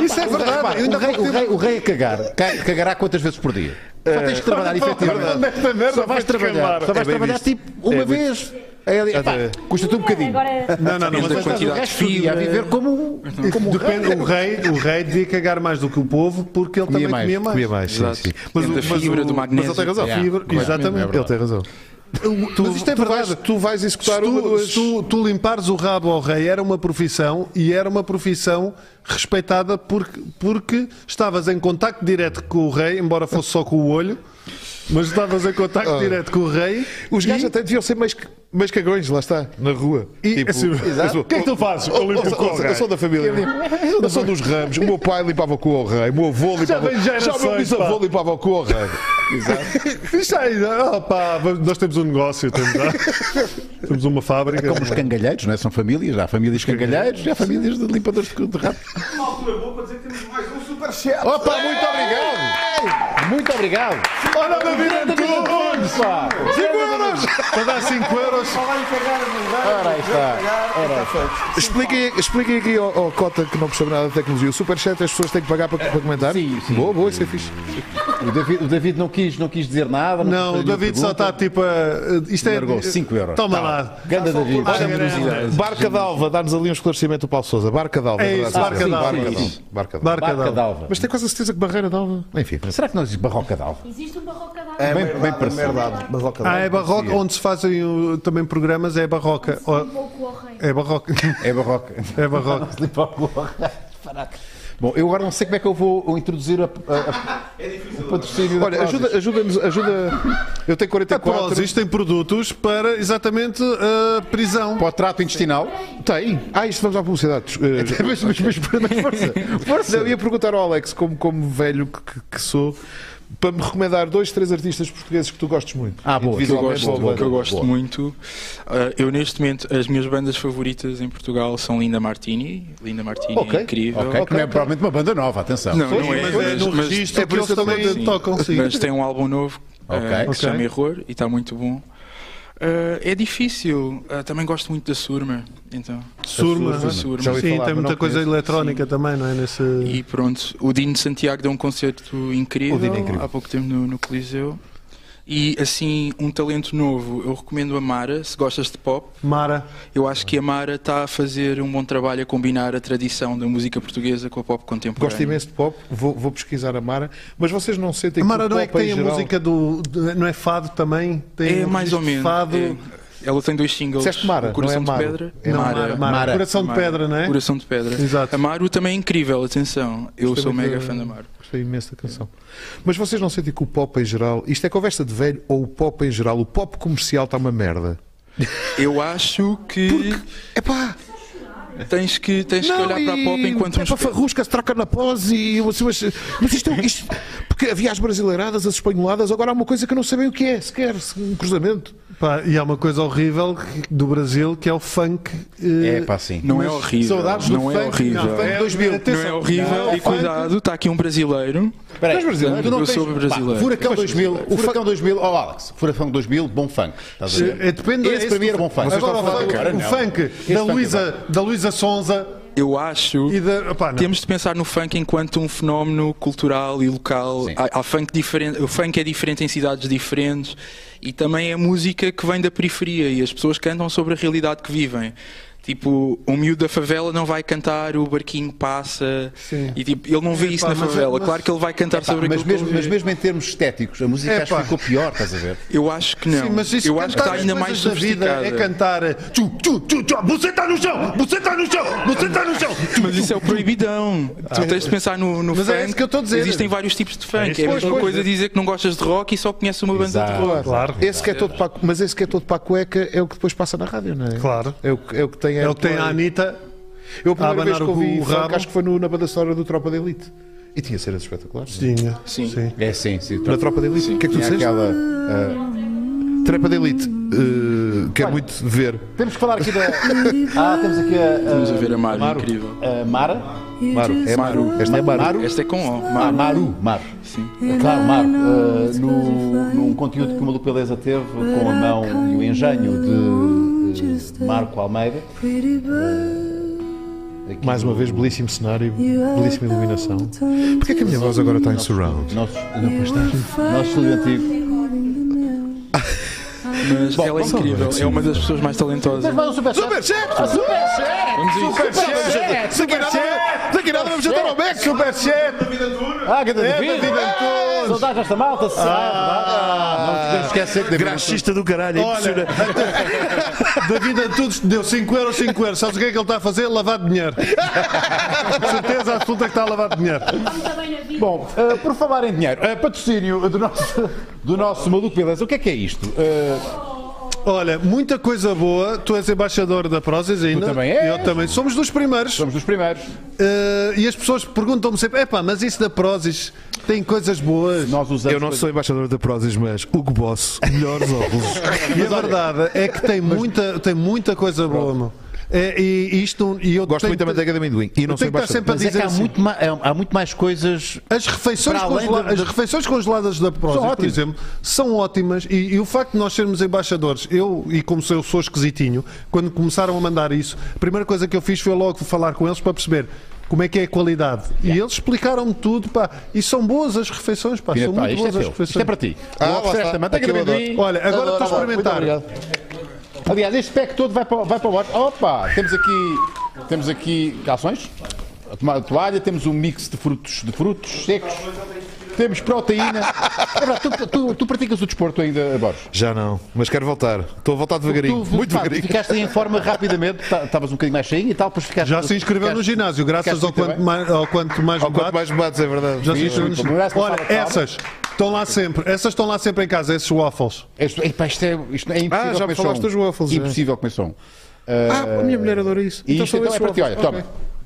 [SPEAKER 1] Isso é verdade.
[SPEAKER 4] Repara,
[SPEAKER 1] Eu ainda
[SPEAKER 4] o, rei,
[SPEAKER 1] vou
[SPEAKER 4] o, rei, o rei a cagar. ca- Cagará quantas vezes por dia? Só tens que trabalhar,
[SPEAKER 1] Onde é
[SPEAKER 4] efetivamente.
[SPEAKER 1] que esta merda
[SPEAKER 4] Só
[SPEAKER 1] vai
[SPEAKER 4] vais trabalhar.
[SPEAKER 1] descambar?
[SPEAKER 4] Só vais
[SPEAKER 2] É bem
[SPEAKER 4] trabalhar
[SPEAKER 2] visto.
[SPEAKER 4] tipo uma
[SPEAKER 2] É bem
[SPEAKER 4] vez. É ali- pá, Custa-te um bocadinho.
[SPEAKER 5] É, Agora,
[SPEAKER 1] Não, não, não.
[SPEAKER 8] Depende da
[SPEAKER 1] Mas
[SPEAKER 8] quantidade de
[SPEAKER 4] Gasto o dia a
[SPEAKER 8] fio.
[SPEAKER 4] viver como, como um rei.
[SPEAKER 1] depende, o rei, o rei devia cagar mais do que o povo porque ele também
[SPEAKER 4] mais,
[SPEAKER 1] comia mais.
[SPEAKER 2] Comia mais, sim,
[SPEAKER 8] Exato.
[SPEAKER 2] sim.
[SPEAKER 1] Mas, o-
[SPEAKER 8] Depende da
[SPEAKER 1] mas
[SPEAKER 8] fibra,
[SPEAKER 1] o-
[SPEAKER 2] Mas
[SPEAKER 8] do
[SPEAKER 2] ele
[SPEAKER 8] magnésio.
[SPEAKER 2] tem razão.
[SPEAKER 4] Yeah,
[SPEAKER 1] Fibra,
[SPEAKER 4] corretamente,
[SPEAKER 1] exatamente.
[SPEAKER 4] é
[SPEAKER 2] Ele
[SPEAKER 4] verdade.
[SPEAKER 2] tem razão.
[SPEAKER 1] Tu,
[SPEAKER 2] Mas isto é
[SPEAKER 1] tu
[SPEAKER 2] verdade.
[SPEAKER 1] vais-
[SPEAKER 2] tu vais
[SPEAKER 1] se
[SPEAKER 2] executar uma
[SPEAKER 1] tu,
[SPEAKER 2] duas.
[SPEAKER 1] se tu- tu limpares o rabo ao rei era uma profissão e era uma profissão respeitada porque, porque estavas em contacto direto com o rei, embora fosse só com o olho, mas estavas em contacto direto com o rei.
[SPEAKER 2] Ah. Os
[SPEAKER 1] e-
[SPEAKER 2] gajos até deviam ser mais, mais cagões, lá está, na rua. Tipo,
[SPEAKER 1] E- assim, o que é que tu fazes? Eu
[SPEAKER 2] Eu,
[SPEAKER 1] limpo o cu ao
[SPEAKER 2] sou- eu
[SPEAKER 1] rei.
[SPEAKER 2] sou da família. Eu sou dos ramos. O meu pai limpava o cu ao rei. O meu avô limpava
[SPEAKER 1] vem de
[SPEAKER 2] Já o meu
[SPEAKER 1] gerações,
[SPEAKER 2] bisavô
[SPEAKER 1] pá.
[SPEAKER 2] limpava o cu ao rei.
[SPEAKER 1] Isto aí, ah, pá, vamos- nós temos um negócio, temos, ah, temos uma fábrica.
[SPEAKER 4] Como os cangalheiros, não é? São famílias. Há famílias de cangalheiros, há famílias de limpadores de de rato.
[SPEAKER 6] Uma altura boa para dizer que temos mais um superchat.
[SPEAKER 2] [LAUGHS] Opa, muito obrigado!
[SPEAKER 4] Muito obrigado.
[SPEAKER 2] é
[SPEAKER 1] Olha a David Antunes!
[SPEAKER 4] pá.
[SPEAKER 1] 5 euros! Para dar 5 euros
[SPEAKER 2] Fosse.
[SPEAKER 3] Falar em cagar no lugar,
[SPEAKER 2] Ora, aí
[SPEAKER 3] em
[SPEAKER 2] está.
[SPEAKER 3] cagar,
[SPEAKER 2] Ora, aí
[SPEAKER 3] está feito.
[SPEAKER 2] Expliquem, expliquem aqui ao, ao Cota que não percebe nada de tecnologia. O Superchat as pessoas têm que pagar para, para comentar?
[SPEAKER 4] Sim, sim.
[SPEAKER 2] Boa, boa, isso é fixe.
[SPEAKER 4] O David, o David não, quis, não quis dizer nada.
[SPEAKER 1] Não, o
[SPEAKER 4] fez nenhuma
[SPEAKER 1] David só
[SPEAKER 4] pergunta.
[SPEAKER 1] está tipo a. Isto é.
[SPEAKER 4] Largou 5 euros.
[SPEAKER 1] Toma
[SPEAKER 4] Tá.
[SPEAKER 1] lá.
[SPEAKER 4] Ganda David.
[SPEAKER 1] por
[SPEAKER 4] Olha,
[SPEAKER 1] grande.
[SPEAKER 4] generosidade.
[SPEAKER 2] Barca d'Alva, dá-nos ali um esclarecimento do Paulo Souza. Barca d'Alva.
[SPEAKER 1] É
[SPEAKER 2] verdade,
[SPEAKER 1] isso, Barca
[SPEAKER 2] sim,
[SPEAKER 1] d'Alva.
[SPEAKER 2] Barca
[SPEAKER 1] Sim,
[SPEAKER 2] d'Alva.
[SPEAKER 1] sim.
[SPEAKER 2] Barca d'Alva.
[SPEAKER 1] Barca
[SPEAKER 4] Barca
[SPEAKER 1] d'Alva.
[SPEAKER 4] d'Alva.
[SPEAKER 2] Mas tenho quase a certeza que Barreira d'Alva. Enfim,
[SPEAKER 4] Será que não existe Barroca d'Alva?
[SPEAKER 5] Existe um barroca d'água.
[SPEAKER 3] É
[SPEAKER 4] Bem-
[SPEAKER 3] verdade,
[SPEAKER 4] bem
[SPEAKER 3] é
[SPEAKER 4] parecido.
[SPEAKER 3] verdade. Mas logo
[SPEAKER 1] Ah, é barroca, onde se fazem uh, também programas, é barroca. Ó,
[SPEAKER 5] um
[SPEAKER 1] É [LAUGHS] barroca.
[SPEAKER 4] É Barroca.
[SPEAKER 1] É barroca.
[SPEAKER 4] Bom, eu agora não sei como é que eu vou introduzir a, a- a- o patrocínio da
[SPEAKER 2] Olha,
[SPEAKER 4] Prozis.
[SPEAKER 2] ajuda- ajuda-nos, ajuda, Eu tenho
[SPEAKER 1] A
[SPEAKER 2] 44.
[SPEAKER 1] Prozis tem produtos para exatamente uh, a é prisão.
[SPEAKER 4] para o trato intestinal.
[SPEAKER 2] Tem. Ah, isto vamos à
[SPEAKER 4] [LAUGHS]
[SPEAKER 2] publicidade. Eh,
[SPEAKER 4] Mas, mas, mas, força.
[SPEAKER 2] Não, eu ia perguntar ao Alex, como, como velho que, que- que sou, para me recomendar dois, três artistas portugueses que tu gostes muito.
[SPEAKER 4] Ah, boa.
[SPEAKER 8] que eu
[SPEAKER 2] Individualmente
[SPEAKER 8] gosto,
[SPEAKER 2] ou banda.
[SPEAKER 8] que eu gosto
[SPEAKER 2] Boa.
[SPEAKER 8] muito. Ah, eu, neste momento, as minhas bandas favoritas em Portugal são Linda Martini. Linda Martini
[SPEAKER 2] Ok,
[SPEAKER 8] é incrível.
[SPEAKER 4] Ok, que não é provavelmente uma banda nova, atenção.
[SPEAKER 8] Não,
[SPEAKER 1] Pois,
[SPEAKER 8] não é,
[SPEAKER 1] mas é no registro
[SPEAKER 8] é por
[SPEAKER 1] que
[SPEAKER 8] isso
[SPEAKER 1] eles também
[SPEAKER 8] sim.
[SPEAKER 1] tocam, sim.
[SPEAKER 8] Mas tem um álbum novo
[SPEAKER 4] Ok.
[SPEAKER 8] eh, que se
[SPEAKER 1] Ok.
[SPEAKER 8] chama Error e está muito bom. Eh, é difícil, eh, também gosto muito da Surma, então.
[SPEAKER 1] Surma.
[SPEAKER 8] Surma.
[SPEAKER 1] é? Sim,
[SPEAKER 8] Já
[SPEAKER 2] falar,
[SPEAKER 8] ouvi
[SPEAKER 1] tem
[SPEAKER 2] mas
[SPEAKER 1] muita
[SPEAKER 2] não
[SPEAKER 1] coisa
[SPEAKER 2] conheço.
[SPEAKER 1] eletrónica também, não é? Nesse...
[SPEAKER 8] E pronto, o Dino de Santiago deu um concerto incrível,
[SPEAKER 2] O Dino é incrível.
[SPEAKER 8] há pouco tempo no, no Coliseu. E assim, um talento novo, eu recomendo a Mara, se gostas de pop.
[SPEAKER 1] Mara.
[SPEAKER 8] Eu acho que a Mara está a fazer um bom trabalho a combinar a tradição da música portuguesa com a pop contemporânea.
[SPEAKER 2] Gosto imenso de pop, vou, vou pesquisar a Mara, mas vocês não sentem
[SPEAKER 1] A Mara
[SPEAKER 2] que o
[SPEAKER 1] não é
[SPEAKER 2] pop
[SPEAKER 1] que tem
[SPEAKER 2] em
[SPEAKER 1] a
[SPEAKER 2] geral...
[SPEAKER 1] música do. de- Não é fado também? Tem
[SPEAKER 8] É
[SPEAKER 1] um
[SPEAKER 8] mais ou
[SPEAKER 1] registro de
[SPEAKER 8] menos.
[SPEAKER 1] Fado.
[SPEAKER 8] é. Ela tem dois singles.
[SPEAKER 2] Disseste Mara,
[SPEAKER 8] o Coração
[SPEAKER 2] não é Maro.
[SPEAKER 8] de Pedra.
[SPEAKER 2] É
[SPEAKER 1] Não, Mara, Mara.
[SPEAKER 4] Mara.
[SPEAKER 1] Coração de
[SPEAKER 8] Mara.
[SPEAKER 1] pedra, não é?
[SPEAKER 8] Coração de Pedra.
[SPEAKER 1] Exato.
[SPEAKER 8] Amaro também é incrível, atenção. Eu
[SPEAKER 2] Gostei
[SPEAKER 8] sou
[SPEAKER 2] muito
[SPEAKER 8] mega
[SPEAKER 2] da-
[SPEAKER 8] fã da Amaro.
[SPEAKER 2] Gostei imenso da canção. Mas vocês não sentem que o pop em geral, isto é conversa de velho ou o pop em geral, o pop comercial está uma merda?
[SPEAKER 8] Eu acho que
[SPEAKER 2] Epá,
[SPEAKER 8] tens que, tens que olhar para a pop enquanto um
[SPEAKER 2] é para
[SPEAKER 8] espelho.
[SPEAKER 2] farrusca, se troca na pose e assim, mas, mas isto, é- isto porque havia as brasileiradas, as espanholadas, agora há uma coisa que eu não sei bem o que é, sequer, se- um cruzamento.
[SPEAKER 1] Pá, e há uma coisa horrível que- do Brasil que é o funk. eh,
[SPEAKER 4] É pá, sim.
[SPEAKER 8] Não é
[SPEAKER 1] Mas
[SPEAKER 8] horrível.
[SPEAKER 1] saudades do
[SPEAKER 8] não é
[SPEAKER 1] funk,
[SPEAKER 8] horrível.
[SPEAKER 1] não,
[SPEAKER 8] Não,
[SPEAKER 1] funk
[SPEAKER 8] é,
[SPEAKER 1] 2000. Atenção.
[SPEAKER 8] horrível.
[SPEAKER 1] Não,
[SPEAKER 8] e
[SPEAKER 1] o funk-
[SPEAKER 8] cuidado, está aqui um brasileiro.
[SPEAKER 4] Espera aí.
[SPEAKER 8] Eu
[SPEAKER 4] Não
[SPEAKER 8] sou
[SPEAKER 4] tens-
[SPEAKER 8] brasileiro.
[SPEAKER 4] Pá, Furacão 2000, o eh, Furacão 2000, ó Alex, Furacão 2000, bom funk. Estás a ver?
[SPEAKER 1] É, depende
[SPEAKER 4] Esse para mim era bom funk.
[SPEAKER 1] Agora,
[SPEAKER 4] Vocês estão a falar
[SPEAKER 1] o
[SPEAKER 4] do cara,
[SPEAKER 1] funk, o
[SPEAKER 4] não.
[SPEAKER 1] funk
[SPEAKER 4] Esse
[SPEAKER 1] da
[SPEAKER 4] funk é
[SPEAKER 1] Luísa da Luísa Sonza
[SPEAKER 8] Eu acho.
[SPEAKER 1] e da. opá, não.
[SPEAKER 8] Temos de pensar no funk enquanto um fenómeno cultural e local.
[SPEAKER 4] Sim.
[SPEAKER 8] Há, há funk diferente, o funk é diferente em cidades diferentes e também é música que vem da periferia e as pessoas cantam sobre a realidade que vivem. Tipo, um miúdo da favela não vai cantar o barquinho passa
[SPEAKER 1] Sim.
[SPEAKER 8] e tipo, ele não vê
[SPEAKER 1] Epá,
[SPEAKER 8] isso na
[SPEAKER 1] mas-
[SPEAKER 8] favela.
[SPEAKER 1] mas-
[SPEAKER 8] Claro que ele vai cantar
[SPEAKER 4] Pá,
[SPEAKER 8] sobre
[SPEAKER 4] mas,
[SPEAKER 8] aquilo
[SPEAKER 4] mesmo,
[SPEAKER 8] que ele
[SPEAKER 4] mas
[SPEAKER 8] vê.
[SPEAKER 4] mesmo em termos estéticos, a música acho
[SPEAKER 1] Epá.
[SPEAKER 4] que ficou pior, estás a ver?
[SPEAKER 8] Eu acho que não.
[SPEAKER 1] Sim, mas isso
[SPEAKER 8] Eu acho que
[SPEAKER 1] cantar
[SPEAKER 8] está
[SPEAKER 1] as
[SPEAKER 8] ainda mais
[SPEAKER 1] coisas da vida
[SPEAKER 8] sofisticada.
[SPEAKER 1] é cantar eh, tchu, tchu, tchu, tchu, você
[SPEAKER 2] tá
[SPEAKER 1] está no chão, você está no chão, você está no chão.
[SPEAKER 8] Mas isso é o proibidão. tu tens de pensar no, no
[SPEAKER 1] Ah. Mas é
[SPEAKER 8] funk.
[SPEAKER 1] isso que eu estou a dizer.
[SPEAKER 8] Existem vários tipos de funk. É, a
[SPEAKER 2] Pois,
[SPEAKER 8] mesma
[SPEAKER 2] pois,
[SPEAKER 8] coisa
[SPEAKER 2] é.
[SPEAKER 8] dizer que não gostas de rock e só conheces uma banda de rock.
[SPEAKER 4] Exato.
[SPEAKER 1] Claro,
[SPEAKER 2] Esse que é todo para, a- mas esse que é todo para a cueca é o que depois passa na rádio, não é?
[SPEAKER 1] Claro.
[SPEAKER 2] É o, que- é o que tem a-
[SPEAKER 1] é o que tem a Anitta.
[SPEAKER 2] Eu a primeira
[SPEAKER 1] a
[SPEAKER 2] vez
[SPEAKER 1] abanar
[SPEAKER 2] que ouvi
[SPEAKER 1] o
[SPEAKER 2] funk,
[SPEAKER 1] rabo.
[SPEAKER 2] acho que foi no- na banda sonora do Tropa da Elite. E tinha cenas espetaculares.
[SPEAKER 1] Tinha.
[SPEAKER 8] Sim.
[SPEAKER 4] É sim, sim.
[SPEAKER 2] Na Tropa da Elite. O que é que tu
[SPEAKER 4] Tinha
[SPEAKER 2] disseste?
[SPEAKER 4] aquela,
[SPEAKER 2] Tropa da Elite. eh, quero muito ver.
[SPEAKER 4] Temos que falar aqui da. Ah, temos aqui
[SPEAKER 8] Vamos
[SPEAKER 4] a,
[SPEAKER 8] a ver a Mário,
[SPEAKER 4] Amaro.
[SPEAKER 8] incrível.
[SPEAKER 4] a, a Mara.
[SPEAKER 2] Maru. É Maru. Esta é Maru.
[SPEAKER 8] Esta é com O.
[SPEAKER 4] Ah,
[SPEAKER 8] Mário.
[SPEAKER 4] Maru, Maru.
[SPEAKER 8] Sim.
[SPEAKER 4] É Claro, Maru. Ah, no, num conteúdo que o Maluco Beleza teve com a mão e o engenho de eh, Marco Almeida. eh, Aqui
[SPEAKER 2] Mais um. uma
[SPEAKER 4] no-
[SPEAKER 2] vez, belíssimo cenário, belíssima iluminação. Porquê é que a minha voz agora está em surround?
[SPEAKER 4] Nosso, não, pois está. Nosso estúdio antigo.
[SPEAKER 8] Mas ela é incrível. É uma das pessoas mais talentosas.
[SPEAKER 4] Mas o Super
[SPEAKER 1] Ah,
[SPEAKER 8] Vamos a isso.
[SPEAKER 2] Superchat! Daqui nada vamos jantar ao Beck! Superchat!
[SPEAKER 4] Ah, que
[SPEAKER 2] É David Antunes!
[SPEAKER 4] Saudades desta malta, se ah, Não podemos esquecer que David
[SPEAKER 2] Graxista do caralho!
[SPEAKER 1] Olha, David Antunes deu 5 euros, 5 euros. Sabes o que é que ele está a fazer? Lavar [LAUGHS] dinheiro. Com certeza absoluta que está a lavar dinheiro.
[SPEAKER 5] Muito bem na vida.
[SPEAKER 4] Bom, eh, por falar em dinheiro, eh, patrocínio do nosso, do nosso maluco beleza, o que é que é isto? Eh,
[SPEAKER 1] Olha, muita coisa boa. Tu és embaixador da Prozis ainda.
[SPEAKER 4] também és.
[SPEAKER 1] Eu também. Somos dos primeiros.
[SPEAKER 4] somos dos primeiros.
[SPEAKER 1] Eh, e as pessoas perguntam-me sempre: epá, mas isso da Prozis tem coisas boas.
[SPEAKER 4] Nós usamos
[SPEAKER 2] Eu não
[SPEAKER 4] coisas-
[SPEAKER 2] sou embaixador da Prozis, mas uh, Hugo [LAUGHS] Boss, melhores óculos.
[SPEAKER 1] E a verdade é que tem muita, tem muita coisa boa, meu. É, e, e isto, e eu
[SPEAKER 2] Gosto
[SPEAKER 1] tenho
[SPEAKER 2] muito da
[SPEAKER 1] que-
[SPEAKER 2] manteiga de amendoim. E não
[SPEAKER 1] eu tenho
[SPEAKER 2] sou
[SPEAKER 1] que estar
[SPEAKER 2] embaixador.
[SPEAKER 1] sempre a
[SPEAKER 4] Mas é que
[SPEAKER 1] dizer
[SPEAKER 4] há,
[SPEAKER 1] assim,
[SPEAKER 4] muito ma- há- há muito mais coisas.
[SPEAKER 1] As refeições,
[SPEAKER 4] Para além
[SPEAKER 1] congela-
[SPEAKER 4] de- de-
[SPEAKER 1] as refeições congeladas da Prozis,
[SPEAKER 4] São
[SPEAKER 1] por
[SPEAKER 4] ótimas.
[SPEAKER 1] exemplo, são ótimas e, e o facto de nós sermos embaixadores, eu, e como eu sou esquisitinho, quando começaram a mandar isso, a primeira coisa que eu fiz foi logo falar com eles para perceber como é que é a qualidade. E eles explicaram-me tudo, pá, e são boas as refeições, pá, são
[SPEAKER 4] Pá,
[SPEAKER 1] muito
[SPEAKER 4] isto, é
[SPEAKER 1] boas as
[SPEAKER 4] teu,
[SPEAKER 1] refeições.
[SPEAKER 4] isto é para ti.
[SPEAKER 2] Ah,
[SPEAKER 4] Logo
[SPEAKER 2] lá
[SPEAKER 4] oferece
[SPEAKER 2] está.
[SPEAKER 4] a manteiga de
[SPEAKER 2] Aqui eu adoro.
[SPEAKER 4] amendoim.
[SPEAKER 1] Olha, agora
[SPEAKER 2] Adoro,
[SPEAKER 1] estou a
[SPEAKER 2] Álvaro, muito
[SPEAKER 1] experimentar.
[SPEAKER 2] obrigado.
[SPEAKER 4] Aliás, este pack todo vai para, vai para o bote. Opa! Temos aqui, temos aqui calções, a tomada de toalha, temos um mix de frutos, de frutos secos, temos proteína. É verdade, tu, tu- tu praticas o desporto ainda, Borges?
[SPEAKER 2] Já não, mas quero voltar. Estou a voltar devagarinho.
[SPEAKER 4] Tu, tu,
[SPEAKER 2] Muito
[SPEAKER 4] pá, tu
[SPEAKER 2] devagarinho.
[SPEAKER 4] ficaste em forma rapidamente, tá- estavas um bocadinho mais cheinho e tal, depois ficaste.
[SPEAKER 1] Já se inscreveu no
[SPEAKER 4] ficaste-
[SPEAKER 1] ginásio, graças
[SPEAKER 4] ficaste
[SPEAKER 1] ao quanto,
[SPEAKER 4] muito
[SPEAKER 1] mais, ao quanto mais
[SPEAKER 2] Ao
[SPEAKER 1] me
[SPEAKER 2] quanto
[SPEAKER 1] bate.
[SPEAKER 2] mais me bates, é verdade.
[SPEAKER 1] Já se
[SPEAKER 4] Isso,
[SPEAKER 1] inscreveu
[SPEAKER 4] isso.
[SPEAKER 1] no ginásio.
[SPEAKER 4] Olha,
[SPEAKER 1] Olha, essas estão lá sempre. Essas estão lá sempre em casa, esses waffles.
[SPEAKER 4] Isto, epá, isto é, isto é impossível.
[SPEAKER 2] Ah, já
[SPEAKER 4] comer só
[SPEAKER 2] falaste
[SPEAKER 4] um.
[SPEAKER 2] dos waffles, é.
[SPEAKER 4] Impossível comer só um.
[SPEAKER 2] Ah, a minha mulher adora isso.
[SPEAKER 4] E isto
[SPEAKER 2] são
[SPEAKER 4] então é
[SPEAKER 2] esses
[SPEAKER 4] para ti, olha,
[SPEAKER 2] ovos.
[SPEAKER 4] toma.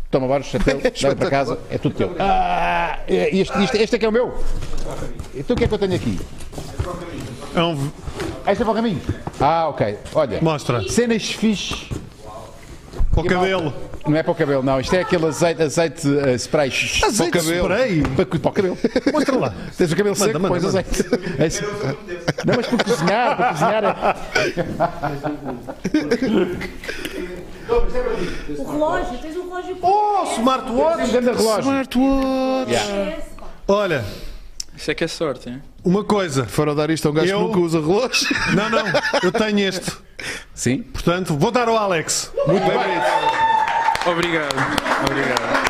[SPEAKER 4] Toma vários [LAUGHS] chapéus, vai para
[SPEAKER 2] Espetacular.
[SPEAKER 4] casa, é tudo teu. Ah, é- este, este, este é que é o meu. Então o que é que eu tenho aqui?
[SPEAKER 1] É um-
[SPEAKER 4] Ah, este é para o caminho. Ah, ok. Olha.
[SPEAKER 1] Mostra.
[SPEAKER 4] Cenas fixe.
[SPEAKER 1] Para o
[SPEAKER 4] E malta-
[SPEAKER 1] cabelo.
[SPEAKER 4] Não é para o cabelo, não. Isto é aquele azeite, azeite eh, spray.
[SPEAKER 1] Azeite
[SPEAKER 4] para o cabelo.
[SPEAKER 1] spray?
[SPEAKER 4] Para, para o cabelo.
[SPEAKER 1] Mostra lá.
[SPEAKER 4] [LAUGHS]
[SPEAKER 2] [LAUGHS]
[SPEAKER 4] Tens o cabelo
[SPEAKER 1] Manda,
[SPEAKER 4] seco,
[SPEAKER 1] manda,
[SPEAKER 4] pões
[SPEAKER 1] manda.
[SPEAKER 4] azeite. É isso. Não, mas para cozinhar, para cozinhar. é-
[SPEAKER 5] O relógio, tens um relógio com
[SPEAKER 1] Oh, smartwatch!
[SPEAKER 4] Grande relógio.
[SPEAKER 2] Smartwatch.
[SPEAKER 5] GPS, pá.
[SPEAKER 1] Olha,
[SPEAKER 8] Isso é que é sorte, hein?
[SPEAKER 1] uma coisa.
[SPEAKER 2] Foram dar isto a um gajo
[SPEAKER 1] Eu-
[SPEAKER 2] que nunca usa relógio.
[SPEAKER 1] Não, não, eu tenho este.
[SPEAKER 4] Sim.
[SPEAKER 1] Portanto, vou dar ao Alex.
[SPEAKER 2] Muito bem.
[SPEAKER 8] Obrigado. Obrigado.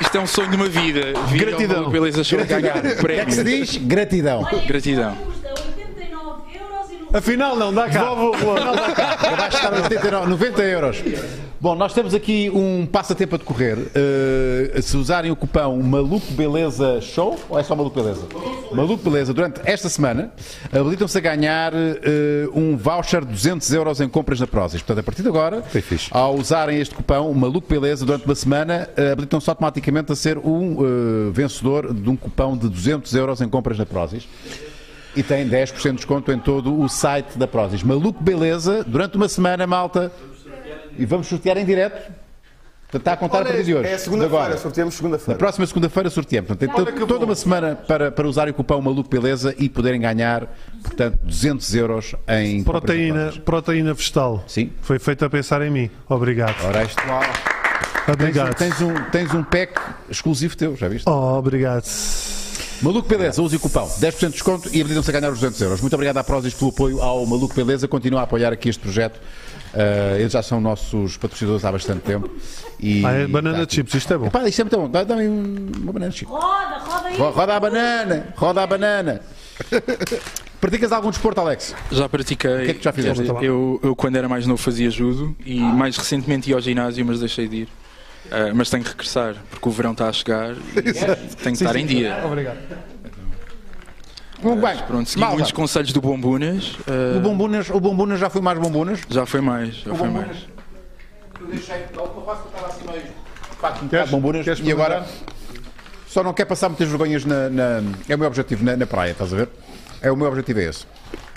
[SPEAKER 8] Isto é um sonho de uma vida. Vir
[SPEAKER 2] Gratidão.
[SPEAKER 8] ao Maluco Beleza Show ganhar um
[SPEAKER 4] O que é que se
[SPEAKER 8] prémio.
[SPEAKER 4] diz? Gratidão.
[SPEAKER 5] Olha,
[SPEAKER 8] Gratidão.
[SPEAKER 5] Custa 89 euros e não
[SPEAKER 1] Afinal, não dá cá. Não dá cá.
[SPEAKER 4] Abaixo está 89, 90 euros. Bom, nós temos aqui um passatempo a decorrer. Uh, se usarem o cupão Maluco Beleza Show, ou é só Maluco Beleza? Maluco Beleza, durante esta semana, habilitam-se a ganhar uh, um voucher de 200 euros em compras na Prozis. Portanto, a partir de agora,
[SPEAKER 2] Foi fixe.
[SPEAKER 4] ao usarem este cupão Maluco Beleza durante uma semana, uh, habilitam-se automaticamente a ser um uh, vencedor de um cupão de 200 euros em compras na Prozis. E tem 10% de desconto em todo o site da Prozis. Maluco Beleza, durante uma semana, malta. E vamos sortear em direto. Portanto, está a contar a partir de hoje.
[SPEAKER 3] É
[SPEAKER 4] de agora.
[SPEAKER 3] segunda-feira, sorteamos
[SPEAKER 4] Na
[SPEAKER 3] segunda-feira.
[SPEAKER 4] próxima segunda-feira sorteamos. Portanto, tem to- toda uma semana para, para usar o cupom Maluco Beleza e poderem ganhar, portanto, 200 euros em compras da
[SPEAKER 1] Proteína,
[SPEAKER 4] Prozis.
[SPEAKER 1] proteína vegetal.
[SPEAKER 4] Sim.
[SPEAKER 1] Foi feito a pensar em mim. Obrigado.
[SPEAKER 4] Ora, isto Tens, um-
[SPEAKER 1] Obrigado.
[SPEAKER 4] tens um, tens um pack exclusivo teu, já viste?
[SPEAKER 1] Oh, obrigado.
[SPEAKER 4] Maluco Beleza, use o cupão. 10% de desconto e habilitam-se a ganhar os 200 euros. Muito obrigado à Prozis pelo apoio ao Maluco Beleza. Continua a apoiar aqui este projeto. Ah, eles já são nossos patrocinadores há bastante tempo. E,
[SPEAKER 1] Ah, é banana
[SPEAKER 4] tá-
[SPEAKER 1] chips, isto é bom.
[SPEAKER 4] Epá, isto é muito bom. Dá- Dá-me um- uma banana chip.
[SPEAKER 5] roda, roda aí.
[SPEAKER 4] Ro- Roda a banana, roda
[SPEAKER 1] [LAUGHS]
[SPEAKER 4] a banana. Praticas algum desporto, Alex?
[SPEAKER 8] Já pratiquei.
[SPEAKER 4] que é que já fizeste? Ah.
[SPEAKER 8] Eu, eu, eu, quando era mais novo, fazia judo e mais recentemente ia ao ginásio, mas deixei de ir. Ah, mas tenho que regressar, porque o verão está a chegar e
[SPEAKER 4] [LAUGHS]
[SPEAKER 8] tenho que estar em dia.
[SPEAKER 4] Muito bem.
[SPEAKER 8] Pronto, segui
[SPEAKER 4] Malta,
[SPEAKER 8] muitos conselhos do Bombunas. ah,
[SPEAKER 4] o, bombunas, o bombunas já foi mais bombunas.
[SPEAKER 8] Já foi mais, já foi mais.
[SPEAKER 4] Eu deixei, da última vez que eu estava assim meio.
[SPEAKER 1] Queres-
[SPEAKER 4] bombunas.
[SPEAKER 1] queres
[SPEAKER 4] e agora. Só não quer passar muitas vergonhas na, na- É o meu objetivo na, na praia, estás a ver? É o meu objetivo, é esse.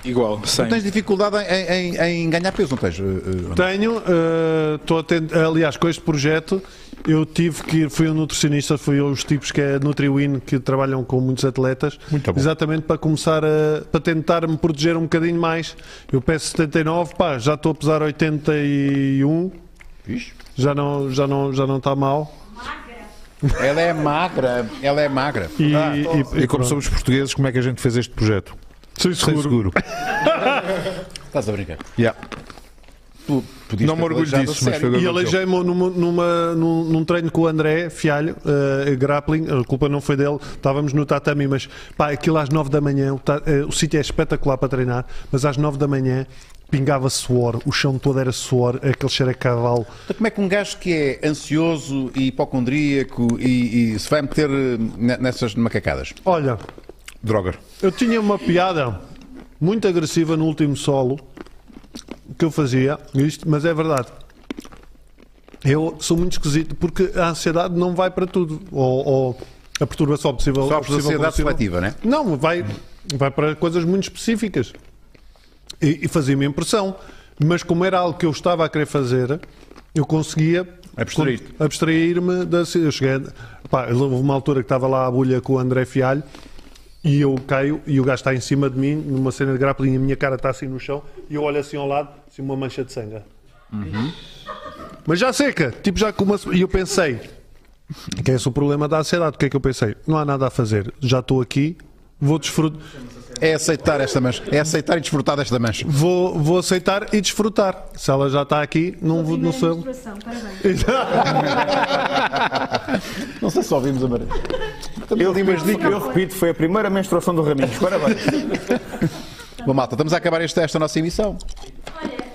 [SPEAKER 8] Igual, sem.
[SPEAKER 4] Tens dificuldade em, em- em ganhar peso, não tens? eh, eh,
[SPEAKER 1] Tenho, eh, estou a tent- aliás, com este projeto, eu tive que ir, fui um nutricionista, fui aos tipos que é NutriWin, que trabalham com muitos atletas,
[SPEAKER 2] Muito bom.
[SPEAKER 1] exatamente para começar a, para tentar me proteger um bocadinho mais. Eu peço 79, pá, já estou a pesar 81,
[SPEAKER 4] Fixe.
[SPEAKER 1] já não, já não, já não está mal.
[SPEAKER 4] Ela é magra, ela é magra.
[SPEAKER 1] Ah, E,
[SPEAKER 2] E como
[SPEAKER 1] pronto.
[SPEAKER 2] somos portugueses, como é que a gente fez este projeto?
[SPEAKER 1] Sem
[SPEAKER 2] Sem
[SPEAKER 1] seguro.
[SPEAKER 2] seguro.
[SPEAKER 4] Estás a brincar.
[SPEAKER 2] [LAUGHS] Yeah.
[SPEAKER 4] Tu podias
[SPEAKER 2] Não
[SPEAKER 4] ter
[SPEAKER 2] me orgulho
[SPEAKER 4] planejado a
[SPEAKER 2] disso, mas
[SPEAKER 4] sério.
[SPEAKER 2] foi o que
[SPEAKER 1] E
[SPEAKER 2] aconteceu.
[SPEAKER 1] aleijei-me numa, numa- num, num treino com o André Fialho, eh, grappling, a culpa não foi dele, estávamos no tatami, mas pá, aquilo às 9 da manhã, o, ta- eh, o sítio é espetacular para treinar, mas às 9 da manhã pingava suor, o chão todo era suor, aquele cheiro a cavalo.
[SPEAKER 4] Então, Como é que um gajo que é ansioso e hipocondríaco e, e se vai meter eh, ne- nessas macacadas?
[SPEAKER 1] Olha,
[SPEAKER 2] Droga.
[SPEAKER 1] eu tinha uma piada muito agressiva no último solo que eu fazia, isto, mas é verdade. Eu sou muito esquisito porque a ansiedade não vai para tudo, ou, ou a perturbação possível.
[SPEAKER 4] Só
[SPEAKER 1] ou
[SPEAKER 4] a
[SPEAKER 1] possível
[SPEAKER 4] sociedade
[SPEAKER 1] possível.
[SPEAKER 4] seletiva, né?
[SPEAKER 1] Não, vai, vai para coisas muito específicas. E, e fazia-me impressão. Mas como era algo que eu estava a querer fazer, eu conseguia
[SPEAKER 2] Abstrair-te.
[SPEAKER 1] con- abstrair-me da. ci- Eu cheguei. Pá, houve uma altura que estava lá a bolha com o André Fialho e eu caio e o gajo está em cima de mim, numa cena de grappling, a minha cara está assim no chão e eu olho assim ao lado, assim uma mancha de sangue. Mas já seca, tipo já com uma. E eu pensei, que é esse o problema da ansiedade. O que é que eu pensei? Não há nada a fazer, já estou aqui, vou desfrutar.
[SPEAKER 4] É aceitar esta mancha. É aceitar e desfrutar desta mancha.
[SPEAKER 1] Vou, vou aceitar e desfrutar. Se ela já está aqui, não vou não
[SPEAKER 5] Primeira
[SPEAKER 1] sei.
[SPEAKER 5] menstruação, parabéns.
[SPEAKER 3] Não sei se ouvimos a Maria. Eu, eu repito, foi a primeira menstruação do Raminhos. Parabéns.
[SPEAKER 4] Bom, malta, estamos a acabar esta, esta nossa emissão.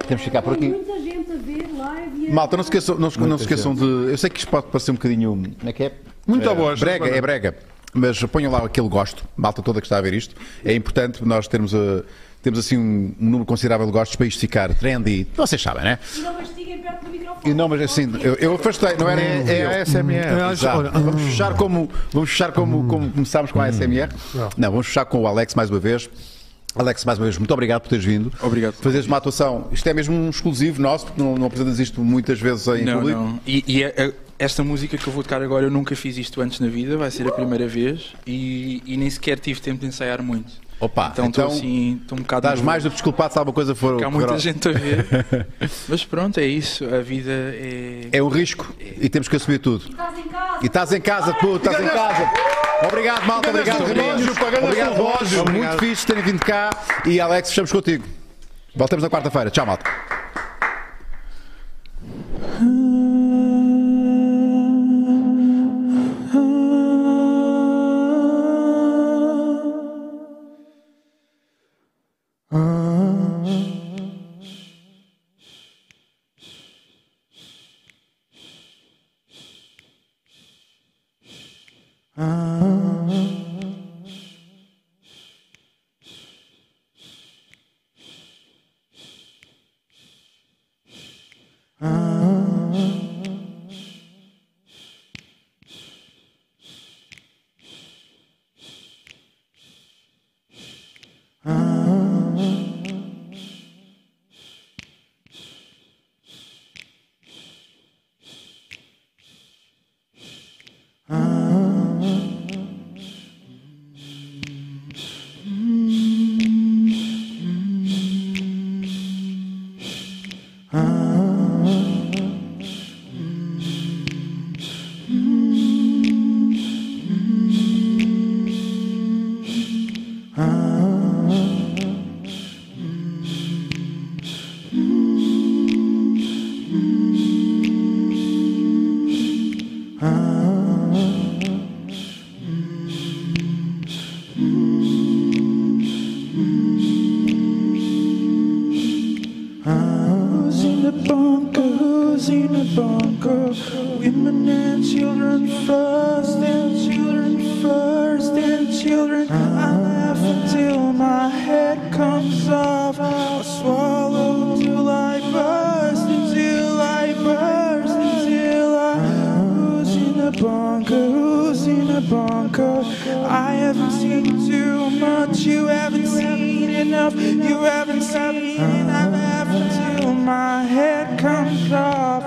[SPEAKER 4] Temos que ficar por
[SPEAKER 5] Tem
[SPEAKER 4] aqui.
[SPEAKER 5] muita gente a ver live e a...
[SPEAKER 4] Malta, não se esqueçam, não, se- não se esqueçam de. Eu sei que isto pode parecer um bocadinho. Como é que é?
[SPEAKER 1] Muito
[SPEAKER 4] É,
[SPEAKER 1] boa,
[SPEAKER 4] Brega, é brega. Mas ponham lá aquele gosto, malta toda que está a ver isto. É importante nós termos, eh, termos assim um, um número considerável de gostos para isto ficar trendy. Vocês sabem, né?
[SPEAKER 5] E não mastiguem perto do microfone.
[SPEAKER 4] E não, mas assim, eu, eu afastei, não era é, é a
[SPEAKER 1] Hum.
[SPEAKER 4] SMR.
[SPEAKER 1] Olha, Uhum.
[SPEAKER 4] Vamos fechar como, vamos fechar como, como começámos com a SMR. Não, vamos fechar com o Alex mais uma vez. Alex, mais uma vez, muito obrigado por teres vindo.
[SPEAKER 8] Obrigado.
[SPEAKER 4] Fazeres uma atuação. Isto é mesmo um exclusivo nosso, porque não, não apresentas isto muitas vezes em
[SPEAKER 8] Não,
[SPEAKER 4] público.
[SPEAKER 8] não. E, e é- é- esta música que eu vou tocar agora, eu nunca fiz isto antes na vida, vai ser a primeira vez e, e nem sequer tive tempo de ensaiar muito.
[SPEAKER 4] Opa,
[SPEAKER 8] então estou
[SPEAKER 4] então
[SPEAKER 8] assim, estou um bocado.
[SPEAKER 4] Estás
[SPEAKER 8] nervoso,
[SPEAKER 4] mais do que desculpado se alguma coisa for.
[SPEAKER 8] porque há muita
[SPEAKER 4] for-
[SPEAKER 8] gente a ver. Mas pronto, é isso. A vida é.
[SPEAKER 4] É um risco e temos que assumir tudo.
[SPEAKER 5] Estás em casa.
[SPEAKER 4] E estás em casa, tu, estás em casa. Obrigado, malta. Obrigado, Raminhos. Obrigado, Borges. Muito fixe terem vindo cá. E Alex, fechamos contigo. Voltamos na quarta-feira. Tchau, malta.
[SPEAKER 7] Who's in the bunker? Who's in the bunker? Women and children first, and children first, and children. I laugh until my head comes off. I swallow till I burst, until I burst, until I. Who's in the bunker? Who's in the bunker? I haven't seen too much. You haven't seen enough. You haven't seen enough. Until my head comes off.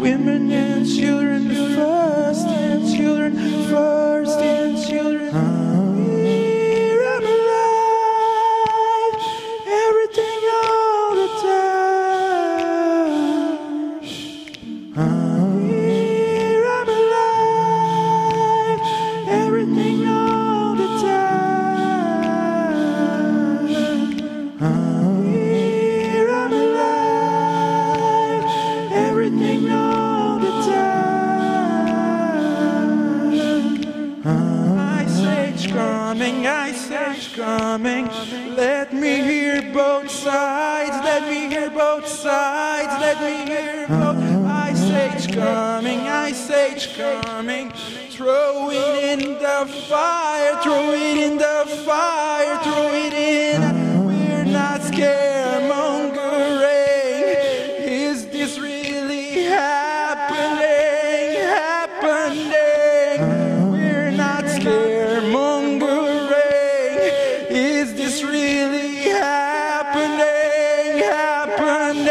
[SPEAKER 7] Women and children first, and children first, and children. Here I'm alive. Everything all the time. Here I'm alive. Everything all the time. Here I'm alive. Everything all the time. Ice age coming, ice age coming. Let me hear both sides. Let me hear both sides. Let me hear both. Ice age coming, ice age coming. Throw it in the fire. Throw it in the fire. Throw it in. We're not scaremongering. Is this really happening? Happening. We're not scaremongering. Is this really happening? Happening.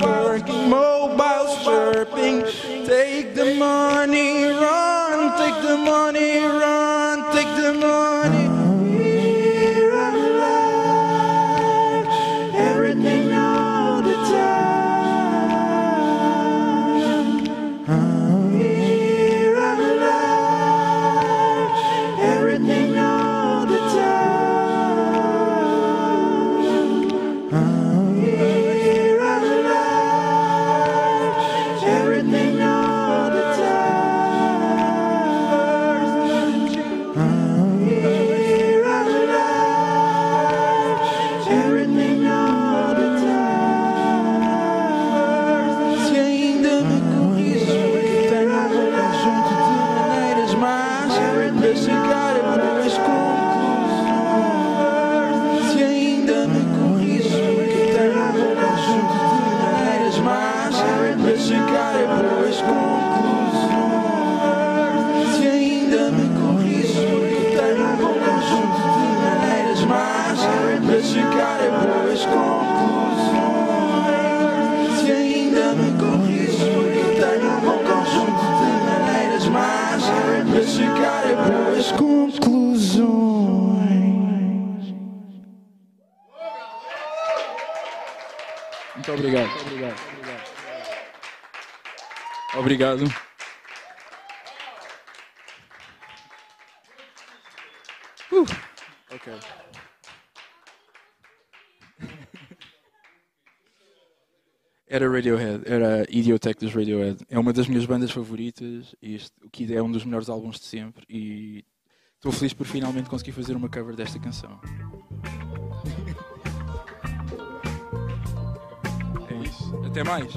[SPEAKER 7] barking, mobile chirping. Take the money, run, take the money, run, take the money. Here I'm alive, everything all the time. Here I'm alive, everything all the time. Here I'm alive, everything all the time. Here I'm alive, everything all the time. Se ainda me corriges, porque tenho um junto de maneiras mais para chegar a boas conclusões. Se ainda me corriges, porque tenho um conjunto de maneiras mais para chegar a boas conclusões. Se ainda me corriges, porque tenho um conjunto de maneiras mais para chegar a boas conclusões. Se ainda me corriges, porque tenho um conjunto de maneiras mais para chegar a boas conclusões.
[SPEAKER 8] Muito obrigado. Muito obrigado. Obrigado. Uh, ok. Era Radiohead, era Idiotech dos Radiohead. É uma das minhas bandas favoritas. Este, o Kid é um dos melhores álbuns de sempre e estou feliz por finalmente conseguir fazer uma cover desta canção. É isso. Até mais.